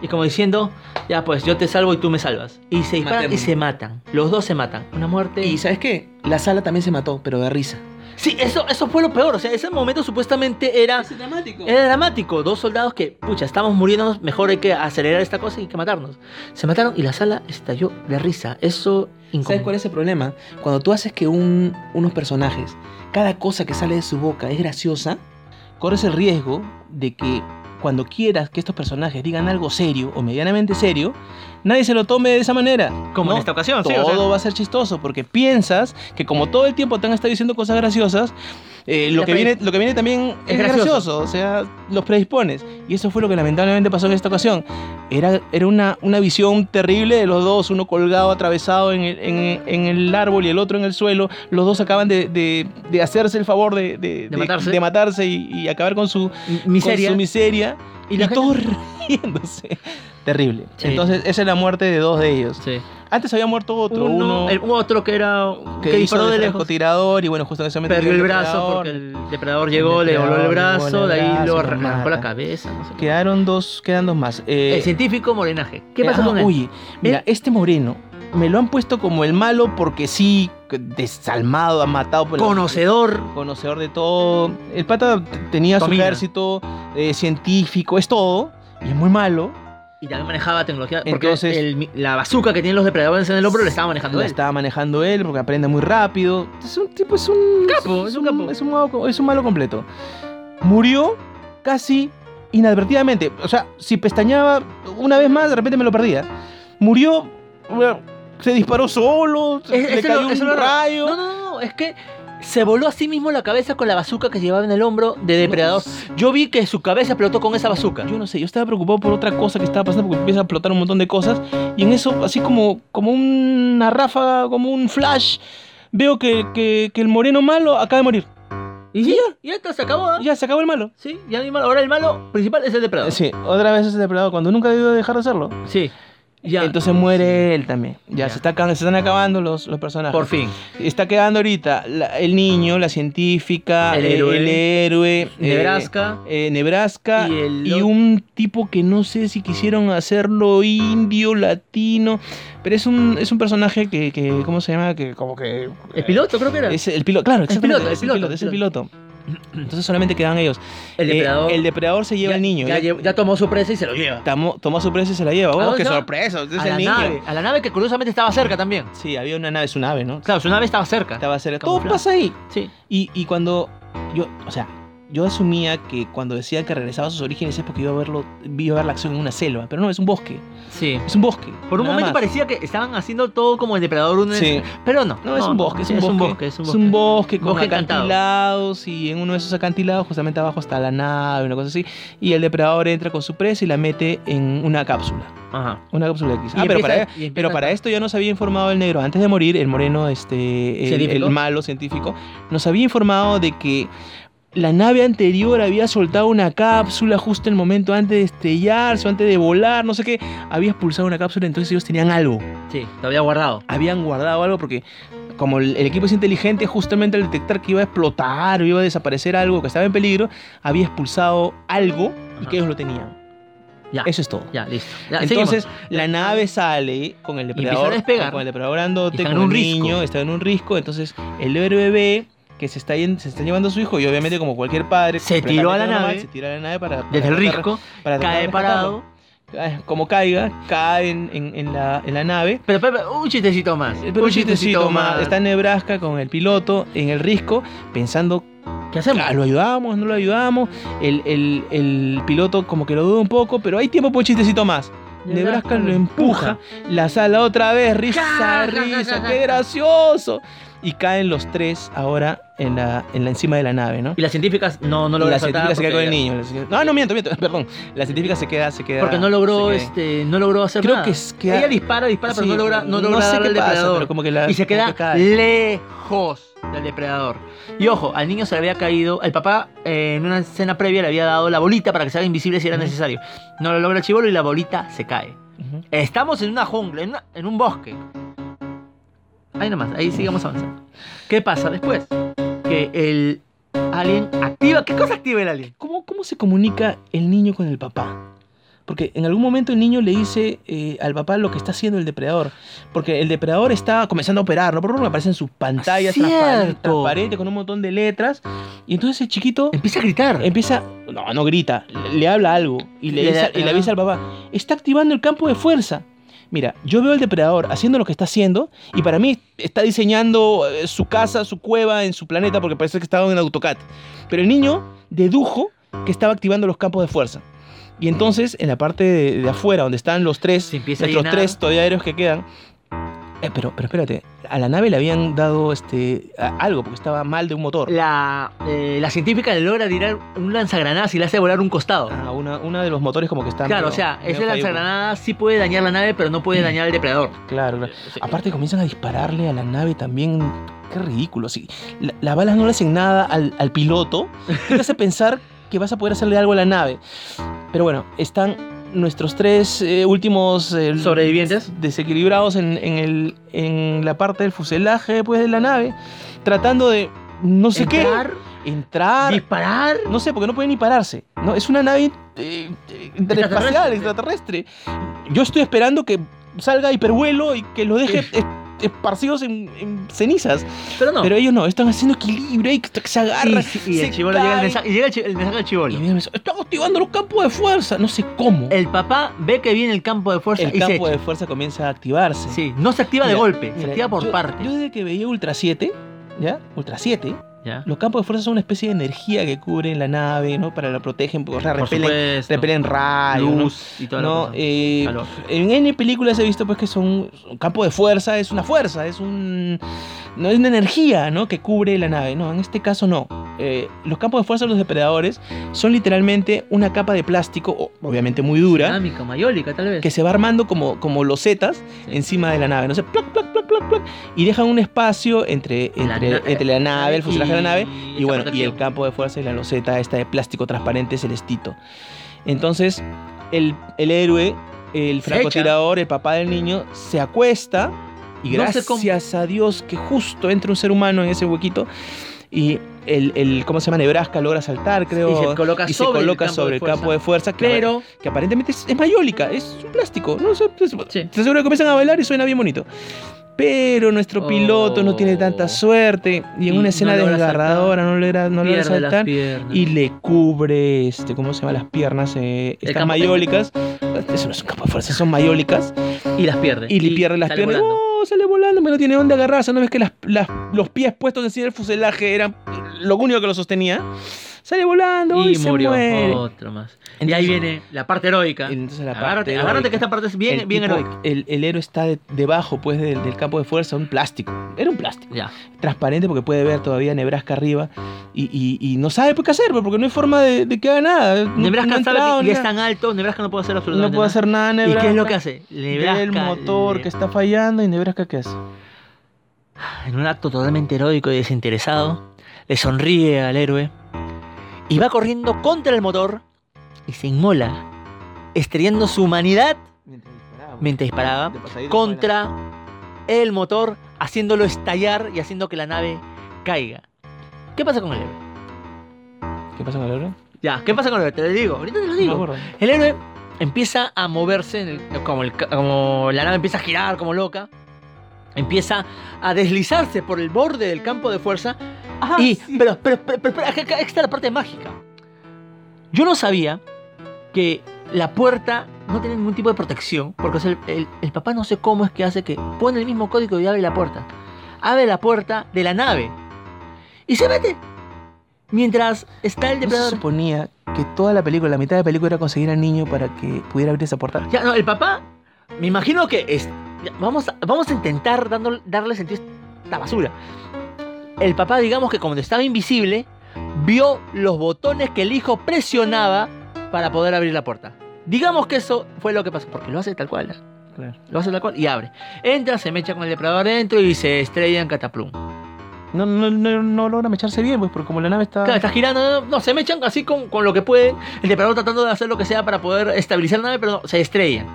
y como diciendo, ya pues yo te salvo y tú me salvas. Y se disparan y
Matémonos.
se matan. Los dos se matan. Una muerte.
Y ¿sabes qué? La sala también se mató, pero de risa.
Sí, eso, eso fue lo peor. O sea, ese momento supuestamente era,
Es dramático.
era dramático. Dos soldados que, pucha, estamos muriéndonos, mejor hay que acelerar esta cosa y hay que matarnos. Se mataron y la sala estalló de risa. Eso
¿Sabes cuál es el problema? Cuando tú haces que un- unos personajes, cada cosa que sale de su boca es graciosa, corres el riesgo de que cuando quieras que estos personajes digan algo serio o medianamente serio, nadie se lo tome de esa manera.
Como en
No,
esta ocasión, sí.
todo
o sea,
va a ser chistoso porque piensas que como todo el tiempo te han estado diciendo cosas graciosas, eh, lo,
Ya
que
pre-
viene, lo que viene también
Es
es,
gracioso.
gracioso. o sea, los predispones. Y eso fue lo que lamentablemente pasó en esta ocasión. Era, era una, una visión terrible de los dos, uno colgado, atravesado en el, en- en el árbol y el otro en el suelo. Los dos acaban de, de- de hacerse el favor de, de- de-
matarse.
de matarse y, y acabar con su
m- miseria.
con su miseria.
Y
Y,
la
todos riéndose. Terrible.
Sí.
Entonces, esa es la muerte de dos de ellos.
Sí.
Antes había muerto otro,
Uno,
uno,
el otro que era.
que,
Que,
hizo
disparó de
de
lejos.
francotirador y bueno, justamente
Perdió el brazo
francotirador.
porque el depredador llegó,
El
le voló el
depredador
brazo,
le voló el
de ahí lo
brazo, lo
arrancó
mata.
la cabeza. no sé.
Quedaron dos, quedan dos más. Eh,
el científico morenaje. ¿Qué
eh,
pasó
ah,
con él? Eh,
Oye, mira,
Él-
este moreno me lo han puesto como el malo porque sí, que desalmado, ha matado por pues, la-
Conocedor.
conocedor de todo. El pata t- tenía
Domina.
su ejército eh, científico, es todo, y es muy malo.
Y también manejaba tecnología. Porque
Entonces-
el- la bazooka que tienen los depredadores en el hombro le estaba manejando
La
él.
estaba manejando él porque aprende muy rápido. Es un tipo, es un.
Capo, es un capo.
Es un, malo, es un malo completo. Murió casi inadvertidamente. O sea, si pestañaba una vez más, de repente me lo perdía. Murió. bueno, se disparó solo.
Es-
le
eso
cayó
lo-
un
eso lo-
rayo.
No, no, no, es que se voló a sí mismo la cabeza con la bazooka que llevaba en el hombro de depredador. Yo vi que su cabeza explotó con esa bazooka.
Yo no sé, yo estaba preocupado por otra cosa que estaba pasando porque empieza a explotar un montón de cosas. Y en eso, así como, como una ráfaga, como un flash, veo que, que- que el moreno malo acaba de morir.
Y sí, ya, ya esto se acabó. ¿ah?
Ya, se acabó el malo.
Sí, ya no hay malo. Ahora el malo principal es el depredador.
Sí, otra vez es depredador cuando nunca debió dejar de hacerlo.
Sí. Ya.
Entonces muere él también. Ya,
Ya.
Se, está, aca- se están acabando los, los personajes.
Por fin.
Está quedando ahorita la- el niño, la científica,
El
eh,
héroe.
el héroe, eh,
Nebraska.
eh, Nebraska
Y
y,
el-
un tipo que no sé si quisieron hacerlo indio, latino, pero es un, es un personaje que, que, ¿cómo se llama? Que como que...
El piloto creo que era.
Eh, Es el piloto, claro, exactamente,
piloto, el
es
piloto, el
es el piloto. Entonces solamente quedan ellos.
el
Eh,
depredador.
el depredador se lleva
ya,
al niño.
Ya,
Él-
llev- ya tomó su presa y se lo lleva.
Tamo- toma su presa y se la lleva.
¿A
¡Oh,
dónde
qué
se va?
sorpresa! Usted es
Ah, A
el
la
niño.
nave. A la nave que curiosamente estaba cerca también.
Sí, había una nave, su nave, ¿no?
Claro, su nave estaba cerca.
Estaba cerca. Todo
Camuflado.
pasa ahí.
Sí.
Y, y cuando yo, o sea, yo asumía que cuando decía que regresaba a sus orígenes es porque iba a verlo, iba a ver la acción en una selva, pero no, es un bosque.
Sí.
Es un bosque.
Por un
nada
momento
más.
parecía que estaban haciendo todo como el depredador uno es-
Sí.
Pero no.
No, es un bosque, es un bosque.
Es un
Es
bosque.
un bosque con
Bosque encantado.
acantilados y en uno de esos acantilados justamente abajo está la nave, una cosa así, y el depredador entra con su presa y la mete en una cápsula.
Ajá.
Una cápsula X.
Y
Ah, pero
empieza-
para,
y empieza-
pero para esto ya nos había informado el negro. Antes de morir, el moreno, este, el,
Científico.
el malo científico, nos había informado de que la nave anterior había soltado una cápsula justo el momento antes de estrellarse, o antes de volar, no sé qué. Había expulsado una cápsula, entonces ellos tenían algo.
Sí, lo había guardado.
Habían guardado algo porque, como el, el equipo es inteligente, justamente al detectar que iba a explotar o iba a desaparecer algo que estaba en peligro, había expulsado algo y
Ajá.
que ellos lo tenían.
Ya.
Eso es todo.
Ya, listo. Ya,
Entonces,
seguimos.
la nave sale con el
empieza a
depredador.
despegar.
Con el depredador
Y
grandote,
está en
con
un
un
risco.
niño, está en un risco. Entonces, el héroe ve que se está, yen- se está llevando a su hijo y obviamente como cualquier padre
Se tiró a la
completamente
nave.
se tiró a la nave para, para
desde el
tratar-
risco,
para tratar de
cae
rescatarlo.
parado.
Cae- como caiga cae en, en- en la, en la nave
Pero, Pepe, un chistecito más.
pero un chistecito más. Está en Nebraska con el piloto en el risco, pensando,
¿Qué hacemos?
"Ah, ¿lo ayudamos? ¿No lo ayudamos? El, el- el piloto como que lo duda un poco, pero hay tiempo por un chistecito más. Nebraska lo empuja, la sala otra vez,
Ja, ja,
risa,
ja,
risa,
ja,
qué
ja.
gracioso. Y caen los tres ahora en la, en la encima de la nave, ¿no?
Y las científicas no, no
Y
lograron
la científica
saltar
se queda con
porque-
el niño. la científica- Ah, No, no, miento, miento, perdón. La científica se queda, se queda.
Porque no logró,
se queda.
este, no logró hacer
Creo
nada.
que es que-
Ella dispara, dispara, pero
Sí,
no logra, no logra
sé
darle al
qué pasa,
depredador.
pero como que la-
y se
como
queda eh,
que cae.
lejos del depredador. Y ojo, al niño se le había caído, el papá eh, en una escena previa le había dado la bolita para que se haga invisible si era
Ujú.
necesario. No lo logra el chivolo y la bolita se cae.
Ujú.
Estamos en una jungla, en, una- en un bosque. Ahí nomás, ahí sigamos avanzando. ¿Qué pasa después? Que el alien activa, ¿qué cosa activa el alien?
¿Cómo, ¿Cómo se comunica el niño con el papá? Porque en algún momento el niño le dice eh, al papá lo que está haciendo el depredador. Porque el depredador está comenzando a operar, ¿no? Por ejemplo, aparecen sus pantallas transparentes,
Cierto.
transparentes con un montón de letras. Y entonces el chiquito
Empieza a gritar.
empieza, no, no grita, le, le habla algo y le,
Le
dice-
da-
y le avisa al papá, está activando el campo de fuerza. Mira, yo veo al depredador haciendo lo que está haciendo y para mí está diseñando eh, su casa, su cueva en su planeta porque parece que estaba en AutoCAD. Pero el niño dedujo que estaba activando los campos de fuerza. Y entonces, en la parte de, de afuera, donde están los tres,
Se empieza a
nuestros
llenar.
tres todeaderos que quedan. eh, pero, pero espérate, a la nave le habían dado este, a- algo porque estaba mal de un motor.
La, eh, la científica le logra tirar un lanzagranadas y le hace volar un costado.
Ah, una, una de los motores como que está...
claro,
medio-
o sea,
medio
ese
fallido.
lanzagranadas sí puede dañar la nave, pero no puede dañar al depredador.
Claro, claro. Aparte comienzan a dispararle a la nave también. Qué ridículo. Si la- las balas no le hacen nada al, al piloto, ¿qué te hace pensar que vas a poder hacerle algo a la nave? Pero bueno, están nuestros tres eh, últimos... eh,
¿Sobrevivientes?
Desequilibrados en, en el, en la parte del fuselaje pues, de la nave, tratando de... No sé
Entrar,
qué. Entrar.
disparar.
No sé, porque no pueden ni pararse. No, es una nave eh, eh, interespacial, extraterrestre. Yo estoy esperando que salga hipervuelo y que lo deje es- esparcidos en, en cenizas.
Pero no.
Pero ellos no, están haciendo equilibrio y que se agarran.
y, si- y
se
el chivolo llega el
caen.
mensaje. Y llega el, chi- el mensaje al
Y
chivolo.
viene el mensaje, están activando los campos de fuerza. No sé cómo.
El papá ve que viene el campo de fuerza
El
y se
campo
echa.
de fuerza comienza a activarse.
Sí, no se activa de
Mira,
golpe, se
Mira,
activa por
yo-
parte.
Yo desde que veía Ultra 7, ¿ya? Ultra 7,
ya.
los campos de fuerza son una especie de energía que cubre la nave, ¿no? Para la protegen, porque o sea,
Por
repelen
supuesto.
repelen rayos, ¿no?
luz y toda la
No,
cosa.
eh,
Calor.
en N películas he visto pues que son un campo de fuerza, es una fuerza, es un no es una energía, ¿no? que cubre la nave. No, en este caso no. Eh, los campos de fuerza de los depredadores son literalmente una capa de plástico, o- obviamente muy dura,
Dinámica, mayólica, tal vez.
que se va armando como como losetas
Sí.
encima de la nave, no sé, plac, plac, plac, plac, plac, y dejan un espacio entre entre
La
entre la,
na-
nave, el fuselaje de la nave y
esa
bueno, y
protección.
el campo de fuerza y la loseta esta de plástico transparente celestito. Entonces, el, el héroe, el
Se
francotirador, el papá del niño, se acuesta y
No sé cómo.
gracias a Dios que justo entra un ser humano en ese huequito y el, el ¿cómo se llama? Nebraska logra saltar, creo.
Y se coloca
y se
sobre el
coloca
campo de
sobre el
fuerza.
campo de fuerza, que,
Pero
que aparentemente es, es mayólica, es un plástico. No sé, es-
Sí.
te aseguro que comienzan a bailar y suena bien bonito. Pero nuestro piloto no tiene tanta
Oh.
suerte y en
Y no
una escena
logra
desgarradora no logra, no logra
pierde las
saltar
piernas.
y le cubre, este, ¿cómo se llama? Las piernas, eh,
El
estas
campo
mayólicas. Eso no es un campo de fuerza, son mayólicas.
Y las pierde.
Y le pierde las
sale
piernas.
volando.
¡Oh, sale volando! Me no tiene dónde agarrarse. ¿No ves que las- las- los pies puestos encima del fuselaje eran lo único que lo sostenía? Sale volando Uh, y,
y murió.
se muere.
Otro más. y
Entonces-
ahí viene la parte heroica.
Entonces la parte
agárrate,
heroica.
agárrate que esta parte es bien,
el
bien
tipo-
heroica.
El, el héroe está de- debajo, pues, del, del campo de fuerza, un plástico. Era un plástico.
Ya.
Transparente porque puede ver todavía Nebraska arriba. Y, y- y no sabe pues, qué hacer, pues, porque no hay forma de, de que haga nada. No,
Nebraska
no ha
sabe
entrado,
que- y es
nada.
tan alto, Nebraska no puede hacer absolutamente
No puede hacer nada,
nada.
Nebraska.
¿Y qué es lo que hace? Nebraska
Ve el motor
le-
que está fallando y Nebraska qué hace.
en un acto totalmente heroico y desinteresado, le sonríe al héroe y va corriendo contra el motor y se inmola, estrellando su humanidad mientras disparaba contra el motor, haciéndolo estallar y haciendo que la nave caiga. ¿Qué pasa con el héroe?
¿Qué pasa con el héroe?
Ya, ¿qué pasa con el héroe? Te lo digo, ahorita te lo digo. El héroe empieza a moverse, en el- como, el ca- como la nave empieza a girar como loca, empieza a deslizarse por el borde del campo de fuerza y, pero, pero, pero, pero, pero, acá- acá está la parte mágica. Yo no sabía que la puerta no tiene ningún tipo de protección, porque o sea, el, el- el papá no sé cómo es que hace que pone el mismo código y abre la puerta. Abre la puerta de la nave y se mete. Mientras está el
¿No se
depredador.
suponía que toda la película, la mitad de la película era conseguir al niño para que pudiera abrir esa puerta?
Ya, no, el papá, me imagino que es, ya, vamos, a, vamos a intentar dando- darle sentido a esta basura. El papá, digamos que cuando estaba invisible, vio los botones que el hijo presionaba para poder abrir la puerta. Digamos que eso fue lo que pasó, porque lo hace tal cual. ¿eh?
Claro.
Lo hace tal cual y abre. Entra, se mecha con el depredador dentro y se estrella en cataplum.
No, no, no, no logran echarse bien, pues, porque como la nave está...
Claro, está girando, no, no, se mechan así con, con lo que pueden. El depredador tratando de hacer lo que sea para poder estabilizar la nave, pero no, se estrellan.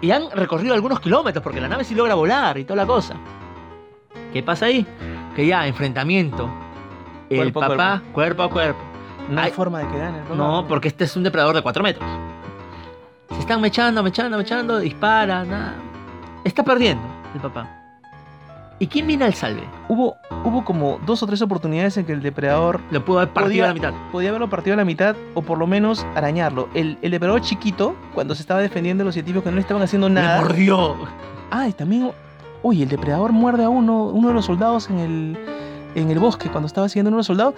Y han recorrido algunos kilómetros porque la nave sí logra volar y toda la cosa. ¿Qué pasa ahí? Que ya, enfrentamiento. El
Cuerpo a
papá, cuerpo. a cuerpo.
no hay
Ay.
forma de que gane.
No, porque este es un depredador de 4 metros. Se están mechando, mechando, mechando, dispara, nada. Está perdiendo el papá. ¿Y quién viene al salve?
Hubo, hubo como dos o tres oportunidades en que el depredador
Lo pudo haber partido
Podía-
a la mitad.
podía haberlo partido a la mitad o por lo menos arañarlo. El, el depredador chiquito, cuando se estaba defendiendo de los científicos que no le estaban haciendo
Le
nada.
mordió.
Ah, y también. Oye, el depredador muerde a uno, uno de los soldados en el, en el bosque cuando estaba siguiendo a uno de los soldados.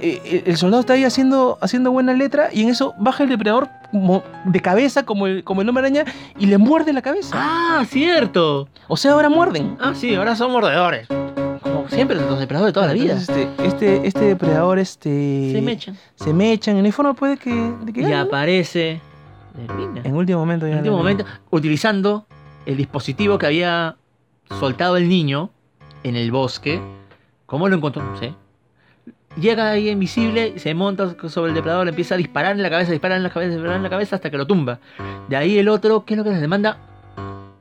Eh, eh, el soldado está ahí haciendo, haciendo buena letra y en eso baja el depredador como de cabeza, como el, como el hombre araña, y le muerde la cabeza.
Ah, cierto.
O sea, ahora muerden.
Ah, sí, ahora son mordedores. Como siempre, los depredadores de toda la vida.
Entonces, este, este, este depredador este,
Se mechan.
se mechan. En el fondo puede que, de que
Y
gane, ¿no?
aparece. Delfina.
En último momento. ya
En último
no-
momento, utilizando el dispositivo que había soltado el niño en el bosque. ¿Cómo lo encontró? No sé. Llega ahí invisible, se monta sobre el depredador, le empieza a disparar en la cabeza, disparar en la cabeza, disparar en la cabeza hasta que lo tumba. De ahí el otro, ¿qué es lo que les demanda?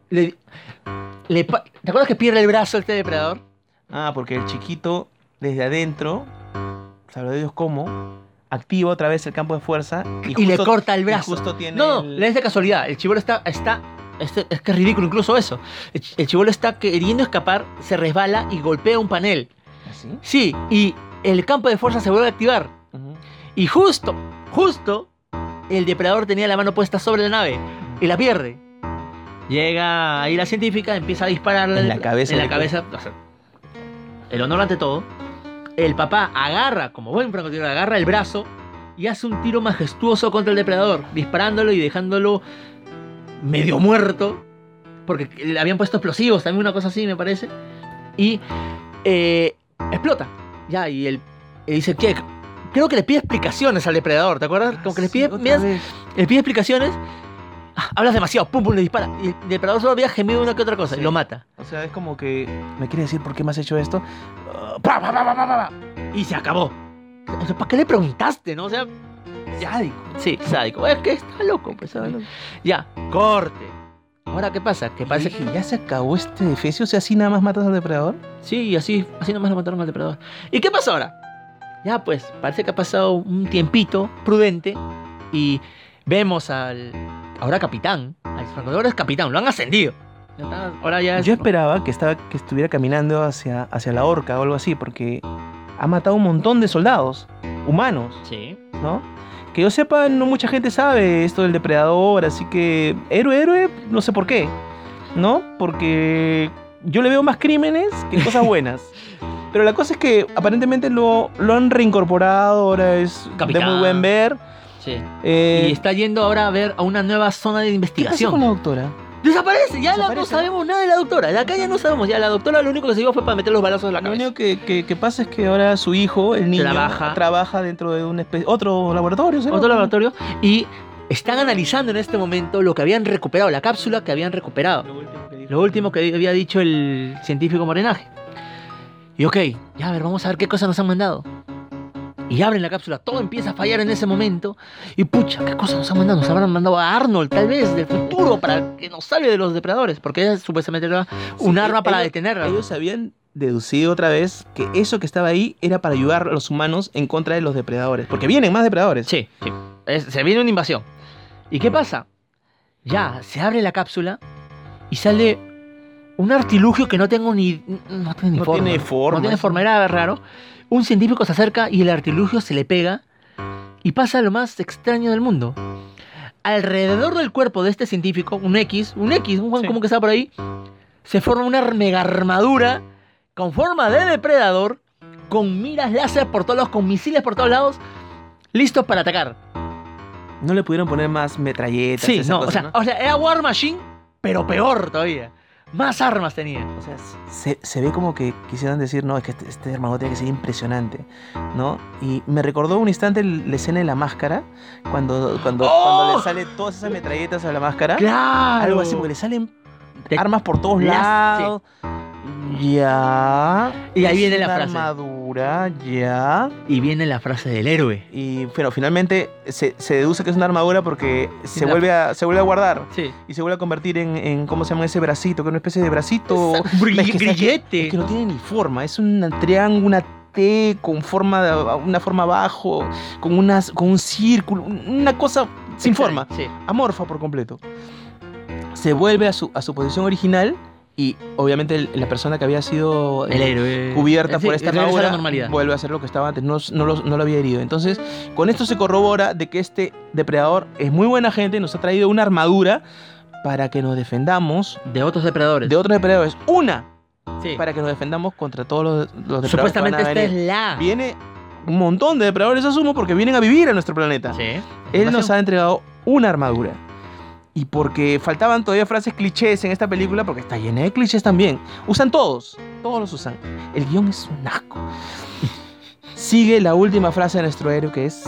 Le- le pa- ¿Te acuerdas que pierde el brazo este depredador?
Ah, porque el chiquito desde adentro, sabrá Dios cómo, activa otra vez el campo de fuerza y,
y le
justo-
corta el
y
brazo.
justo tiene
No,
el-
no, es de casualidad. El chivolo está. está este- es que es ridículo incluso eso. El, ch- el chivolo está queriendo escapar, se resbala y golpea un panel.
¿Así?
Sí, y el campo de fuerza se vuelve a activar.
Ujú.
Y justo, justo, el depredador tenía la mano puesta sobre la nave y la pierde. Llega ahí la científica, empieza a dispararle
En la cabeza
En la
le-
cabeza. o sea, el honor ante todo. El papá agarra, como buen francotirador, agarra el brazo y hace un tiro majestuoso contra el depredador, disparándolo y dejándolo medio muerto. Porque le habían puesto explosivos, también una cosa así, me parece. Y eh, explota. Ya, y él y dice, que Creo que le pide explicaciones al depredador, ¿te acuerdas? Como que le
Así,
pide,
Ah, otra
miras,
vez.
le pide explicaciones. ah, Hablas demasiado, pum, pum, le dispara. Y el depredador solo había gemido una que otra cosa y
Sí.
lo mata.
O sea, es como que me quiere decir por qué me has hecho esto. Ah, pa, pa, pa, pa, pa, pa.
Y se acabó. O sea, ¿Para qué le preguntaste, no? O sea,
Sádico.
sí, sádico. Es que está loco, pues, ¿sabes? Ya, corte. Ahora, ¿qué pasa? Que
Y
parece
dije, ya se acabó este defecio, o sea, así nada más matas al depredador.
Sí, y así, así nomás lo mataron al depredador. ¿Y qué pasó ahora? Ya pues, parece que ha pasado un tiempito prudente y vemos al ahora capitán, al francotirador es capitán, lo han ascendido. Ya está, Ahora ya es-
Yo esperaba que, estaba, que estuviera caminando hacia, hacia la horca o algo así, porque ha matado un montón de soldados, humanos.
Sí.
¿no? Que yo sepa, no mucha gente sabe esto del depredador, así que héroe, héroe, no sé por qué, ¿no? Porque yo le veo más crímenes que cosas buenas. Pero la cosa es que aparentemente lo, lo han reincorporado, ahora es
Capitán.
de muy buen ver.
Sí.
Eh,
y está yendo ahora a ver a una nueva zona de
¿Qué pasó con
investigación.
la doctora?
Desaparece, ya la- no
Desaparece.
sabemos nada de la doctora. De acá ya no sabemos, ya la doctora lo único que se dio fue para meter los balazos en la
Lo
cabeza.
único que, que- que pasa es que ahora su hijo, el niño,
Trabaja.
trabaja dentro de un espe- otro laboratorio, ¿será?
otro laboratorio y están analizando en este momento lo que habían recuperado, la cápsula que habían recuperado.
Lo último que dijo.
Lo último que había dicho el científico Morenaje. Y ok, ya a ver, vamos a ver qué cosas nos han mandado. Y abren la cápsula, todo empieza a fallar en ese momento. Y pucha, ¿qué cosas nos han mandado? Nos habrán mandado a Arnold, tal vez, del futuro, para que nos salve de los depredadores. Porque ella supuestamente era un
Sí,
arma para
ellos-
detenerla.
Ellos habían deducido otra vez que eso que estaba ahí era para ayudar a los humanos en contra de los depredadores. Porque vienen más depredadores.
Sí, sí. Es- se viene una invasión. ¿Y
Mm.
qué pasa? Ya, se abre la cápsula y sale un artilugio que no tengo ni. No tiene ni
No
forma.
tiene forma,
No tiene
sí.
forma, era raro. Un científico se acerca y el artilugio se le pega y pasa lo más extraño del mundo. Alrededor del cuerpo de este científico, un X, un X, un Juan
Sí.
como que está por ahí, se forma una mega armadura con forma de depredador, con miras láser por todos lados, con misiles por todos lados, listos para atacar.
No le pudieron poner más metralletas.
Sí,
esas
no, o
cosas,
sea, o sea, era War Machine, pero peor todavía. Más armas tenía.
O sea, se, se ve como que quisieran decir, no, es que este, este hermano tiene que ser impresionante, ¿no? Y me recordó un instante el- la escena de la máscara, cuando, cuando, cuando
¡Oh!
le salen todas esas metralletas a la máscara.
Claro.
¿Ah? Algo así, porque le salen
Te-
armas por todos
las-
lados. Ya.
Y ahí
es
viene la
una
frase.
Armadura, ya.
Y viene la frase del héroe.
Y bueno, finalmente se, se deduce que es una armadura porque se
la-
vuelve, a, se vuelve a guardar
Sí.
y se vuelve a convertir en, en, ¿cómo se llama ese bracito? Que es una especie de bracito Es que-
brillete.
es que no tiene ni forma, es un triángulo, una T con forma de- una forma abajo, con, unas, con un círculo, un- una cosa sin forma,
Sí.
amorfa por completo. Se vuelve a su, a su posición original y obviamente el- la persona que había sido
El
eh,
héroe.
cubierta
Sí,
por esta
regresa a la
armadura
normalidad.
vuelve a ser lo que estaba antes, no, no lo, no lo había herido. Entonces, con esto se corrobora de que este depredador es muy buena gente, nos ha traído una armadura para que nos defendamos
De otros depredadores.
de otros depredadores. Una,
Sí.
para que nos defendamos contra todos los, los depredadores. que van a
Supuestamente esta es
venir.
la.
Viene un montón de depredadores, asumo, porque vienen a vivir a nuestro planeta.
Sí.
Él nos ha entregado una armadura. Y porque faltaban todavía frases clichés en esta película, porque está llena de clichés también. Usan todos, todos los usan. El guión es un asco. Sigue la última frase de nuestro héroe que es...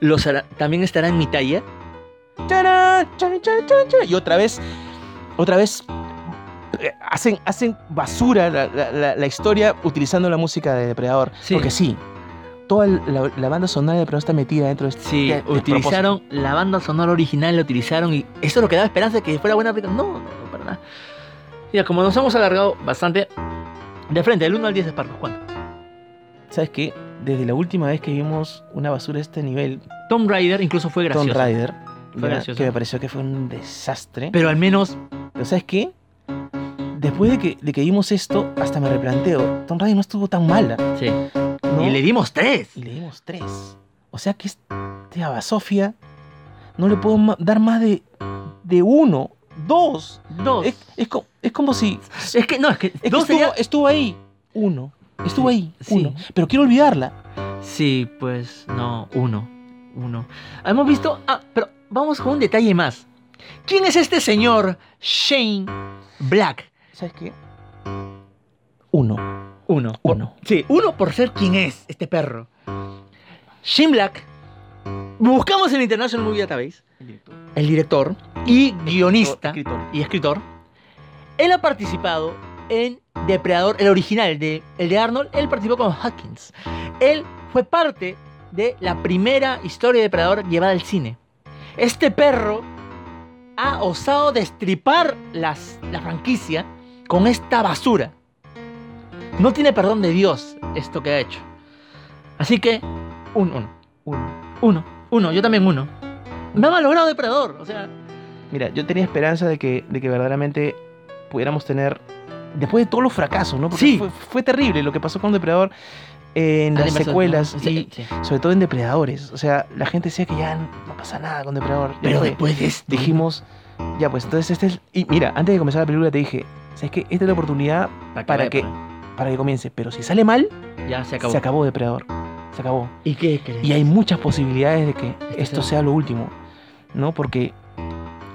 Los hará- también estará en mi talla.
"Tarán, chan, chan, chan, chan". Y otra vez, otra vez, eh, hacen, hacen basura la, la- la- la historia utilizando la música de Depredador.
Sí.
Porque sí, toda la, la banda sonora de Depredador está metida dentro de este...
Sí,
de- de
utilizaron la banda sonora original, la utilizaron y eso es lo que daba esperanza de que fuera buena película. No, no, no, para nada. Mira, como nos hemos alargado bastante, de frente, del 1 al 10 de Sparkos, ¿cuánto?
¿Sabes qué? Desde la última vez que vimos una basura de este nivel,
Tom Rider incluso fue
Tomb
gracioso.
Raider,
Fue
ya,
gracioso.
que me pareció que fue un desastre.
Pero al menos,
Pero ¿sabes qué? Después de que, de que vimos esto, hasta me replanteo, Tomb Raider no estuvo tan mala.
sí.
¿no?
Y le dimos 3.
Y le dimos tres. O sea que este Abasofia no le puedo ma- dar más de, de uno, dos.
2.
Es, es co- es como si...
Es, que no, es que
es que
2
estuvo,
sería...
estuvo ahí, uno. Estuvo ahí,
Sí.
uno. Pero quiero olvidarla.
Sí, pues no, 1. 1. Hemos visto... Ah, pero vamos con un detalle más. ¿Quién es este señor Shane Black?
¿Sabes qué? Uno.
Uno.
Uno.
Sí, uno por ser quien es este perro. Shane Black. Buscamos el International Movie Database. El director y guionista
Escritor.
y escritor. Él ha participado en Depredador, el original, el de, el de Arnold. Él participó con Hawkins. Él fue parte de la primera historia de Depredador llevada al cine. Este perro ha osado destripar las, la franquicia con esta basura. No tiene perdón de Dios esto que ha hecho. Así que, un uno.
Uno.
Uno. Uno. Yo también uno. Me ha malogrado Depredador. O sea,
Mira, yo tenía esperanza de que, de que verdaderamente pudiéramos tener, después de todos los fracasos, ¿no? Porque
Sí.
fue, fue terrible lo que pasó con Depredador en las
animación,
secuelas
¿no? Sí,
y
sí.
sobre todo en Depredadores. O sea, la gente decía que ya no pasa nada con Depredador. Ya
Pero
fue.
después de esto.
dijimos, ya pues, entonces este es... Y mira, antes de comenzar la película te dije, ¿sabes qué? Esta es la oportunidad para
vaya
que-
por
para que comience, pero si sale mal,
ahí. Ya se acabó.
se acabó Depredador. Se acabó.
¿Y qué crees?
Y hay muchas posibilidades de que
Este
esto
sea-
sea lo último, ¿no? Porque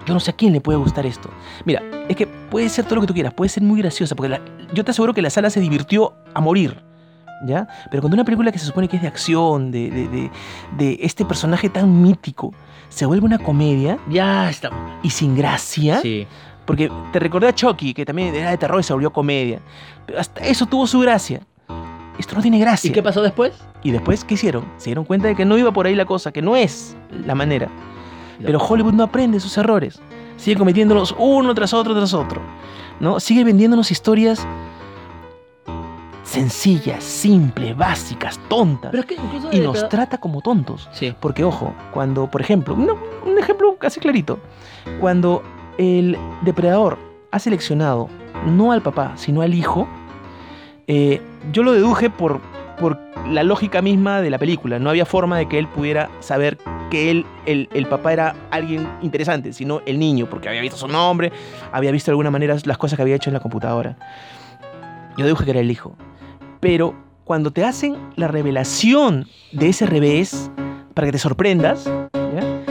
yo no sé a quién le puede gustar esto. Mira, es que puede ser todo lo que tú quieras, puede ser muy graciosa, porque la- yo te aseguro que la sala se divirtió a morir, ¿ya? Pero cuando una película que se supone que es de acción, de, de, de- de este personaje tan mítico, se vuelve una comedia
Ya estamos.
y sin gracia,
Sí.
porque te recordé a Chucky, que también era de terror y se volvió comedia, pero hasta eso tuvo su gracia. Esto no tiene gracia.
¿Y qué pasó después?
Y después, ¿qué hicieron? Se dieron cuenta de que no iba por ahí la cosa, que no es la manera. Pero Hollywood no aprende sus errores. Sigue cometiéndolos uno tras otro tras otro. ¿no? Sigue vendiéndonos historias sencillas, simples, básicas, tontas.
Pero es que incluso.
y
de-
nos trata como tontos.
Sí.
Porque, ojo, cuando, por ejemplo, no, un ejemplo casi clarito. Cuando el depredador ha seleccionado no al papá, sino al hijo, eh, yo lo deduje por, por la lógica misma de la película. No había forma de que él pudiera saber que él, el, el papá era alguien interesante, sino el niño, porque había visto su nombre, había visto de alguna manera las cosas que había hecho en la computadora. Yo deduje que era el hijo. Pero cuando te hacen la revelación de ese revés, para que te sorprendas, ¿ya?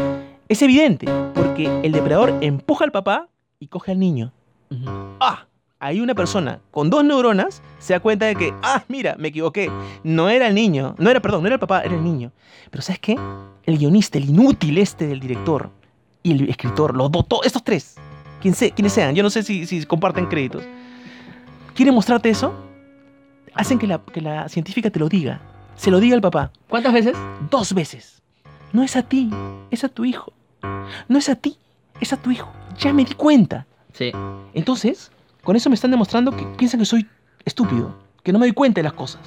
es evidente, porque el depredador empuja al papá y coge al niño.
Ujú.
¡Ah! Ahí una persona con dos neuronas se da cuenta de que, ah, mira, me equivoqué. No era el niño, no era, perdón, no era el papá, era el niño. Pero ¿sabes qué? El guionista, el inútil este del director y el escritor, los dos, to- estos tres, quien se- quienes sean, yo no sé si, si comparten créditos, quieren mostrarte eso, hacen que la, que la científica te lo diga, se lo diga al papá
¿Cuántas veces?
dos veces. No es a ti, es a tu hijo. No es a ti, es a tu hijo. Ya me di cuenta.
Sí.
Entonces, con eso me están demostrando que piensan que soy estúpido, que no me doy cuenta de las cosas.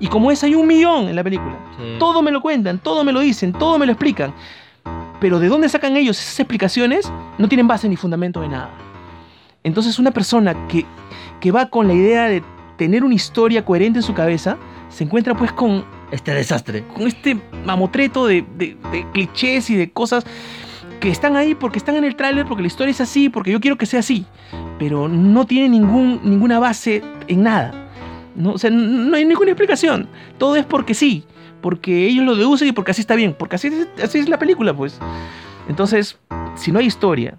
Y como es, hay un millón en la película.
sí.
Todo me lo cuentan, todo me lo dicen, todo me lo explican. Pero ¿de dónde sacan ellos esas explicaciones? No tienen base ni fundamento de nada. Entonces una persona que, que va con la idea de tener una historia coherente en su cabeza, se encuentra pues con,
Este desastre.
con este mamotreto de, de- de clichés y de cosas que están ahí porque están en el tráiler, porque la historia es así, porque yo quiero que sea así, pero no tiene ningún, ninguna base en nada. No, o sea, n- no hay ninguna explicación. Todo es porque sí, porque ellos lo deducen y porque así está bien, porque así es, así es la película, pues. Entonces, si no hay historia,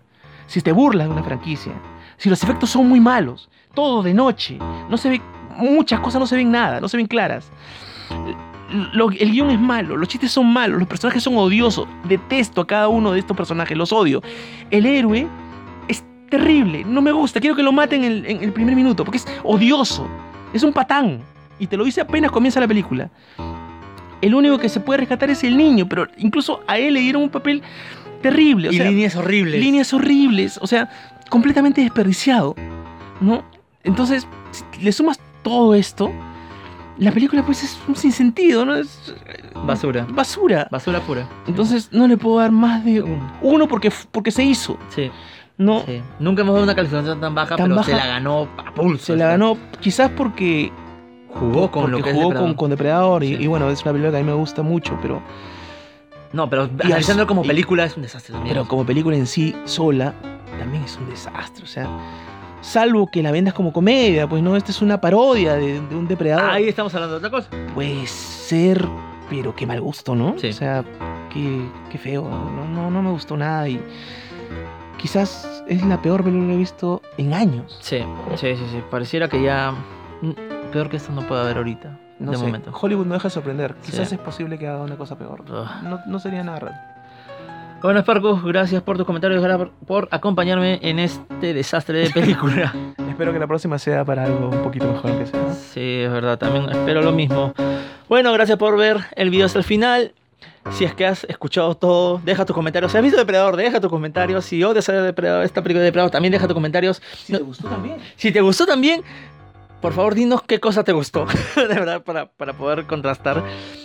si te burlas de una franquicia, si los efectos son muy malos, todo de noche, no se ve, muchas cosas no se ven nada, no se ven claras. Lo- el guión es malo, los chistes son malos, los personajes son odiosos. Detesto a cada uno de estos personajes, los odio. El héroe es terrible, no me gusta, quiero que lo maten en, en el primer minuto, porque es odioso, es un patán. Y te lo dice apenas comienza la película. El único que se puede rescatar es el niño, pero incluso a él le dieron un papel terrible. o
y
sea,
líneas horribles.
líneas horribles, o sea, completamente desperdiciado, ¿no? Entonces, si le sumas todo esto, la película pues es un sinsentido, ¿no? Es
Basura.
basura.
Basura pura.
Entonces, no le puedo dar más de
Un-
uno porque, porque se hizo,
Sí,
¿no?
sí. Nunca hemos dado una calificación tan baja,
Tan
pero se
baja.
la ganó a pulso.
Se la
o sea,
ganó quizás porque
Jugó con
porque
lo que es
jugó con,
Depredador.
con Depredador y,
Sí.
y bueno, es una película que a mí me gusta mucho, pero,
No, pero analizándolo como
y-
película es un desastre también.
pero como película en sí sola también es un desastre, o sea, salvo que la vendas como comedia, pues no, esta es una parodia de, de un depredador.
Ahí estamos hablando de otra cosa.
Puede ser, pero qué mal gusto, ¿no?
Sí.
O sea, qué, qué feo. No, no, no me gustó nada y quizás es la peor película que he visto en años.
Sí, sí, sí, sí. Pareciera que ya. mm, Peor que esto no puede haber ahorita.
No
de
sé,
momento.
Hollywood no deja de sorprender.
Sí. Ah.
Quizás es posible que haga una cosa peor.
Ugh.
No, no sería nada raro.
Bueno, Sparkus, gracias por tus comentarios, gracias por acompañarme en este desastre de película.
Espero que la próxima sea para algo un poquito mejor que sea.
Sí, es verdad, también espero lo mismo. Bueno, gracias por ver el video hasta el final. Si es que has escuchado todo, deja tus comentarios. Si has visto Depredador, deja tus comentarios. Si odias a Depredador, esta película de Depredador, también deja tus comentarios.
Si
No-
te gustó también.
Si te gustó también, por favor dinos qué cosa te gustó, de verdad, para, para poder contrastar.